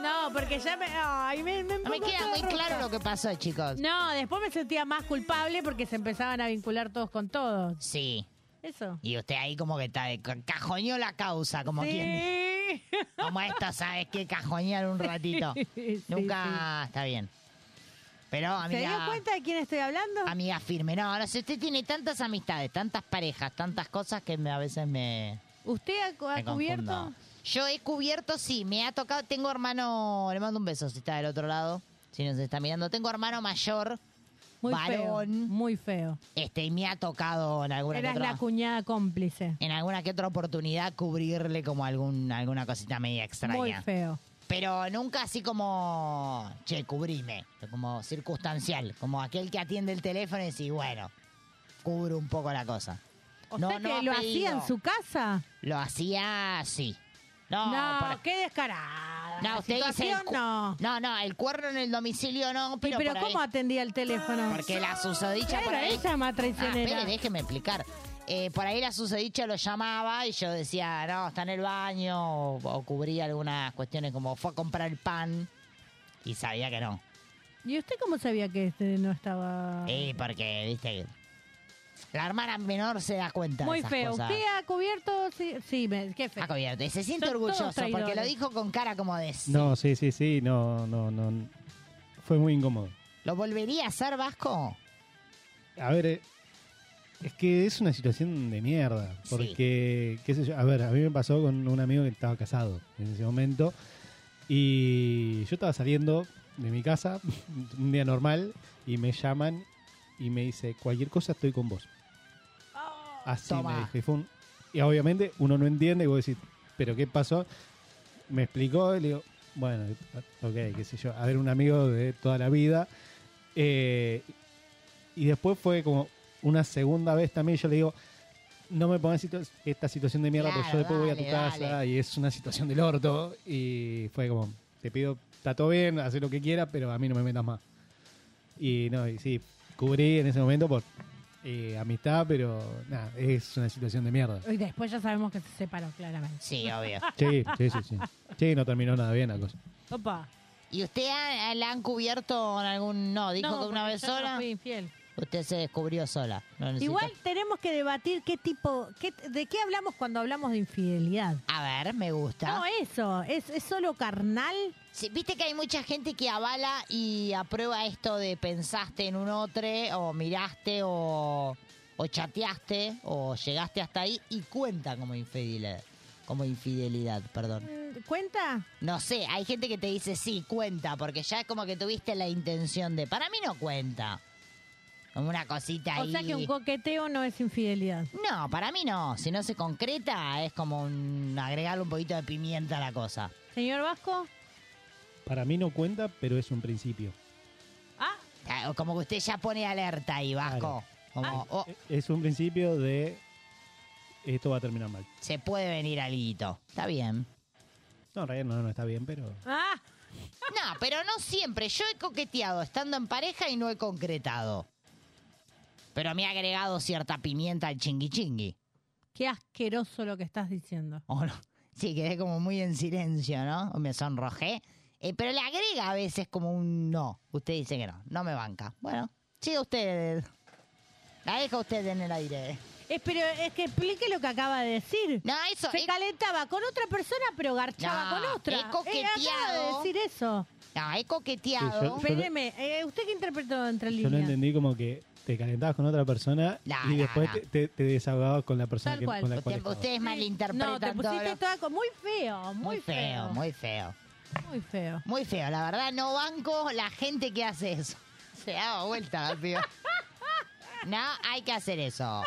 [SPEAKER 3] No, porque ya me. Ay, me,
[SPEAKER 4] No me queda muy claro lo que pasó, chicos.
[SPEAKER 3] No, después me sentía más culpable porque se empezaban a vincular todos con todos.
[SPEAKER 4] Sí.
[SPEAKER 3] Eso.
[SPEAKER 4] Y usted ahí como que está de- ca- cajoneó la causa, como
[SPEAKER 3] Sí.
[SPEAKER 4] quien.
[SPEAKER 3] <laughs>
[SPEAKER 4] Como esto, ¿sabes qué? Cajonear un ratito.
[SPEAKER 3] Sí,
[SPEAKER 4] Nunca está bien. Pero, amiga.
[SPEAKER 3] ¿Se dio cuenta de quién estoy hablando?
[SPEAKER 4] Amiga firme. No, no sé, usted tiene tantas amistades, tantas parejas, tantas cosas que me- a veces me.
[SPEAKER 3] ¿Usted ha, cu- ha
[SPEAKER 4] me
[SPEAKER 3] cubierto?
[SPEAKER 4] confundo. Yo he cubierto, sí, me ha tocado. Tengo hermano. Le mando un beso si está del otro lado, si nos está mirando. Tengo hermano mayor,
[SPEAKER 3] Muy
[SPEAKER 4] varón.
[SPEAKER 3] feo. Muy feo.
[SPEAKER 4] Este, y me ha tocado en alguna que
[SPEAKER 3] Eras
[SPEAKER 4] otra-
[SPEAKER 3] la cuñada cómplice.
[SPEAKER 4] en alguna que otra oportunidad cubrirle como algún, alguna cosita media extraña.
[SPEAKER 3] Muy feo.
[SPEAKER 4] Pero nunca así como, che, cubrime, como circunstancial, como aquel que atiende el teléfono y dice, bueno, cubro un poco la cosa.
[SPEAKER 3] O sea que lo hacía en su casa.
[SPEAKER 4] Lo hacía así. No,
[SPEAKER 3] No,
[SPEAKER 4] por-
[SPEAKER 3] qué descarada.
[SPEAKER 4] no,
[SPEAKER 3] La
[SPEAKER 4] usted dice...
[SPEAKER 3] situación
[SPEAKER 4] el cu-
[SPEAKER 3] no.
[SPEAKER 4] no, no, el cuerno en el domicilio no,
[SPEAKER 3] ¿Y
[SPEAKER 4] pero,
[SPEAKER 3] pero
[SPEAKER 4] por ahí-
[SPEAKER 3] cómo atendía el teléfono?
[SPEAKER 4] porque la susodicha
[SPEAKER 3] Claro,
[SPEAKER 4] por ahí.
[SPEAKER 3] ella más traicionera.
[SPEAKER 4] Ah, espere, déjeme explicar. Eh, por ahí la susodicha lo llamaba y yo decía, no, está en el baño, o, o cubría algunas cuestiones como fue a comprar el pan y sabía que no.
[SPEAKER 3] ¿Y usted cómo sabía que este no estaba...?
[SPEAKER 4] Y porque, viste, Eh, la hermana menor se da cuenta. de
[SPEAKER 3] Muy
[SPEAKER 4] esas
[SPEAKER 3] feo.
[SPEAKER 4] cosas.
[SPEAKER 3] ¿Usted ha cubierto? Sí, sí, me- qué feo.
[SPEAKER 4] Ha cubierto. Y se siente
[SPEAKER 3] Son todos
[SPEAKER 4] orgulloso porque lo
[SPEAKER 3] traidores.
[SPEAKER 4] dijo con cara como de... "Sí".
[SPEAKER 8] No, sí, sí, sí, no, no, no. Fue muy incómodo.
[SPEAKER 4] ¿Lo volvería a hacer Vasco?
[SPEAKER 8] A ver, eh, es que es una situación de mierda.
[SPEAKER 4] Sí.
[SPEAKER 8] Porque, qué sé yo, a ver, a mí me pasó con un amigo que estaba casado en ese momento. Y yo estaba saliendo de mi casa, <laughs> un día normal, y me llaman y me dice, cualquier cosa estoy con vos. Así
[SPEAKER 4] Oh, Toma.
[SPEAKER 8] me dijo. Y, fue un- y obviamente uno no entiende, y vos decís, ¿pero qué pasó? Me explicó y le digo, bueno, ok, qué sé yo, a ver, un amigo de toda la vida. Eh, y después fue como una segunda vez también. Yo le digo, no me pongas situ- esta situación de mierda, porque yo
[SPEAKER 4] Claro,
[SPEAKER 8] después voy a tu
[SPEAKER 4] dale,
[SPEAKER 8] casa
[SPEAKER 4] dale.
[SPEAKER 8] y es una situación del orto. Y fue como, te pido, está todo bien, haz lo que quieras, pero a mí no me metas más. Y no, y sí, cubrí en ese momento por eh, amistad, pero nada, es una situación de mierda.
[SPEAKER 3] Y después ya sabemos que se separó, claramente.
[SPEAKER 4] Sí, obvio.
[SPEAKER 8] Sí, sí, sí, sí. Sí, no terminó nada bien la cosa.
[SPEAKER 3] Opa.
[SPEAKER 4] ¿Y usted ha- la han cubierto en algún... No, dijo
[SPEAKER 3] No,
[SPEAKER 4] que una
[SPEAKER 3] porque
[SPEAKER 4] vez
[SPEAKER 3] yo no
[SPEAKER 4] sola.
[SPEAKER 3] fui infiel.
[SPEAKER 4] Usted se descubrió sola. No necesita-
[SPEAKER 3] Igual tenemos que debatir qué tipo, qué, de qué hablamos cuando hablamos de infidelidad.
[SPEAKER 4] A ver, me gusta.
[SPEAKER 3] No, eso, es, es solo carnal.
[SPEAKER 4] Sí, Viste que hay mucha gente que avala y aprueba esto de pensaste en un otro, o miraste, o, o chateaste, o llegaste hasta ahí y cuenta como infidelidad. Como infidelidad, perdón.
[SPEAKER 3] Mm, ¿Cuenta?
[SPEAKER 4] No sé, hay gente que te dice sí, cuenta, porque ya es como que tuviste la intención de. Para mí no cuenta. Como una cosita
[SPEAKER 3] O
[SPEAKER 4] ahí.
[SPEAKER 3] sea que un coqueteo no es infidelidad.
[SPEAKER 4] No, para mí no. Si no se concreta, es como un, agregarle un poquito de pimienta a la cosa.
[SPEAKER 3] Señor Vasco,
[SPEAKER 8] Para mí no cuenta, pero es un principio.
[SPEAKER 4] Ah, Como que usted ya pone alerta ahí, Vasco.
[SPEAKER 3] Ah.
[SPEAKER 4] Como, oh,
[SPEAKER 8] Es un principio de esto va a terminar mal.
[SPEAKER 4] se puede venir alguito. Está bien.
[SPEAKER 8] No, en realidad no, no está bien, pero.
[SPEAKER 3] Ah.
[SPEAKER 4] No, pero no siempre. Yo he coqueteado estando en pareja y no he concretado. Pero me ha agregado cierta pimienta al chingui chingui.
[SPEAKER 3] qué asqueroso lo que estás diciendo.
[SPEAKER 4] <laughs> ¿O no? Sí, quedé como muy en silencio, ¿no? Me sonrojé. Eh, pero le agrega a veces como un no. Usted dice que no, no me banca. Bueno, siga usted. La deja usted en el aire.
[SPEAKER 3] Es, pero es que explique lo que acaba de decir.
[SPEAKER 4] No, eso
[SPEAKER 3] Se
[SPEAKER 4] es-
[SPEAKER 3] calentaba con otra persona, pero garchaba
[SPEAKER 4] No,
[SPEAKER 3] con otra.
[SPEAKER 4] he
[SPEAKER 3] Eh, acaba de
[SPEAKER 4] coqueteado.
[SPEAKER 3] decir eso.
[SPEAKER 4] No,
[SPEAKER 8] Sí,
[SPEAKER 4] he
[SPEAKER 8] yo- yo-
[SPEAKER 4] coqueteado.
[SPEAKER 3] Espéreme, eh, ¿usted qué interpretó entre
[SPEAKER 8] Yo lo
[SPEAKER 3] líneas?
[SPEAKER 8] entendí como que te calentabas con otra persona
[SPEAKER 4] No,
[SPEAKER 8] y
[SPEAKER 4] no,
[SPEAKER 8] después
[SPEAKER 4] no.
[SPEAKER 8] te, te- te desahogabas con la persona
[SPEAKER 3] Tal
[SPEAKER 8] que-
[SPEAKER 3] cual.
[SPEAKER 8] con la cual
[SPEAKER 4] Usted-
[SPEAKER 8] estabas.
[SPEAKER 4] Ustedes malinterpretan
[SPEAKER 3] No, te
[SPEAKER 4] todo
[SPEAKER 3] pusiste
[SPEAKER 4] lo-
[SPEAKER 3] toda con muy feo, muy,
[SPEAKER 4] Muy feo, muy feo.
[SPEAKER 3] muy feo.
[SPEAKER 4] Muy feo, la verdad, no banco la gente que hace eso.
[SPEAKER 3] <laughs>
[SPEAKER 4] Se daba vuelta, tío. No, hay que hacer eso.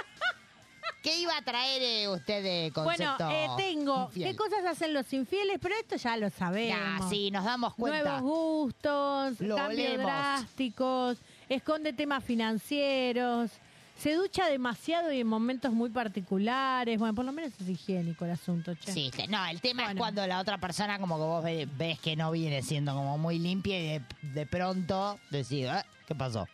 [SPEAKER 4] ¿Qué iba a traer eh, usted de concepto?
[SPEAKER 3] Bueno, eh, tengo
[SPEAKER 4] infiel?
[SPEAKER 3] qué cosas hacen los infieles, pero esto ya lo sabemos.
[SPEAKER 4] Ya, sí, nos damos cuenta.
[SPEAKER 3] Nuevos gustos,
[SPEAKER 4] Lo
[SPEAKER 3] cambios
[SPEAKER 4] olemos.
[SPEAKER 3] drásticos, esconde temas financieros, se ducha demasiado y en momentos muy particulares. Bueno, por lo menos es higiénico el asunto, che.
[SPEAKER 4] Sí, te- no, el tema es cuando la otra persona como que vos ve- ves que no viene siendo como muy limpia y de, de pronto decís, "Ah, ¿qué pasó?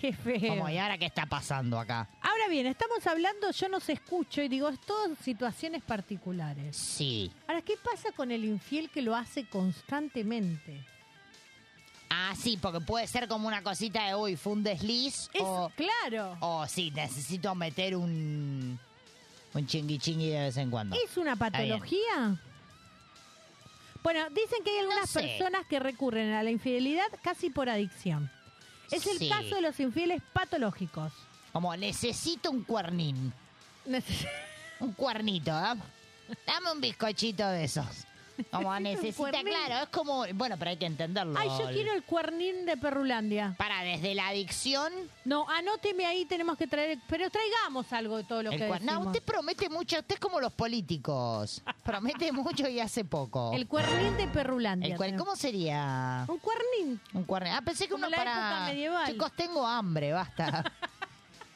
[SPEAKER 3] Qué feo.
[SPEAKER 4] Como, ¿y ahora qué está pasando acá?
[SPEAKER 3] Ahora bien, estamos hablando, yo nos escucho y digo, es todo situaciones particulares.
[SPEAKER 4] Sí.
[SPEAKER 3] Ahora, ¿qué pasa con el infiel que lo hace constantemente?
[SPEAKER 4] Ah, sí, porque puede ser como una cosita de, uy, fue un desliz. o,
[SPEAKER 3] claro.
[SPEAKER 4] O sí, necesito meter un, un chingui chingui de vez en cuando.
[SPEAKER 3] ¿Es una
[SPEAKER 4] Está bien.
[SPEAKER 3] patología? Bueno, dicen que hay algunas
[SPEAKER 4] sé.
[SPEAKER 3] personas que recurren a la infidelidad casi por adicción. Es el
[SPEAKER 4] Sí.
[SPEAKER 3] caso de los infieles patológicos.
[SPEAKER 4] Como necesito un cuernín. un cuernito, ¿no? Dame un bizcochito de esos. Como
[SPEAKER 3] Necesito
[SPEAKER 4] necesita,
[SPEAKER 3] un cuernín.
[SPEAKER 4] claro, es como, bueno, pero hay que entenderlo.
[SPEAKER 3] Ay, yo
[SPEAKER 4] El-
[SPEAKER 3] quiero el cuernín de Perrulandia.
[SPEAKER 4] Para, desde la adicción.
[SPEAKER 3] No, anóteme ahí, tenemos que traer. Pero traigamos algo de todo lo
[SPEAKER 4] el
[SPEAKER 3] que
[SPEAKER 4] cuer- No,
[SPEAKER 3] decimos.
[SPEAKER 4] usted promete mucho, usted es como los políticos. Promete mucho y hace poco.
[SPEAKER 3] El cuernín de Perrulandia.
[SPEAKER 4] El cuer-
[SPEAKER 3] tenemos.
[SPEAKER 4] ¿Cómo sería?
[SPEAKER 3] Un cuernín.
[SPEAKER 4] Un cuernín. Ah, pensé que
[SPEAKER 3] Como
[SPEAKER 4] uno
[SPEAKER 3] la
[SPEAKER 4] para...
[SPEAKER 3] época medieval.
[SPEAKER 4] Chicos, tengo hambre, basta.
[SPEAKER 3] <laughs>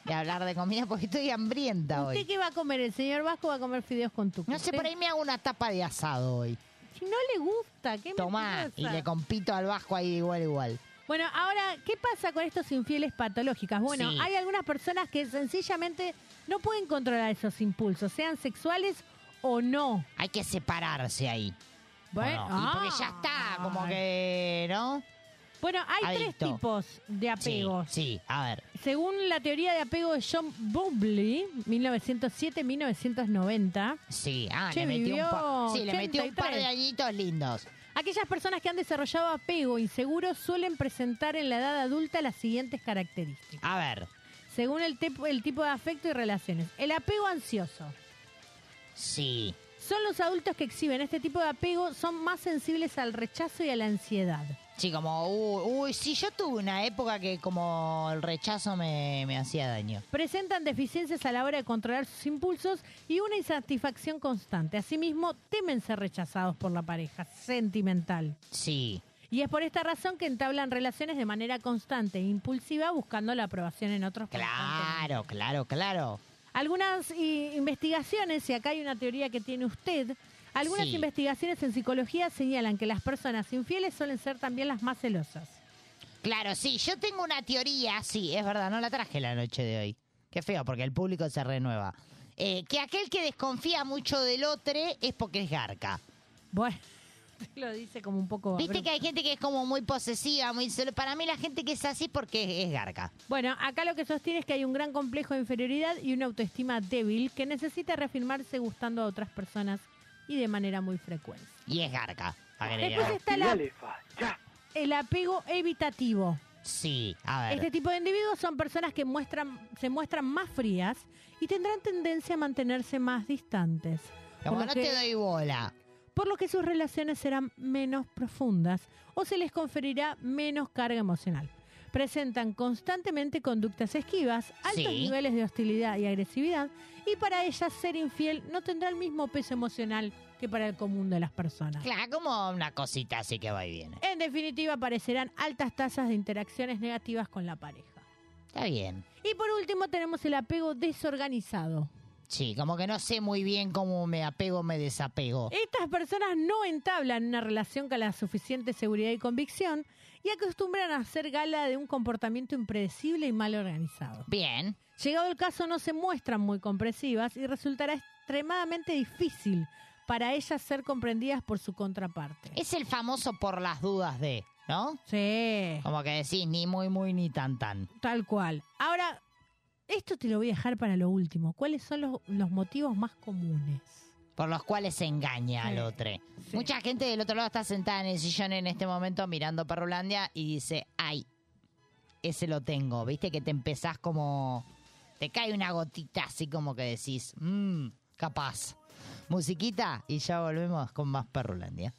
[SPEAKER 4] de hablar de comida porque estoy hambrienta
[SPEAKER 3] ¿Usted
[SPEAKER 4] hoy.
[SPEAKER 3] qué va a comer? El señor Vasco va a comer fideos con tu.
[SPEAKER 4] No sé, por ahí me hago una tapa de asado hoy.
[SPEAKER 3] Si no le gusta, ¿qué
[SPEAKER 4] Tomá, y
[SPEAKER 3] mentirosa.
[SPEAKER 4] le compito al vasco ahí igual, igual.
[SPEAKER 3] Bueno, ahora, ¿qué pasa con estos infieles patológicas? Bueno,
[SPEAKER 4] Sí.
[SPEAKER 3] hay algunas personas que sencillamente no pueden controlar esos impulsos, sean sexuales o no.
[SPEAKER 4] Hay que separarse ahí.
[SPEAKER 3] Bueno, ah.
[SPEAKER 4] ¿O no? Y porque ya está, como que, ¿no?
[SPEAKER 3] Bueno, hay
[SPEAKER 4] Adicto.
[SPEAKER 3] tres tipos de apegos.
[SPEAKER 4] Sí, sí, a ver.
[SPEAKER 3] Según la teoría de apego de John Bowlby, 1907-1990,
[SPEAKER 4] Sí, ah,
[SPEAKER 3] Che,
[SPEAKER 4] le metió un par,
[SPEAKER 3] vivió
[SPEAKER 4] sí, le metió un par
[SPEAKER 3] 83.
[SPEAKER 4] de añitos lindos.
[SPEAKER 3] aquellas personas que han desarrollado apego inseguro suelen presentar en la edad adulta las siguientes características.
[SPEAKER 4] A ver,
[SPEAKER 3] según el, tep- el tipo de afecto y relaciones. El apego ansioso.
[SPEAKER 4] sí.
[SPEAKER 3] Son los adultos que exhiben este tipo de apego, son más sensibles al rechazo y a la ansiedad.
[SPEAKER 4] Sí, como, uy, uy, sí, yo tuve una época que como el rechazo me, me hacía daño.
[SPEAKER 3] Presentan deficiencias a la hora de controlar sus impulsos y una insatisfacción constante. Asimismo, temen ser rechazados por la pareja sentimental.
[SPEAKER 4] Sí.
[SPEAKER 3] Y es por esta razón que entablan relaciones de manera constante e impulsiva buscando la aprobación en otros.
[SPEAKER 4] Claro, claro, claro.
[SPEAKER 3] Algunas i- investigaciones, y acá hay una teoría que tiene usted, algunas
[SPEAKER 4] Sí.
[SPEAKER 3] investigaciones en psicología señalan que las personas infieles suelen ser también las más celosas. <laughs>
[SPEAKER 4] Claro, sí, yo tengo una teoría, sí, es verdad, no la traje la noche de hoy. Qué feo, porque el público se renueva. Eh, que aquel que desconfía mucho del otro es porque es garca.
[SPEAKER 3] Bueno, lo dice como un poco...
[SPEAKER 4] Viste
[SPEAKER 3] abrupto.
[SPEAKER 4] que hay gente que es como muy posesiva, muy celo- Para mí la gente que es así porque es, es garca.
[SPEAKER 3] Bueno, acá lo que sostiene es que hay un gran complejo de inferioridad y una autoestima débil que necesita reafirmarse gustando a otras personas y de manera muy frecuente.
[SPEAKER 4] Y es garca. agrega.
[SPEAKER 3] Después está la- El apego evitativo.
[SPEAKER 4] Sí, a ver.
[SPEAKER 3] Este tipo de individuos son personas que muestran, se muestran más frías y tendrán tendencia a mantenerse más distantes.
[SPEAKER 4] Como
[SPEAKER 3] Por lo
[SPEAKER 4] no
[SPEAKER 3] que-
[SPEAKER 4] te doy bola.
[SPEAKER 3] Por lo que sus relaciones serán menos profundas o se les conferirá menos carga emocional. Presentan constantemente conductas esquivas, altos
[SPEAKER 4] Sí.
[SPEAKER 3] niveles de hostilidad y agresividad, y para ellas ser infiel no tendrá el mismo peso emocional que para el común de las personas.
[SPEAKER 4] Claro, como una cosita así que va y viene.
[SPEAKER 3] En definitiva, aparecerán altas tasas de interacciones negativas con la pareja.
[SPEAKER 4] Está bien.
[SPEAKER 3] Y por último tenemos el apego desorganizado.
[SPEAKER 4] Sí, como que no sé muy bien cómo me apego, me desapego.
[SPEAKER 3] Estas personas no entablan una relación con la suficiente seguridad y convicción y acostumbran a hacer gala de un comportamiento impredecible y mal organizado.
[SPEAKER 4] Bien.
[SPEAKER 3] Llegado el caso no se muestran muy comprensivas y resultará extremadamente difícil para ellas ser comprendidas por su contraparte.
[SPEAKER 4] Es el famoso por las dudas de, ¿no?
[SPEAKER 3] Sí.
[SPEAKER 4] Como que decís ni muy, muy, ni tan, tan.
[SPEAKER 3] Tal cual. Ahora, esto te lo voy a dejar para lo último. ¿Cuáles son los, los motivos más comunes?
[SPEAKER 4] Por los cuales se engaña al otro. Mucha gente del otro lado está sentada en el sillón en este momento mirando Perrulandia y dice, ay, ese lo tengo. Viste que te empezás como... Te cae una gotita así como que decís, mmm, capaz. Musiquita y ya volvemos con más Perrulandia.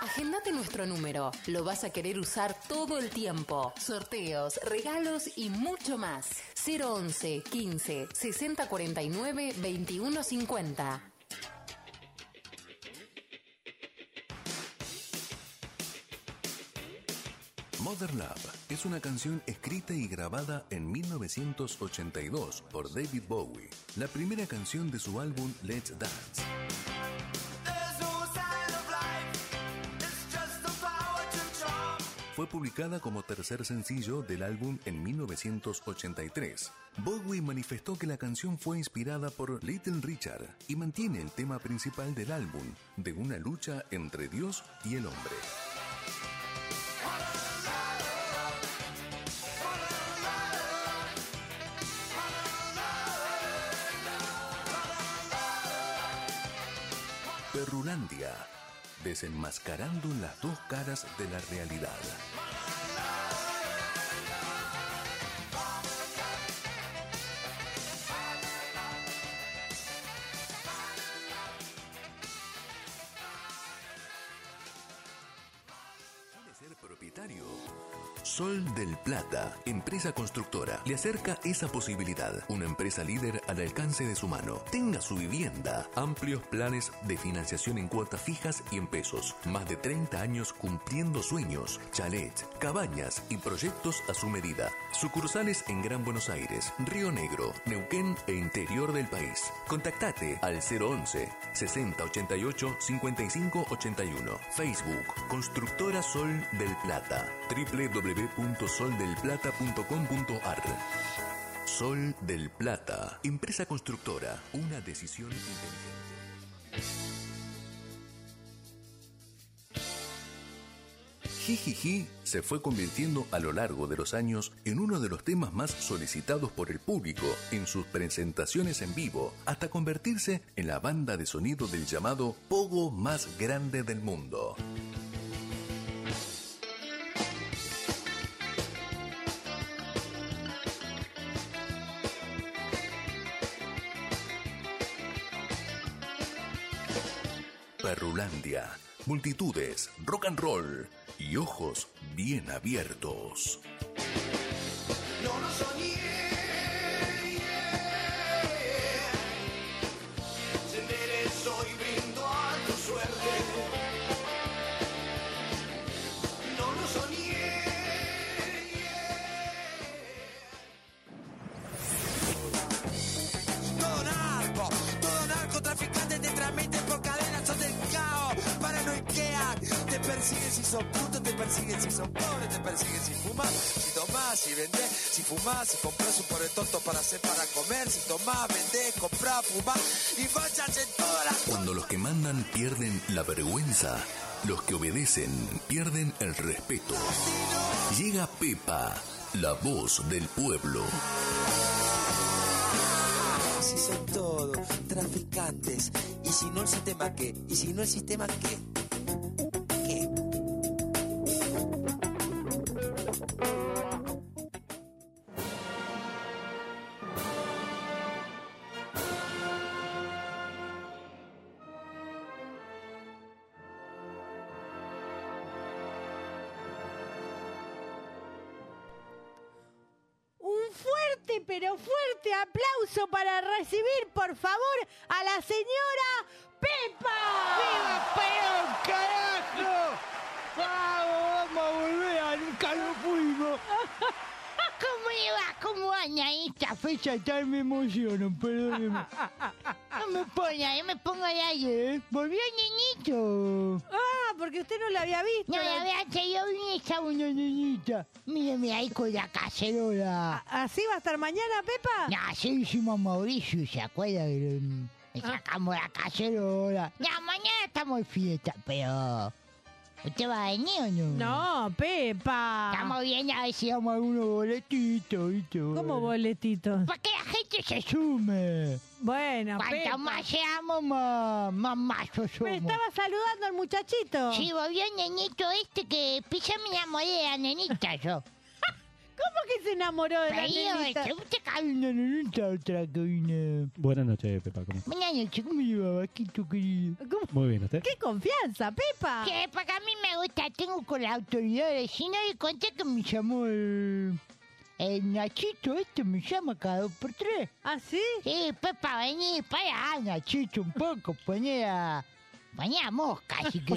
[SPEAKER 11] Agendate nuestro número. Lo vas a querer usar todo el tiempo. Sorteos, regalos y mucho más. 011 15 60 49 21 50.
[SPEAKER 17] Mother Love es una canción escrita y grabada en 1982 por David Bowie, la primera canción de su álbum Let's Dance.
[SPEAKER 2] There's no sign of life. It's just a flower to charm.
[SPEAKER 17] Fue publicada como tercer sencillo del álbum en 1983. Bowie manifestó que la canción fue inspirada por Little Richard y mantiene el tema principal del álbum, de una lucha entre Dios y el hombre. Perrulandia, desenmascarando las dos caras de la realidad. Puede ser propietario. Sol del Plata, empresa constructora, le acerca esa posibilidad. Una empresa líder al alcance de su mano. Tenga su vivienda. Amplios planes de financiación en cuotas fijas y en pesos. Más de 30 años cumpliendo sueños, chalets, cabañas y proyectos a su medida. Sucursales en Gran Buenos Aires, Río Negro, Neuquén e interior del país. Contactate al 011 6088 5581. Facebook Constructora Sol del Plata. www.soldelplata.com.ar. Sol del Plata, empresa constructora, una decisión inteligente. Jijiji se fue convirtiendo a lo largo de los años en uno de los temas más solicitados por el público en sus presentaciones en vivo, hasta convertirse en la banda de sonido del llamado pogo más grande del mundo. Perrulandia, multitudes, rock and roll y ojos bien abiertos.
[SPEAKER 2] No lo soñé. yeah. Te enderezo y brindo a tu suerte. No lo soñé.
[SPEAKER 19] Todo narco, todo narcotraficante te transmite por cadenas, son del caos, paranoiquean, te persiguen si son putos, te persiguen si son pobres, te persiguen si fumas, si tomás, si vendés, si fumás, si compras un pobre tonto para hacer para comer, si tomás, vendés, comprás, fumás y fachas en todas las...
[SPEAKER 17] Cuando los que mandan pierden la vergüenza, los que obedecen pierden el respeto. Llega Pepa, la voz del pueblo.
[SPEAKER 19] Si son todo traficantes, y si no el sistema qué, y si no el sistema qué.
[SPEAKER 3] Un fuerte, pero fuerte aplauso para recibir, por favor, a la señora Pepa. ¡Viva Perón, carajo!
[SPEAKER 8] ¡Vamos, vamos a volver! a ¡Nunca lo fuimos!
[SPEAKER 4] <laughs> ¿Cómo le va? ¿Cómo anda esta fecha? Tal me emociono,
[SPEAKER 8] <laughs>
[SPEAKER 4] perdóneme. No me ponga, yo me pongo al aire. ¿eh? Volvió Ñeñito.
[SPEAKER 3] Ah, porque usted no la había visto.
[SPEAKER 4] No,
[SPEAKER 3] la-
[SPEAKER 4] la verdad que yo vi esa una Ñeñita. Míreme ahí con la cacerola.
[SPEAKER 3] ¿Así va a estar mañana, Pepa?
[SPEAKER 4] No, así hicimos Mauricio, ¿se acuerda? Que le- mm, le
[SPEAKER 3] Ah.
[SPEAKER 4] sacamos la cacerola. No, mañana estamos en fiesta, pero... ¿Usted va a venir o no?
[SPEAKER 3] No, Pepa.
[SPEAKER 4] Estamos bien a ver si damos algunos boletitos, ¿viste?
[SPEAKER 3] ¿Cómo boletitos?
[SPEAKER 4] Para que la gente se sume.
[SPEAKER 3] Bueno,
[SPEAKER 4] Cuanto
[SPEAKER 3] Pepa.
[SPEAKER 4] más seamos, más, más machos somos.
[SPEAKER 3] Me estaba saludando al muchachito.
[SPEAKER 4] Sí, volvió el nenito este que pisa mi la moneda, nenita yo.
[SPEAKER 3] <laughs> ¿Cómo que se enamoró de la
[SPEAKER 4] Pero,
[SPEAKER 3] nenita?
[SPEAKER 4] pero usted calma, nenita, otra coina.
[SPEAKER 8] Buenas noches, Pepa. ¿cómo?
[SPEAKER 4] Buenas noches, ¿cómo le va, vaquito querido?
[SPEAKER 8] Muy bien, ¿usted?
[SPEAKER 3] ¡Qué confianza, Pepa!
[SPEAKER 4] Que para mí me gusta, tengo con las autoridades. Si no le conté que me llamó el, el Nachito, este me llama cada dos por tres.
[SPEAKER 3] ¿Ah, sí?
[SPEAKER 4] Sí, pues, Pepa, vení, para, ah, Nachito, un poco, poné a, poné a mosca, así que...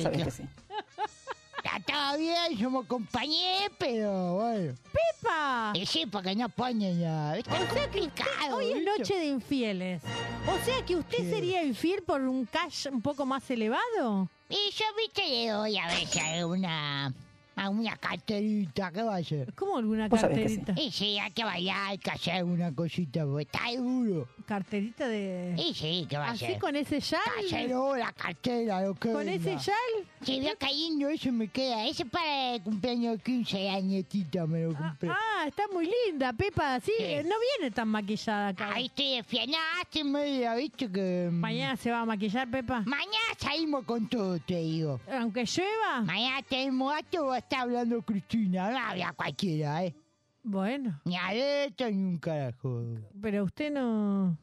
[SPEAKER 4] Está todo bien, yo me acompañé, pero bueno.
[SPEAKER 3] ¡Pepa! Ah.
[SPEAKER 4] Y sí, porque no ponen a... Está complicado,
[SPEAKER 3] Hoy es
[SPEAKER 4] ¿viste?
[SPEAKER 3] noche de infieles. O sea que usted sería infiel por un cash un poco más elevado.
[SPEAKER 4] Y yo, viste, le doy a veces a una, a una carterita, ¿qué va a ser?
[SPEAKER 3] ¿Cómo alguna
[SPEAKER 4] Vos sabés que sí.
[SPEAKER 3] carterita?
[SPEAKER 4] Y sí, hay que bailar, hay que hacer una cosita, porque está duro.
[SPEAKER 3] ¿Carterita de...?
[SPEAKER 4] Y sí, ¿qué va a
[SPEAKER 3] ¿Así
[SPEAKER 4] ser?
[SPEAKER 3] con ese yal?
[SPEAKER 4] Casero, oh, la cartera, lo que
[SPEAKER 3] ¿Con ese yal?
[SPEAKER 4] Sí, veo que lindo eso me queda. Ese es para el cumpleaños de 15 añetita me lo compré.
[SPEAKER 3] Ah, está muy linda, Pepa. Sí, eh, no viene tan maquillada acá.
[SPEAKER 4] Ahí estoy desfianaste, media, viste que...
[SPEAKER 3] Mañana se va a maquillar, Pepa.
[SPEAKER 4] Mañana salimos con todo, te digo.
[SPEAKER 3] Aunque llueva.
[SPEAKER 4] Mañana tenemos acto, va a estar hablando Cristina, no habla cualquiera, ¿eh?
[SPEAKER 3] Bueno.
[SPEAKER 4] Ni a esto ni un carajo.
[SPEAKER 3] Pero usted no...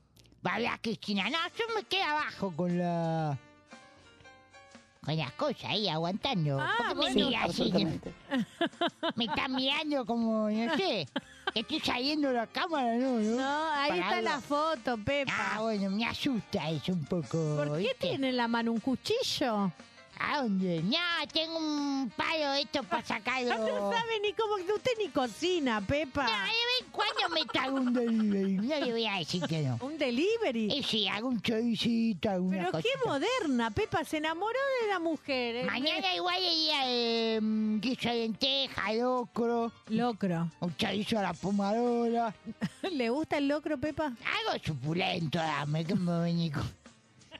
[SPEAKER 4] Va a hablar Cristina, no, yo me quedo abajo con la... Con las cosas ahí, aguantando.
[SPEAKER 3] Ah,
[SPEAKER 4] ¿Por qué
[SPEAKER 3] bueno.
[SPEAKER 4] me mira así? <laughs> Me está mirando como, no sé, que estoy saliendo de la cámara, ¿no? No,
[SPEAKER 3] No, ahí
[SPEAKER 4] Para
[SPEAKER 3] está
[SPEAKER 4] algo.
[SPEAKER 3] la foto, Pepa.
[SPEAKER 4] Ah, bueno, me asusta eso un poco.
[SPEAKER 3] ¿Por qué
[SPEAKER 4] ¿viste?
[SPEAKER 3] tiene en la mano un cuchillo?
[SPEAKER 4] ¿A dónde? No, tengo un palo esto para sacarlo.
[SPEAKER 3] <laughs> No sabe ni cómo usted ni cocina, Pepa.
[SPEAKER 4] No, de vez en cuando me traigo un delivery. No le voy a decir que no.
[SPEAKER 3] Un delivery.
[SPEAKER 4] Y sí, hago un choricito, alguna
[SPEAKER 3] Pero qué
[SPEAKER 4] cosita.
[SPEAKER 3] moderna, Pepa, se enamoró de la mujer. eh.
[SPEAKER 4] Mañana igual iría eh, mm, guiso de lenteja, locro,
[SPEAKER 3] Locro.
[SPEAKER 4] un chorizo a la pomarola.
[SPEAKER 3] <laughs> ¿Le gusta el locro, Pepa?
[SPEAKER 4] Algo suculento, dame, que me va a venir con...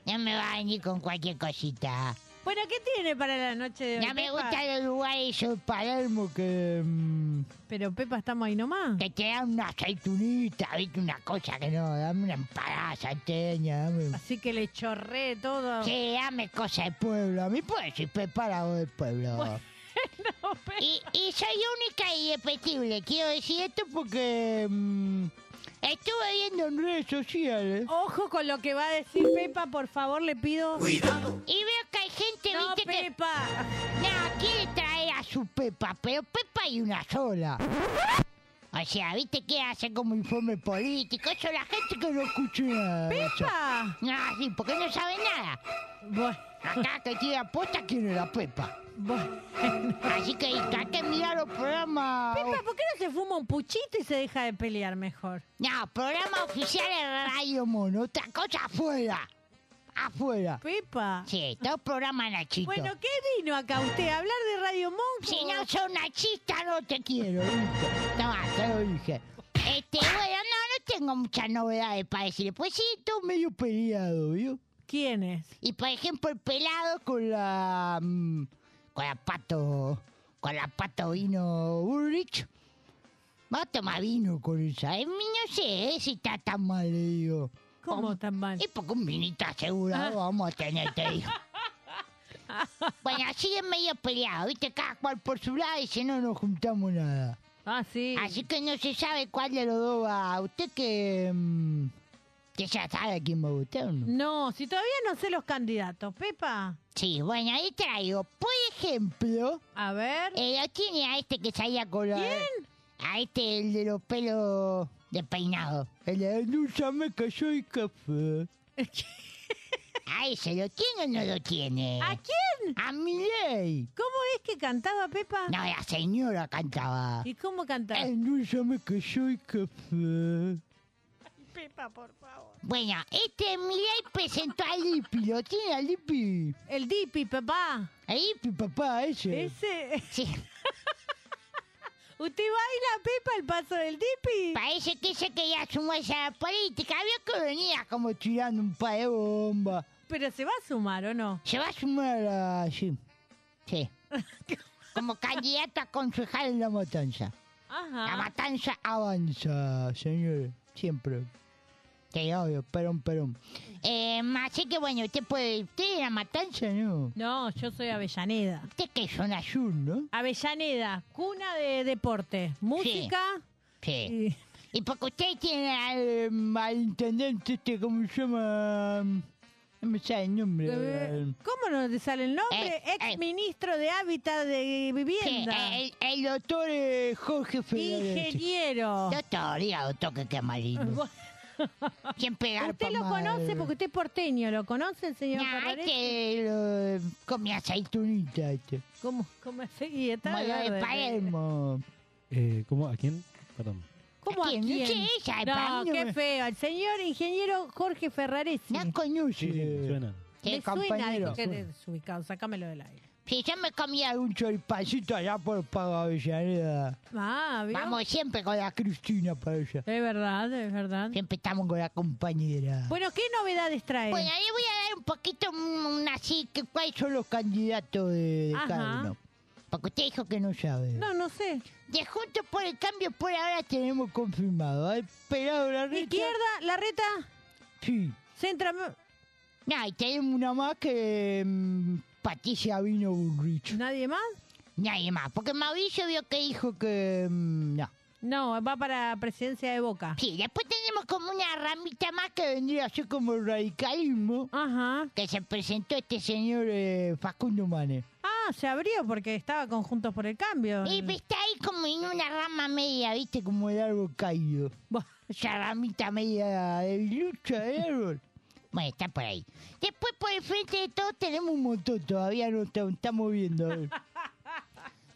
[SPEAKER 4] No me va a venir con cualquier cosita.
[SPEAKER 3] Bueno, ¿qué tiene para la noche de hoy?
[SPEAKER 4] No me
[SPEAKER 3] Pepa?
[SPEAKER 4] gustan los lugares de Palermo que, mm,
[SPEAKER 3] Pero Pepa, estamos ahí nomás.
[SPEAKER 4] que te dan una aceitunita, viste, una cosa que no, dame una empanada salteña, dame...
[SPEAKER 3] Así que le chorré todo.
[SPEAKER 4] Sí, dame cosa de pueblo, a mí puede decir preparado de pueblo. y, y soy única y irrepetible, quiero decir esto porque... mm, estuve viendo en redes sociales...
[SPEAKER 3] Ojo con lo que va a decir Pepa, por favor, le pido. Cuidado.
[SPEAKER 4] Y veo que hay gente,
[SPEAKER 3] No,
[SPEAKER 4] viste, que...
[SPEAKER 3] Pepa.
[SPEAKER 4] No, quiere traer a su Pepa, pero Pepa hay una sola. O sea, viste que hace como informe político, eso la gente que no escucha nada. de eso.
[SPEAKER 3] Pepa.
[SPEAKER 4] No, sí, porque no sabe nada.
[SPEAKER 3] Bueno,
[SPEAKER 4] Acá que tiene apuesta quién era Pepa.
[SPEAKER 3] bueno.
[SPEAKER 4] Así que hay que mirar los programas.
[SPEAKER 3] Pepa, ¿por qué no se fuma un puchito y se deja de pelear mejor?
[SPEAKER 4] No, programa oficial de Radio Mono, otra cosa afuera. Afuera.
[SPEAKER 3] Pepa.
[SPEAKER 4] Sí, todo programa Nachito.
[SPEAKER 3] Bueno, ¿qué vino acá usted? ¿A ¿Hablar de Radio Monk?
[SPEAKER 4] Si no sos nachista, no te quiero. ¿viste? Toma, te lo dije. Este, bueno, no, no tengo muchas novedades para decir. Pues sí, todo medio peleado, ¿vio?
[SPEAKER 3] ¿Quién es?
[SPEAKER 4] Y por ejemplo, el pelado con la. mm, con la pato. con la pato vino Ulrich. Va a tomar vino con esa. Eh, no sé eh, si está tan mal, le digo.
[SPEAKER 3] ¿Cómo tan mal? Ah.
[SPEAKER 4] Y porque un vinito asegurado vamos a tener, te
[SPEAKER 3] <laughs>
[SPEAKER 4] digo. Bueno, así es medio peleado, ¿viste? Cada cual por su lado y si no nos juntamos nada.
[SPEAKER 3] Ah, sí.
[SPEAKER 4] Así que no se sabe cuál de los dos va. Usted que... mm, que ya sabe quién va a votar, ¿no?
[SPEAKER 3] No, si todavía no sé los candidatos, Pepa.
[SPEAKER 4] Sí, bueno, ahí traigo, por ejemplo,
[SPEAKER 3] A ver.
[SPEAKER 4] eh, lo tiene a este que salía con la... A este, el de los pelos de peinado. El de dulzame que soy café. a ese, ¿lo tiene o no lo tiene?
[SPEAKER 3] ¿A quién?
[SPEAKER 4] A Miley.
[SPEAKER 3] ¿Cómo es que cantaba Pepa?
[SPEAKER 4] No, la señora cantaba.
[SPEAKER 3] ¿Y cómo cantaba?
[SPEAKER 4] Endulzame que soy café.
[SPEAKER 3] Pepa, por favor.
[SPEAKER 4] Bueno, este Miley presentó a Lipi, ¿lo tiene a Lipi?
[SPEAKER 3] El Dipi, papá.
[SPEAKER 4] A Lipi, papá, ese.
[SPEAKER 3] Ese.
[SPEAKER 4] Sí.
[SPEAKER 3] ¿Usted baila, Pepa, el paso del Dipi?
[SPEAKER 4] Parece que se quería sumarse a la política. Vio que venía como tirando un par de bombas.
[SPEAKER 3] Pero se va a sumar, ¿o no?
[SPEAKER 4] Se va a sumar a... Sí. Sí. Como candidato a concejal en la matanza. La
[SPEAKER 3] Ajá.
[SPEAKER 4] matanza avanza, señor. Siempre. Sí, obvio, perón, perón. Eh, así que bueno, usted puede. ¿Usted era Matanza, no?
[SPEAKER 3] No, yo soy Avellaneda.
[SPEAKER 4] ¿Usted qué zona sur, no?
[SPEAKER 3] Avellaneda, cuna de deporte, música.
[SPEAKER 4] Sí. Y porque usted tiene al, mm, al intendente este, ¿cómo se llama? No me sale el nombre.
[SPEAKER 3] Eh, ¿Cómo no te sale el nombre?
[SPEAKER 4] Eh,
[SPEAKER 3] Ex ministro de Hábitat de Vivienda.
[SPEAKER 4] Sí, el, el doctor eh, Jorge Fernández.
[SPEAKER 3] Ingeniero.
[SPEAKER 4] Doctor, diga doctor que qué
[SPEAKER 3] <laughs>
[SPEAKER 4] malino. Sin pegar
[SPEAKER 3] Usted <laughs> lo conoce porque usted es porteño, ¿lo conoce el señor
[SPEAKER 4] Nah,
[SPEAKER 3] Ferraresi?
[SPEAKER 4] este lo, comía aceitunita. Este.
[SPEAKER 3] ¿Cómo, cómo así? Y está
[SPEAKER 4] Como lo de
[SPEAKER 3] verde.
[SPEAKER 4] Palermo.
[SPEAKER 8] Eh, ¿Cómo? ¿A quién? Perdón.
[SPEAKER 3] ¿Cómo a
[SPEAKER 4] quién? No
[SPEAKER 3] quién?
[SPEAKER 4] sé, ella, de
[SPEAKER 3] No,
[SPEAKER 4] Palermo.
[SPEAKER 3] qué feo. El señor ingeniero Jorge Ferraresi. No
[SPEAKER 4] conoce.
[SPEAKER 8] Suena.
[SPEAKER 3] ¿Le suena?
[SPEAKER 4] compañero.
[SPEAKER 3] Dijo que es desubicado. Sácamelo del aire.
[SPEAKER 4] Si yo me comía un choripacito allá por Pago Avellaneda.
[SPEAKER 3] Ah, ¿vio? Eh.
[SPEAKER 4] Vamos siempre con la Cristina para allá. Es
[SPEAKER 3] verdad, es verdad.
[SPEAKER 4] Siempre estamos con la compañera.
[SPEAKER 3] Bueno, ¿qué novedades trae?
[SPEAKER 4] Bueno, le voy a dar un poquito mm, una así, que cuáles son los candidatos de, de
[SPEAKER 3] Ajá.
[SPEAKER 4] cada uno. Porque usted dijo que no sabe.
[SPEAKER 3] No, no sé.
[SPEAKER 4] De Juntos por el Cambio por ahora tenemos confirmado al pelado la reta.
[SPEAKER 3] ¿Izquierda, la reta?
[SPEAKER 4] Sí.
[SPEAKER 3] Centra...
[SPEAKER 4] No, y tenemos una más que mm, Patricia Vino Burrich.
[SPEAKER 3] ¿Nadie más?
[SPEAKER 4] Nadie más, porque Mauricio vio que dijo que mm, no.
[SPEAKER 3] No, va para presidencia de Boca.
[SPEAKER 4] Sí, después tenemos como una ramita más que vendría a ser como el radicalismo.
[SPEAKER 3] Ajá.
[SPEAKER 4] Que se presentó este señor eh, Facundo Manes.
[SPEAKER 3] Ah, se abrió porque estaba con Juntos por el Cambio.
[SPEAKER 4] Y está ahí como en una rama media, viste, como el árbol caído. <laughs> Esa ramita media de lucha del árbol. Bueno, está por ahí. Después por el frente de todos tenemos un montón, todavía no está- estamos
[SPEAKER 3] <laughs>
[SPEAKER 4] viendo. a ver.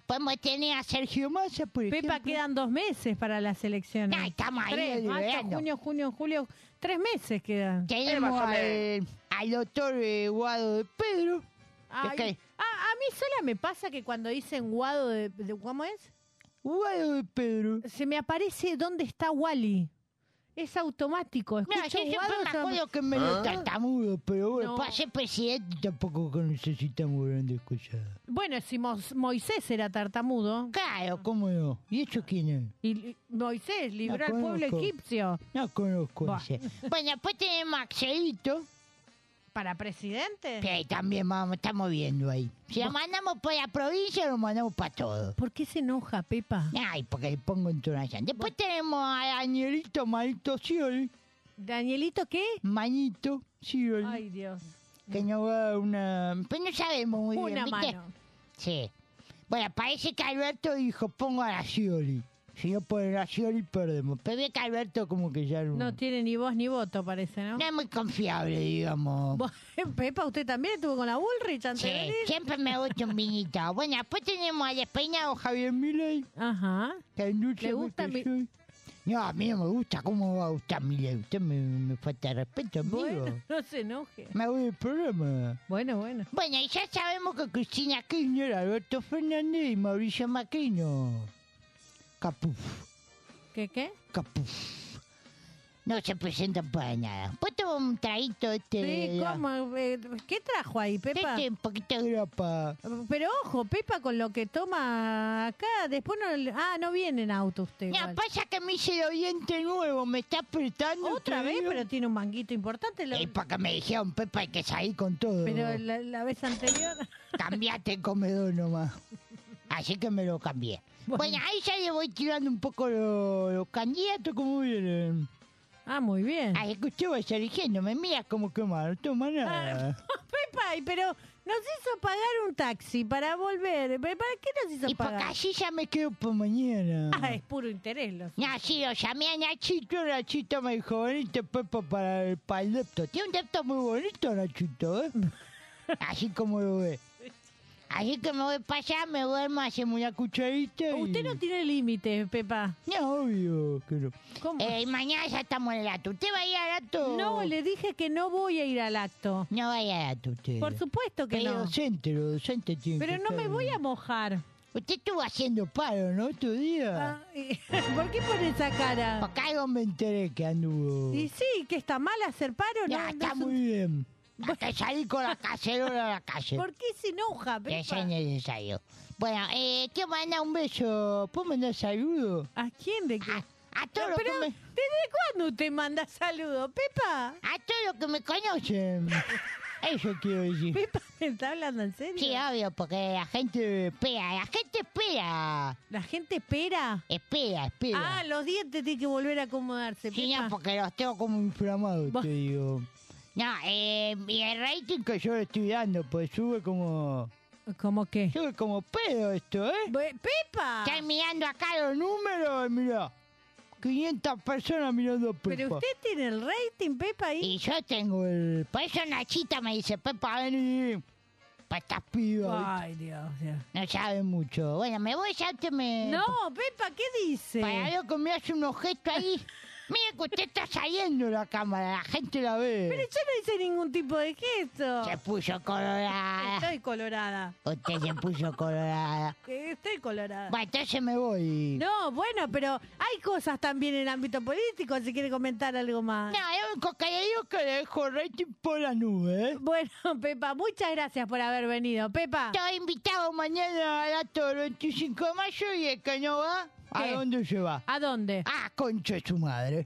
[SPEAKER 4] Podemos tener a Sergio Massa, por
[SPEAKER 3] Pepa,
[SPEAKER 4] ejemplo.
[SPEAKER 3] quedan dos meses para las elecciones.
[SPEAKER 4] Ah, estamos ahí
[SPEAKER 3] Tres, mayo,
[SPEAKER 4] deliberando.
[SPEAKER 3] junio, junio, julio. Tres meses quedan.
[SPEAKER 4] Tenemos al, al doctor eh, Guado de Pedro.
[SPEAKER 3] Ay,
[SPEAKER 4] Es que-
[SPEAKER 3] a, a mí sola me pasa que cuando dicen Guado de, de- ¿Cómo es?
[SPEAKER 4] Guado de Pedro.
[SPEAKER 3] Se me aparece dónde está Wally. Es automático.
[SPEAKER 4] No, yo
[SPEAKER 3] Escucho
[SPEAKER 4] siempre
[SPEAKER 3] Guado.
[SPEAKER 4] me
[SPEAKER 3] se
[SPEAKER 4] acuerdo que me lo
[SPEAKER 3] Ah.
[SPEAKER 4] tartamudo, pero bueno,
[SPEAKER 3] No.
[SPEAKER 4] para ser presidente tampoco necesitamos grandes cosas.
[SPEAKER 3] Bueno, si Mos- Moisés era tartamudo.
[SPEAKER 4] Claro, ¿cómo no? ¿Y eso quién es?
[SPEAKER 3] Y li- Moisés libró
[SPEAKER 4] La
[SPEAKER 3] al pueblo
[SPEAKER 4] conozco.
[SPEAKER 3] egipcio.
[SPEAKER 4] No conozco
[SPEAKER 3] Bah.
[SPEAKER 4] ese. Bueno, después tenemos a Axelito.
[SPEAKER 3] ¿Para presidente?
[SPEAKER 4] Que también vamos, estamos viendo ahí. Si lo mandamos por la provincia, lo mandamos para todo.
[SPEAKER 3] ¿Por qué se enoja, Pepa?
[SPEAKER 4] Ay, porque le pongo entonación. Después tenemos a Danielito Manito Scioli.
[SPEAKER 3] ¿Danielito qué?
[SPEAKER 4] Manito Scioli.
[SPEAKER 3] Ay, Dios.
[SPEAKER 4] Que nos va a dar una... Pues no sabemos muy bien,
[SPEAKER 3] Una
[SPEAKER 4] ¿viste?
[SPEAKER 3] mano.
[SPEAKER 4] Sí. Bueno, parece que Alberto dijo, pongo a la Scioli. Si no ponen a Scioli, perdemos. Pero ve que Alberto como que ya no...
[SPEAKER 3] No tiene ni voz ni voto, parece, ¿no?
[SPEAKER 4] no es muy confiable, digamos.
[SPEAKER 3] Vos- <laughs> Pepa, usted también estuvo con la Bullrich antes
[SPEAKER 4] Sí,
[SPEAKER 3] de venir.
[SPEAKER 4] siempre me gusta un vinito. Bueno, después tenemos al despeinado Javier Milei.
[SPEAKER 3] Ajá.
[SPEAKER 4] Que
[SPEAKER 3] ¿Le gusta mi-
[SPEAKER 4] No, a mí no me gusta. ¿Cómo va a gustar Milei? Usted me, me falta de respeto, amigo.
[SPEAKER 3] Bueno, no se enoje.
[SPEAKER 4] Me voy del programa.
[SPEAKER 3] Bueno, bueno.
[SPEAKER 4] Bueno, y ya sabemos que Cristina Kirchner, Alberto Fernández y Mauricio Macrino. Capuf,
[SPEAKER 3] ¿Qué qué?
[SPEAKER 4] capuf. No se presentan para nada. Puesto un traguito este...
[SPEAKER 3] Sí,
[SPEAKER 4] de-
[SPEAKER 3] ¿cómo? Eh, ¿Qué trajo ahí, Pepa?
[SPEAKER 4] Este, un poquito de grapa.
[SPEAKER 3] Pero ojo, Pepa, con lo que toma acá, después no... le- Ah, no viene en auto usted.
[SPEAKER 4] No,
[SPEAKER 3] igual.
[SPEAKER 4] pasa que me hice el oyente nuevo, me está apretando. este
[SPEAKER 3] Otra vez, pero tiene un manguito importante. lo-
[SPEAKER 4] Es porque me dijeron, Pepa, hay que salir con todo.
[SPEAKER 3] Pero la, la vez anterior... <laughs>
[SPEAKER 4] Cambiate el comedor nomás. Así que me lo cambié. Bueno, Pues ahí ya le voy tirando un poco lo- los candidatos como vienen.
[SPEAKER 3] Ah, muy bien.
[SPEAKER 4] Así que usted va a estar eligiendo, me mira como que mal, no toma nada.
[SPEAKER 3] <laughs> Pepa, y Ah, pero nos hizo pagar un taxi para volver. ¿Pero ¿Para qué nos hizo
[SPEAKER 4] y porque
[SPEAKER 3] pagar?
[SPEAKER 4] así ya me quedo por mañana.
[SPEAKER 3] Ah, es puro interés. Lo...
[SPEAKER 4] No, sí, lo llamé a Nachito, Nachito me dijo, venite Pepa para el, para el depto. Tiene un depto muy bonito, Nachito,
[SPEAKER 3] <laughs>
[SPEAKER 4] ¿eh? Así como lo ve. Así que me voy para allá, me duermo, hacemos una cucharita y...
[SPEAKER 3] Usted no tiene límites, Pepa.
[SPEAKER 4] No, obvio que no.
[SPEAKER 3] ¿Cómo?
[SPEAKER 4] Eh, y mañana ya estamos en el acto. ¿Usted va a ir al acto?
[SPEAKER 3] No, le dije que no voy a ir al acto.
[SPEAKER 4] No va a ir al acto usted.
[SPEAKER 3] Por supuesto que
[SPEAKER 4] Pero
[SPEAKER 3] no.
[SPEAKER 4] docente, los docentes tienen
[SPEAKER 3] Pero
[SPEAKER 4] que
[SPEAKER 3] no
[SPEAKER 4] estar-
[SPEAKER 3] me voy a mojar.
[SPEAKER 4] Usted estuvo haciendo paro, ¿no? Otro día.
[SPEAKER 3] Ah, y- <laughs> ¿Por qué pone esa cara?
[SPEAKER 4] Porque algo me enteré que anduvo.
[SPEAKER 3] Y sí, que está mal hacer paro. No,
[SPEAKER 4] Ya,
[SPEAKER 3] no
[SPEAKER 4] está
[SPEAKER 3] es un-
[SPEAKER 4] muy bien. Hay que salir con la cacerola a la calle.
[SPEAKER 3] <laughs> ¿Por qué se enoja,
[SPEAKER 4] Eso
[SPEAKER 3] Pepa?
[SPEAKER 4] es necesario. Bueno, eh, te manda un beso. ¿Puedo mandar saludo?
[SPEAKER 3] ¿A quién de qué?
[SPEAKER 4] A, A todo lo
[SPEAKER 3] pero,
[SPEAKER 4] que me-
[SPEAKER 3] ¿desde cuándo usted manda saludos, Pepa?
[SPEAKER 4] A todo lo que me conocen. Eso quiero decir.
[SPEAKER 3] Pepa, ¿me está hablando en serio?
[SPEAKER 4] Sí, obvio, porque la gente espera, la gente espera.
[SPEAKER 3] ¿La gente espera?
[SPEAKER 4] Espera, espera.
[SPEAKER 3] Ah, los dientes tienen que volver a acomodarse,
[SPEAKER 4] Sí,
[SPEAKER 3] Pepa.
[SPEAKER 4] no, porque los tengo como inflamados, te digo. No, eh, y el rating que yo le estoy dando, pues sube como...
[SPEAKER 3] ¿Cómo qué?
[SPEAKER 4] Sube como pedo esto, ¿eh?
[SPEAKER 3] ¡Pepa!
[SPEAKER 4] Estoy mirando acá los números, mirá. 500 personas mirando Pepa.
[SPEAKER 3] Pero usted tiene el rating, Pepa, ahí.
[SPEAKER 4] Y yo tengo el... Por eso Nachita me dice, Pepa, vení. Para estas pibas.
[SPEAKER 3] Ay, Dios, Dios.
[SPEAKER 4] No sabe mucho. Bueno, me voy, ya te me...
[SPEAKER 3] No, Pepa, ¿qué dice?
[SPEAKER 4] Para lo que me hace un objeto
[SPEAKER 3] <laughs>
[SPEAKER 4] ahí. Mire que usted está saliendo de la cámara, la gente la ve.
[SPEAKER 3] Pero yo no hice ningún tipo de gesto.
[SPEAKER 4] Se puso
[SPEAKER 3] <laughs>
[SPEAKER 4] colorada.
[SPEAKER 3] Estoy colorada.
[SPEAKER 4] Usted se puso colorada.
[SPEAKER 3] Eh, Estoy colorada.
[SPEAKER 4] Bueno, entonces me voy.
[SPEAKER 3] No, bueno, pero hay cosas también en el ámbito político, si quiere comentar algo más.
[SPEAKER 4] No, yo único que le digo es que le dejo rating por la nube. ¿eh?
[SPEAKER 3] Bueno, <laughs> Pepa, muchas gracias por haber venido. Pepa.
[SPEAKER 4] Estoy invitado mañana al acto del 25 de mayo y el que no va, ¿a
[SPEAKER 3] ¿Qué?
[SPEAKER 4] dónde se va?
[SPEAKER 3] ¿A dónde?
[SPEAKER 4] Ah, concha de su madre.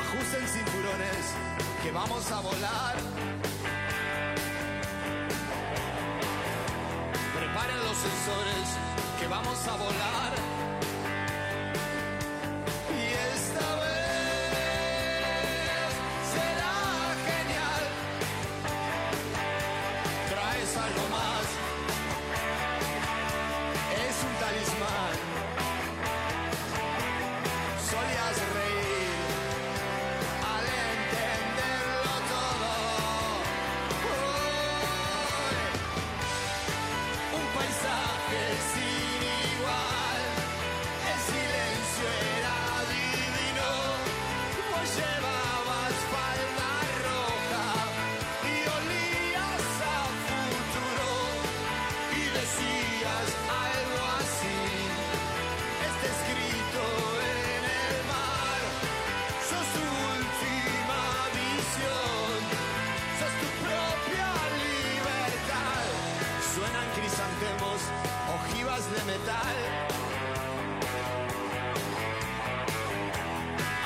[SPEAKER 2] Ajusten cinturones que vamos a volar. Preparen los sensores que vamos a volar. Y esta vez será genial. Traes algo más. Es un talismán. Solías reír al entenderlo todo. Hoy, un paisaje sin igual, el silencio era divino, vos llevabas falda roja y olías a futuro y decías algo así. Está escrito en el mar sos tu última visión, sos tu propia libertad. Suenan crisantemos, ojivas de metal.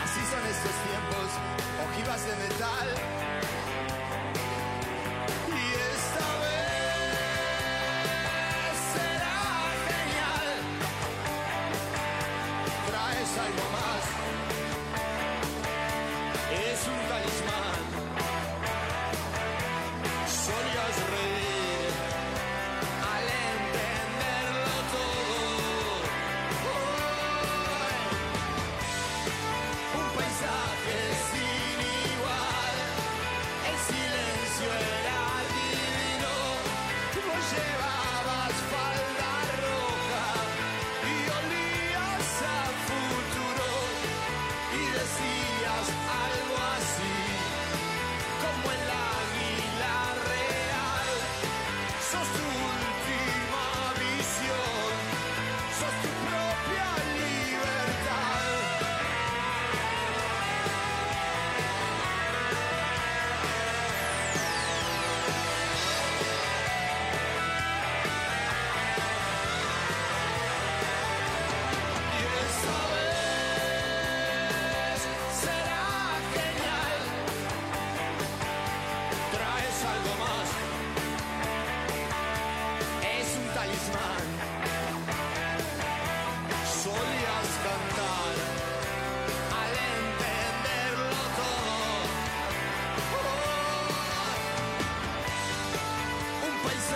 [SPEAKER 2] Así son estos tiempos, ojivas de metal. Y esta vez será genial. Traes algo más es un talismán. Solías reír al entenderlo todo. ¡Oh! Hoy, un paisaje sin igual, Oh, pues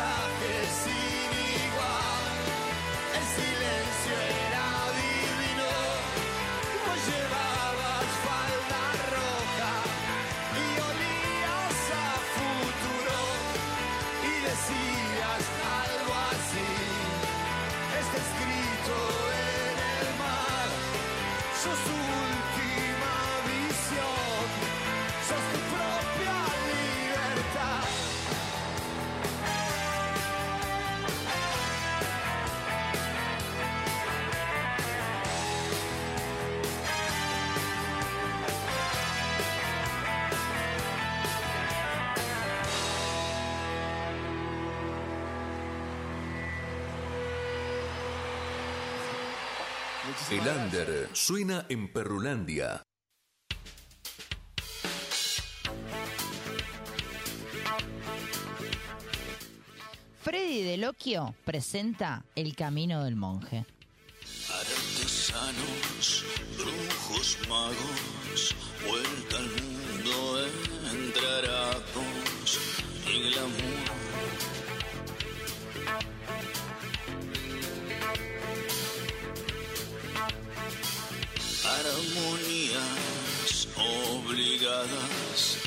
[SPEAKER 17] El under suena en Perrulandia.
[SPEAKER 4] Freddy de Loquio presenta El Camino del Monje.
[SPEAKER 7] Artesanos, brujos, magos, vuelta al mundo entrará pos y glamour. Armonías obligadas,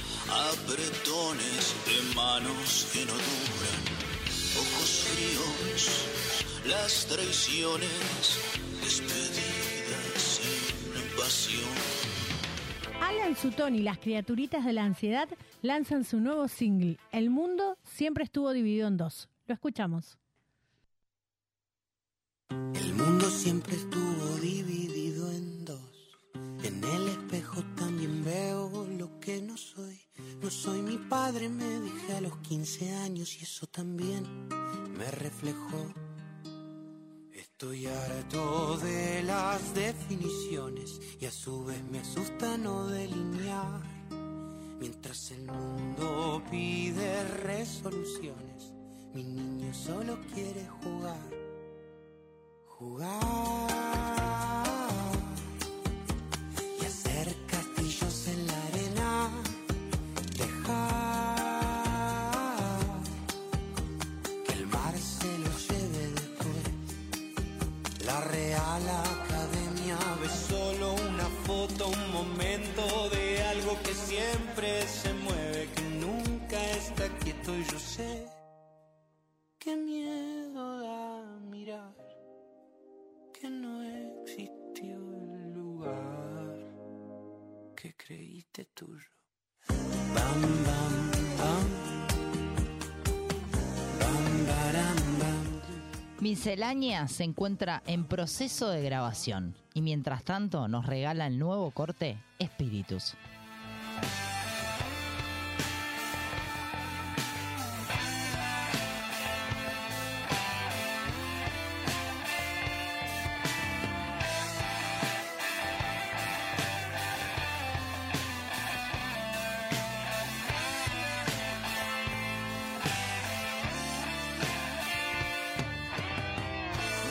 [SPEAKER 7] apretones de manos que no duran, ojos fríos, las traiciones, despedidas sin pasión.
[SPEAKER 3] Alan Sutton y las criaturitas de la ansiedad lanzan su nuevo single. El mundo siempre estuvo dividido en dos. Lo escuchamos.
[SPEAKER 7] El mundo siempre estuvo dividido en dos. En el espejo también veo lo que no soy. No soy mi padre, me dije a los 15 años y eso también me reflejó. Estoy harto de las definiciones y a su vez me asusta no delinear. Mientras el mundo pide resoluciones, mi niño solo quiere jugar. Jugar y hacer castillos en la arena. Dejar que el mar se lo lleve después. La Real Academia Es solo una foto, un momento de algo que siempre se mueve, que nunca está quieto y yo sé. Qué miedo da mirar que no existió el lugar que creíste tuyo. Bam, bam, bam. Bam, baram, bam.
[SPEAKER 4] Miscelánea se encuentra en proceso de grabación y mientras tanto nos regala el nuevo corte Espíritus.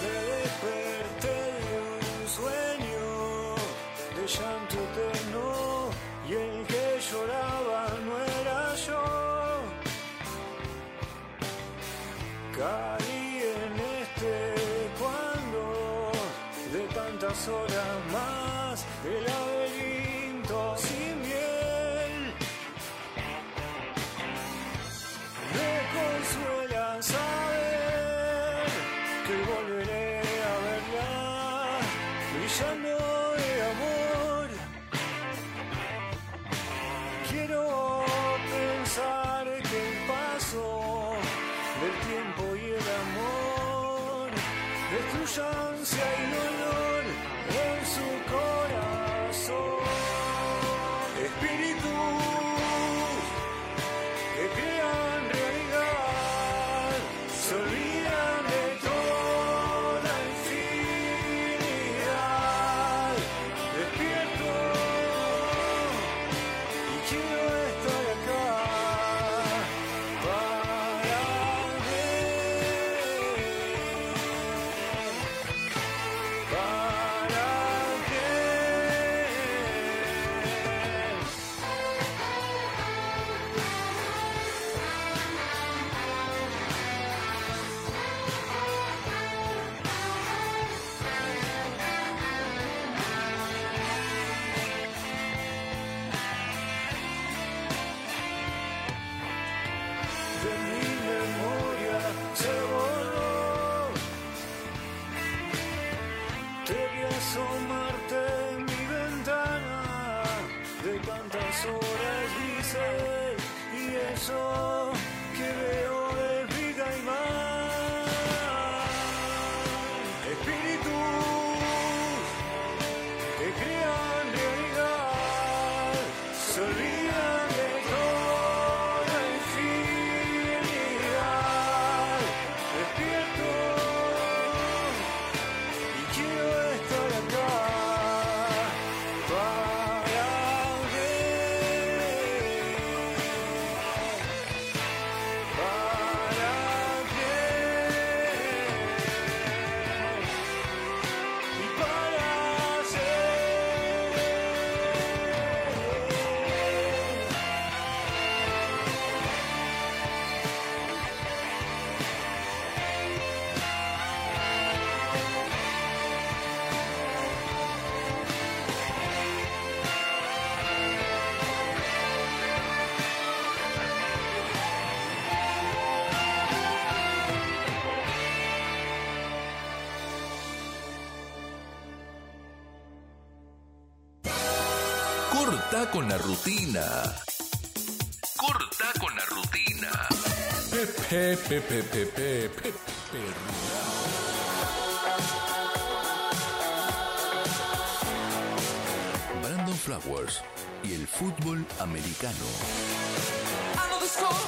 [SPEAKER 2] Me desperté de un sueño de llanto eterno y el que lloraba no era yo. Caí en este cuando de tantas horas más el laberinto sin miel. Me consuela saber que volveré a verla brillando de amor. Quiero pensar que el paso del tiempo y el amor destruyan si hay dolor en su corazón. Espíritu que crean realidad, se olvidan de toda infinidad. Despierto y quiero estar acá para ver, para
[SPEAKER 17] Corta con la rutina. Corta con la rutina. Pepe, pepe, pepe, pepe, perruna. Brandon Flowers y el fútbol americano.
[SPEAKER 2] I know the score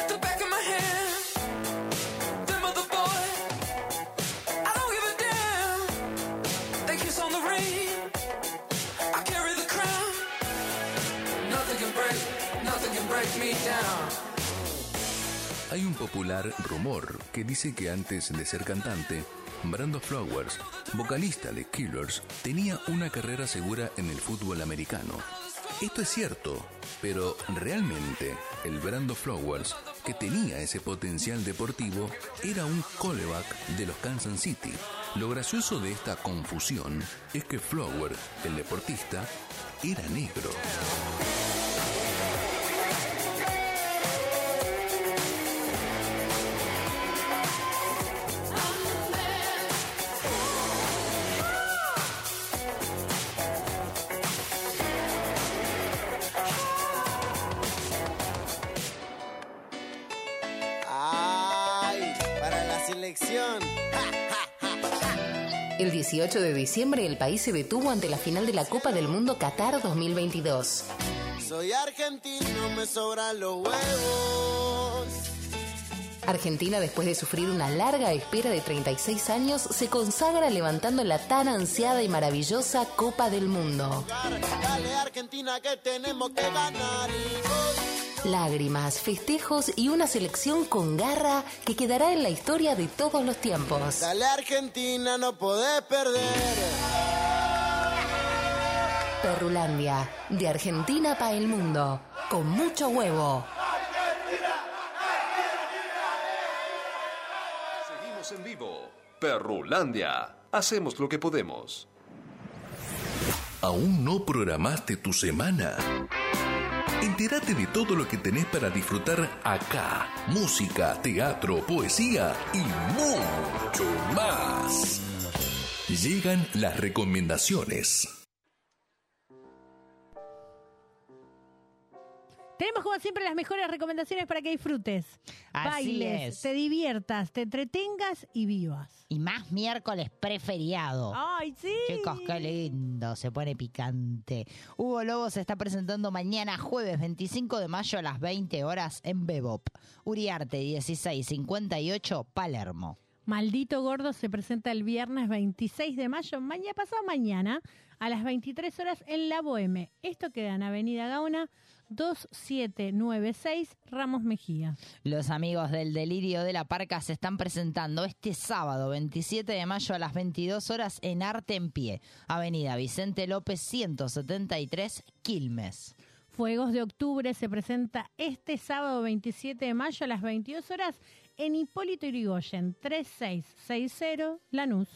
[SPEAKER 2] at the back of my hand. Them other boys, I don't give a damn. They kiss on the ring. I carry the crown. Nothing can break, nothing can break me down.
[SPEAKER 17] Hay un popular rumor que dice que antes de ser cantante, Brando Flowers, vocalista de Killers, tenía una carrera segura en el fútbol americano. Esto es cierto, pero realmente el Brando Flowers, que tenía ese potencial deportivo, era un callback de los Kansas City. Lo gracioso de esta confusión es que Flower, el deportista, era negro.
[SPEAKER 5] ¡Ay! Para la selección.
[SPEAKER 11] El 18 de diciembre el país se detuvo ante la final de la Copa del Mundo Qatar 2022.
[SPEAKER 5] Soy argentino, me sobran los huevos.
[SPEAKER 11] Argentina, después de sufrir una larga espera de 36 años, se consagra levantando la tan ansiada y maravillosa Copa del Mundo.
[SPEAKER 5] Dale Argentina que tenemos que ganar. y gol.
[SPEAKER 11] Lágrimas, festejos y una selección con garra que quedará en la historia de todos los tiempos.
[SPEAKER 5] Dale Argentina, no podés perder.
[SPEAKER 11] Perrulandia, de Argentina para el mundo, con mucho huevo.
[SPEAKER 1] Seguimos en vivo. Perrulandia. Hacemos lo que podemos.
[SPEAKER 17] ¿Aún no programaste tu semana? Entérate de todo lo que tenés para disfrutar acá. Música, teatro, poesía y mucho más. Llegan las recomendaciones.
[SPEAKER 3] Tenemos como siempre las mejores recomendaciones para que disfrutes.
[SPEAKER 4] Así
[SPEAKER 3] Bailes,
[SPEAKER 4] es.
[SPEAKER 3] te diviertas, te entretengas y vivas.
[SPEAKER 4] Y más miércoles preferiado.
[SPEAKER 3] ¡Ay, sí!
[SPEAKER 4] Chicos, qué lindo, se pone picante. Hugo Lobo se está presentando mañana jueves 25 de mayo a las 20 horas en Bebop. Uriarte 1658 Palermo.
[SPEAKER 3] Maldito Gordo se presenta el viernes 26 de mayo, mañana pasado mañana, a las 23 horas en La Boheme. Esto queda en Avenida Gauna 2796 Ramos Mejía.
[SPEAKER 4] Los amigos del Delirio de la Parca se están presentando este sábado 27 de mayo a las 22 horas en Arte en Pie, Avenida Vicente López 173 Quilmes.
[SPEAKER 3] Fuegos de Octubre se presenta este sábado 27 de mayo a las 22 horas en Hipólito Yrigoyen 3660 Lanús.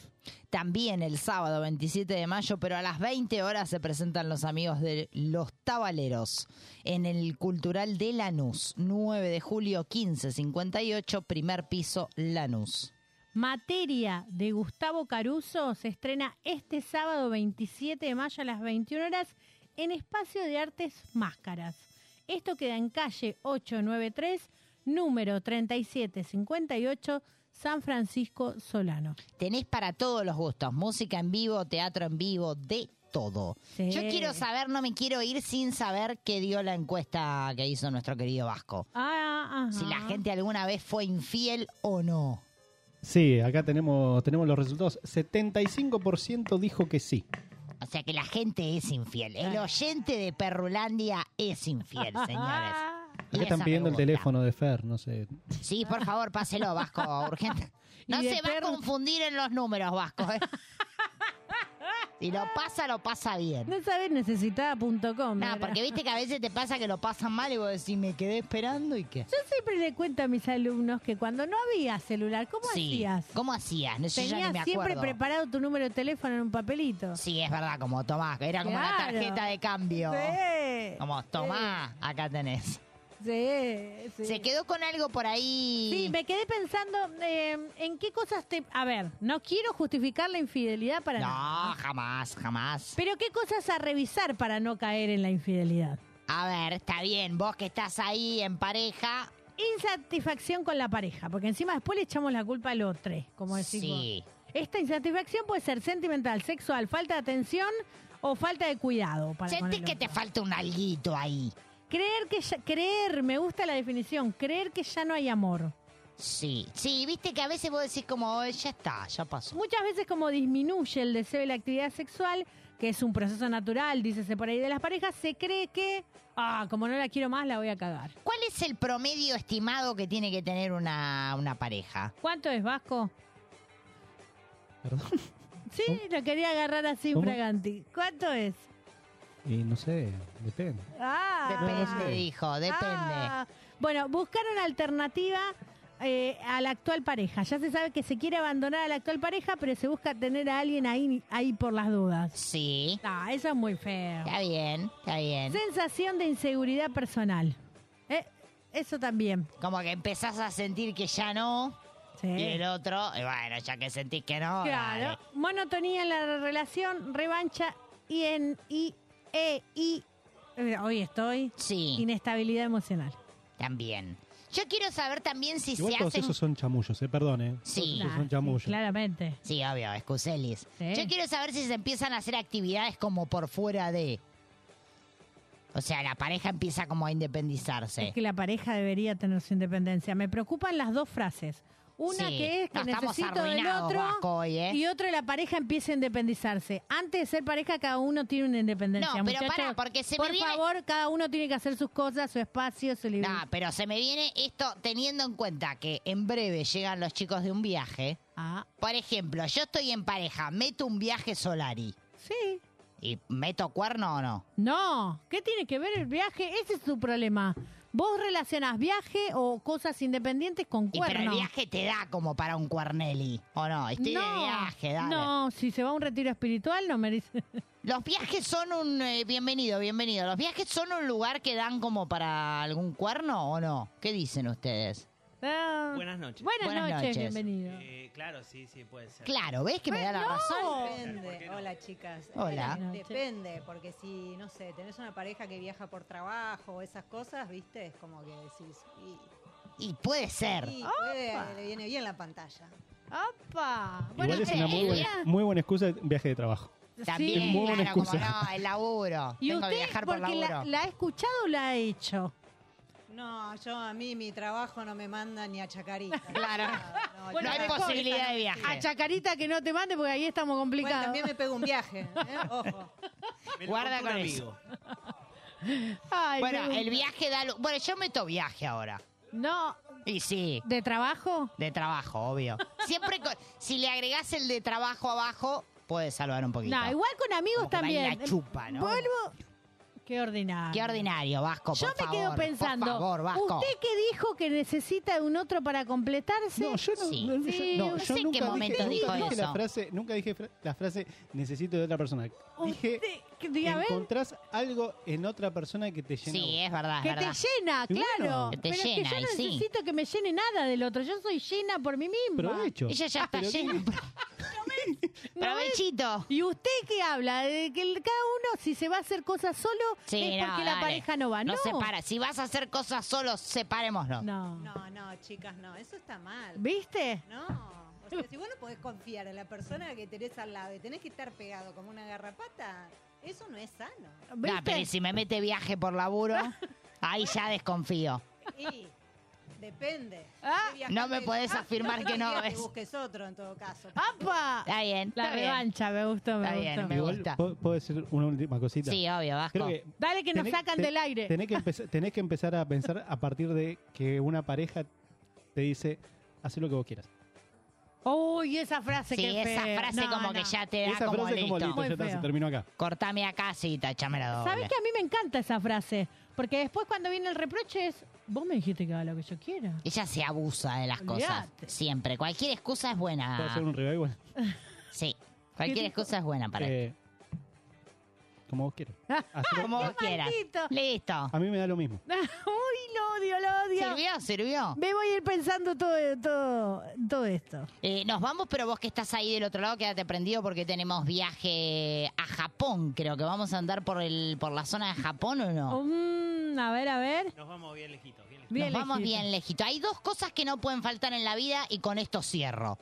[SPEAKER 4] También el sábado 27 de mayo, pero a las 20 horas se presentan los amigos de Los Tabaleros en el Cultural de Lanús, 9 de julio 1558, primer piso Lanús.
[SPEAKER 3] Materia de Gustavo Caruso se estrena este sábado 27 de mayo a las 21 horas en Espacio de Artes Máscaras. Esto queda en calle 893, número 3758, San Francisco Solano.
[SPEAKER 4] Tenés para todos los gustos, música en vivo, teatro en vivo, de todo.
[SPEAKER 3] Sí.
[SPEAKER 4] Yo quiero saber, no me quiero ir sin saber qué dio la encuesta que hizo nuestro querido Vasco.
[SPEAKER 3] Ah,
[SPEAKER 4] Si la gente alguna vez fue infiel o no.
[SPEAKER 8] Sí, acá tenemos, tenemos los resultados. 75% dijo que sí.
[SPEAKER 4] O sea que la gente es infiel. El oyente de Perrulandia es
[SPEAKER 3] <laughs>
[SPEAKER 4] infiel, señores.
[SPEAKER 8] Acá
[SPEAKER 4] Y esa
[SPEAKER 8] están
[SPEAKER 4] me
[SPEAKER 8] pidiendo el
[SPEAKER 4] gusta.
[SPEAKER 8] teléfono de Fer, no sé.
[SPEAKER 4] Sí, por favor, páselo,
[SPEAKER 3] <laughs>
[SPEAKER 4] Vasco, urgente. No
[SPEAKER 3] Y de
[SPEAKER 4] se va a confundir en los números, Vasco.
[SPEAKER 3] <laughs>
[SPEAKER 4] ¿eh? Si lo pasa, lo pasa bien.
[SPEAKER 3] No sabes necesitada.com.
[SPEAKER 4] No, porque viste que a veces te pasa que lo pasan mal y vos decís, me quedé esperando y qué.
[SPEAKER 3] Yo siempre le cuento a mis alumnos que cuando no había celular, ¿cómo
[SPEAKER 4] Sí.
[SPEAKER 3] hacías?
[SPEAKER 4] ¿Cómo hacías? No, yo ya ni
[SPEAKER 3] Tenías
[SPEAKER 4] me acuerdo.
[SPEAKER 3] siempre preparado tu número de teléfono en un papelito.
[SPEAKER 4] Sí, es verdad, como tomás, era como la
[SPEAKER 3] Claro.
[SPEAKER 4] tarjeta de cambio.
[SPEAKER 3] Sí.
[SPEAKER 4] Como, tomá, acá tenés.
[SPEAKER 3] Sí, sí.
[SPEAKER 4] Se quedó con algo por ahí.
[SPEAKER 3] Sí, me quedé pensando eh, en qué cosas te... A ver, no quiero justificar la infidelidad para...
[SPEAKER 4] No, "Ah, jamás, jamás.
[SPEAKER 3] Pero qué cosas a revisar para no caer en la infidelidad.
[SPEAKER 4] A ver, está bien, vos que estás ahí en pareja.
[SPEAKER 3] Insatisfacción con la pareja, porque encima después le echamos la culpa al otro, como decimos.
[SPEAKER 4] Sí.
[SPEAKER 3] Esta insatisfacción puede ser sentimental, sexual, falta de atención o falta de cuidado. Para
[SPEAKER 4] Sentís que te falta un alguito ahí.
[SPEAKER 3] Creer que ya- creer, me gusta la definición, creer que ya no hay amor.
[SPEAKER 4] Sí, sí, viste que a veces vos decís como, "Oh, ya está, ya pasó.
[SPEAKER 3] Muchas veces como disminuye el deseo de la actividad sexual, que es un proceso natural, dícese por ahí de las parejas, se cree que, ah, como no la quiero más, la voy a cagar.
[SPEAKER 4] ¿Cuál es el promedio estimado que tiene que tener una, una pareja?
[SPEAKER 3] ¿Cuánto es, Vasco? Sí, lo quería agarrar así,
[SPEAKER 8] ¿Cómo?
[SPEAKER 3] Fraganti. ¿Cuánto es?
[SPEAKER 8] Y no sé, depende.
[SPEAKER 3] Ah,
[SPEAKER 4] Depende, dijo, depende.
[SPEAKER 3] Ah. Bueno, buscar una alternativa eh, a la actual pareja. Ya se sabe que se quiere abandonar a la actual pareja, pero se busca tener a alguien ahí, ahí por las dudas.
[SPEAKER 4] Sí.
[SPEAKER 3] Ah, eso es muy feo.
[SPEAKER 4] Está bien, está bien.
[SPEAKER 3] Sensación de inseguridad personal. Eh, eso también.
[SPEAKER 4] Como que empezás a sentir que ya no. Y el otro, y bueno, ya que sentís que no.
[SPEAKER 3] Claro.
[SPEAKER 4] dale.
[SPEAKER 3] Monotonía en la relación, revancha y en y e y eh, hoy estoy.
[SPEAKER 4] Sí.
[SPEAKER 3] Inestabilidad emocional.
[SPEAKER 4] También. Yo quiero saber también si
[SPEAKER 8] Igual
[SPEAKER 4] se
[SPEAKER 8] todos
[SPEAKER 4] hacen.
[SPEAKER 8] esos son chamullos, eh, perdón, eh.
[SPEAKER 4] Sí.
[SPEAKER 8] Todos esos son chamullos.
[SPEAKER 3] claramente.
[SPEAKER 4] Sí, obvio, excuselis. Yo quiero saber si se empiezan a hacer actividades como por fuera de. O sea, la pareja empieza como a independizarse.
[SPEAKER 3] Es que la pareja debería tener su independencia. Me preocupan las dos frases. Una
[SPEAKER 4] Sí.
[SPEAKER 3] que es que
[SPEAKER 4] No, estamos
[SPEAKER 3] necesito del
[SPEAKER 4] arruinados,
[SPEAKER 3] otro
[SPEAKER 4] Vasco, hoy, ¿eh?
[SPEAKER 3] y otro la pareja empieza a independizarse. Antes de ser pareja cada uno tiene una independencia.
[SPEAKER 4] No, pero
[SPEAKER 3] muchachos.
[SPEAKER 4] pará, porque se me
[SPEAKER 3] por
[SPEAKER 4] viene-
[SPEAKER 3] favor cada uno tiene que hacer sus cosas, su espacio, su libertad.
[SPEAKER 4] Ah, pero se me viene esto teniendo en cuenta que en breve llegan los chicos de un viaje.
[SPEAKER 3] Ah.
[SPEAKER 4] Por ejemplo, yo estoy en pareja, meto un viaje Solari.
[SPEAKER 3] Sí.
[SPEAKER 4] ¿Y meto cuerno o no?
[SPEAKER 3] No, ¿qué tiene que ver el viaje? Ese es tu problema. Vos relacionás viaje o cosas independientes con
[SPEAKER 4] Y pero el
[SPEAKER 3] cuerno.
[SPEAKER 4] viaje te da como para un cuerneli, ¿o no? Estoy de viaje, dale.
[SPEAKER 3] No, si se va a un retiro espiritual no merece.
[SPEAKER 4] Los viajes son un... eh, bienvenido, bienvenido. ¿Los viajes son un lugar que dan como para algún cuerno o no? ¿Qué dicen ustedes?
[SPEAKER 6] Buenas noches.
[SPEAKER 3] Ah. Buenas,
[SPEAKER 4] Buenas noches.
[SPEAKER 3] noches, bienvenido.
[SPEAKER 6] Eh, claro, sí, sí, puede ser.
[SPEAKER 4] Claro, ¿ves que me da la razón?
[SPEAKER 9] Depende. Hola, chicas.
[SPEAKER 4] Hola.
[SPEAKER 9] Depende, Depende, porque si, no sé, tenés una pareja que viaja por trabajo o esas cosas, ¿viste? Es como que decís. Y,
[SPEAKER 4] Y puede ser.
[SPEAKER 9] y puede, le viene bien la pantalla.
[SPEAKER 3] ¡Opa!
[SPEAKER 8] Igual es una muy buena, muy buena excusa de viaje de trabajo.
[SPEAKER 4] También,
[SPEAKER 8] es muy buena
[SPEAKER 4] claro, como
[SPEAKER 8] excusa.
[SPEAKER 4] no, el laburo.
[SPEAKER 3] ¿Y
[SPEAKER 4] Tengo
[SPEAKER 3] usted
[SPEAKER 4] que viajar por
[SPEAKER 3] porque
[SPEAKER 4] laburo.
[SPEAKER 3] la, la ha escuchado o la ha hecho?
[SPEAKER 9] No, yo a mí mi trabajo no me manda ni a Chacarita.
[SPEAKER 4] Claro.
[SPEAKER 9] No,
[SPEAKER 4] Bueno,
[SPEAKER 9] yo-
[SPEAKER 4] hay posibilidad de viaje.
[SPEAKER 3] A Chacarita que no te mande porque ahí estamos complicados.
[SPEAKER 9] Bueno, también me pego un viaje.
[SPEAKER 3] <laughs>
[SPEAKER 9] ¿eh? Ojo.
[SPEAKER 4] Guarda con eso. bueno,
[SPEAKER 3] me gusta.
[SPEAKER 4] el viaje da... lu- Bueno, yo meto viaje ahora.
[SPEAKER 3] No.
[SPEAKER 4] Y sí.
[SPEAKER 3] ¿De trabajo?
[SPEAKER 4] De trabajo, obvio. Siempre con- si le agregás el de trabajo abajo, puede salvar un poquito.
[SPEAKER 3] No, igual con amigos
[SPEAKER 4] que va y
[SPEAKER 3] también.
[SPEAKER 4] la chupa, ¿no?
[SPEAKER 3] Vuelvo. Qué ordinario.
[SPEAKER 4] Qué ordinario, Vasco, por
[SPEAKER 3] Yo me quedo
[SPEAKER 4] favor, por
[SPEAKER 3] pensando.
[SPEAKER 4] favor, Vasco.
[SPEAKER 3] ¿Usted que dijo que necesita de un otro para completarse? No, yo
[SPEAKER 8] <laughs> No, no, yo- no, yo nunca dije- nunca dije La frase, nunca dije fra- la frase necesito de otra persona. Dije encontrás algo en otra persona que te llena.
[SPEAKER 4] Sí,
[SPEAKER 8] vos".
[SPEAKER 4] es verdad, es
[SPEAKER 3] Que te llena,
[SPEAKER 8] Y bueno,
[SPEAKER 3] claro. pero es que yo no necesito que me llene nada del otro. Yo soy llena por mí misma.
[SPEAKER 8] Provecho. Ella
[SPEAKER 4] ya está Pero llena.
[SPEAKER 3] <laughs>
[SPEAKER 4] Provechito.
[SPEAKER 3] ¿Y usted qué habla? De que el- cada uno, si se va a hacer cosas solo, Eh,
[SPEAKER 4] Sí,
[SPEAKER 3] es
[SPEAKER 4] no,
[SPEAKER 3] porque la
[SPEAKER 4] dale.
[SPEAKER 3] pareja no va. No,
[SPEAKER 4] No separa. Si vas a hacer cosas solo, separémoslo.
[SPEAKER 3] No.
[SPEAKER 9] No, no, chicas, no, eso está mal.
[SPEAKER 3] ¿Viste?
[SPEAKER 9] No. O sea, si vos no podés confiar en la persona que tenés al lado y tenés que estar pegado como una garrapata, eso no es sano.
[SPEAKER 4] Nah, pero si me mete viaje por
[SPEAKER 3] <laughs>
[SPEAKER 4] laburo, ahí ya desconfío.
[SPEAKER 9] Y depende. Si viajás
[SPEAKER 4] no me
[SPEAKER 9] de-
[SPEAKER 4] podés afirmar que no,
[SPEAKER 9] te
[SPEAKER 4] ¿ves?
[SPEAKER 9] busques otro en todo caso.
[SPEAKER 3] ¡Apa!
[SPEAKER 4] Está bien.
[SPEAKER 3] La
[SPEAKER 4] está bien.
[SPEAKER 3] revancha, me gustó, me
[SPEAKER 4] Está
[SPEAKER 3] gustó.
[SPEAKER 4] bien, me
[SPEAKER 8] Igual,
[SPEAKER 4] gusta.
[SPEAKER 8] ¿puedo, puedo decir una última cosita?
[SPEAKER 4] Sí, obvio, Vasco.
[SPEAKER 8] Creo que
[SPEAKER 3] Dale que nos
[SPEAKER 8] tenés-
[SPEAKER 3] sacan
[SPEAKER 8] te-
[SPEAKER 3] del aire.
[SPEAKER 8] Tenés que, empezar, tenés que empezar a pensar a partir de que una pareja te dice, haz lo que vos quieras.
[SPEAKER 3] Uy, esa frase
[SPEAKER 4] Sí,
[SPEAKER 3] que
[SPEAKER 4] esa frase como que ya te da
[SPEAKER 8] Esa
[SPEAKER 4] como
[SPEAKER 8] frase
[SPEAKER 4] listo.
[SPEAKER 8] como listo, ya está, se terminó acá.
[SPEAKER 4] Cortame acá, sí, tachame la doble.
[SPEAKER 3] ¿Sabes que a mí me encanta esa frase? Porque después cuando viene el reproche es, vos me dijiste que haga lo que yo quiera.
[SPEAKER 4] Ella se abusa de las cosas.
[SPEAKER 3] Olvídate.
[SPEAKER 4] Siempre. Cualquier excusa es
[SPEAKER 8] Puedo hacer
[SPEAKER 4] buena.
[SPEAKER 8] un revival.
[SPEAKER 4] Sí. Cualquier excusa es buena para él.
[SPEAKER 8] Eh, como vos
[SPEAKER 3] <laughs>
[SPEAKER 8] quieras.
[SPEAKER 4] Como vos
[SPEAKER 3] Qué
[SPEAKER 4] quieras. Listo.
[SPEAKER 8] A mí me da lo mismo.
[SPEAKER 3] <laughs> Uy, lo odio, lo odio.
[SPEAKER 4] Sirvió, sirvió.
[SPEAKER 3] Me voy a ir pensando todo, todo, todo esto.
[SPEAKER 4] Eh, nos vamos, pero vos que estás ahí del otro lado, quédate prendido porque tenemos viaje a Japón. Creo que vamos a andar por el por la zona de Japón o no.
[SPEAKER 3] Mm, a ver, a ver.
[SPEAKER 20] Nos vamos bien lejitos. Bien lejitos.
[SPEAKER 4] Nos vamos bien lejito. Hay dos cosas que no pueden faltar en la vida y con esto cierro.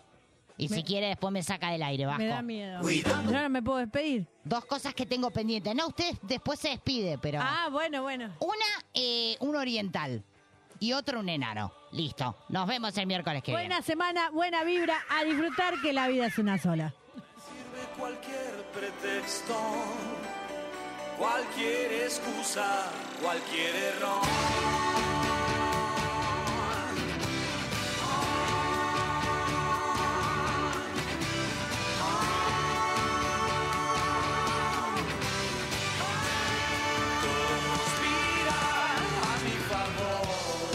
[SPEAKER 4] Y si quiere después me saca del aire, Vasco.
[SPEAKER 3] Me da miedo. Yo no me puedo despedir.
[SPEAKER 4] Dos cosas que tengo pendientes. No, usted después se despide, pero...
[SPEAKER 3] Ah, bueno, bueno.
[SPEAKER 4] Una, eh, un oriental y otro un enano. Listo. Nos vemos el miércoles que viene.
[SPEAKER 3] Buena semana, buena vibra, a disfrutar que la vida es una sola.
[SPEAKER 2] cualquier pretexto, cualquier excusa, cualquier error. Todo conspira a mi favor.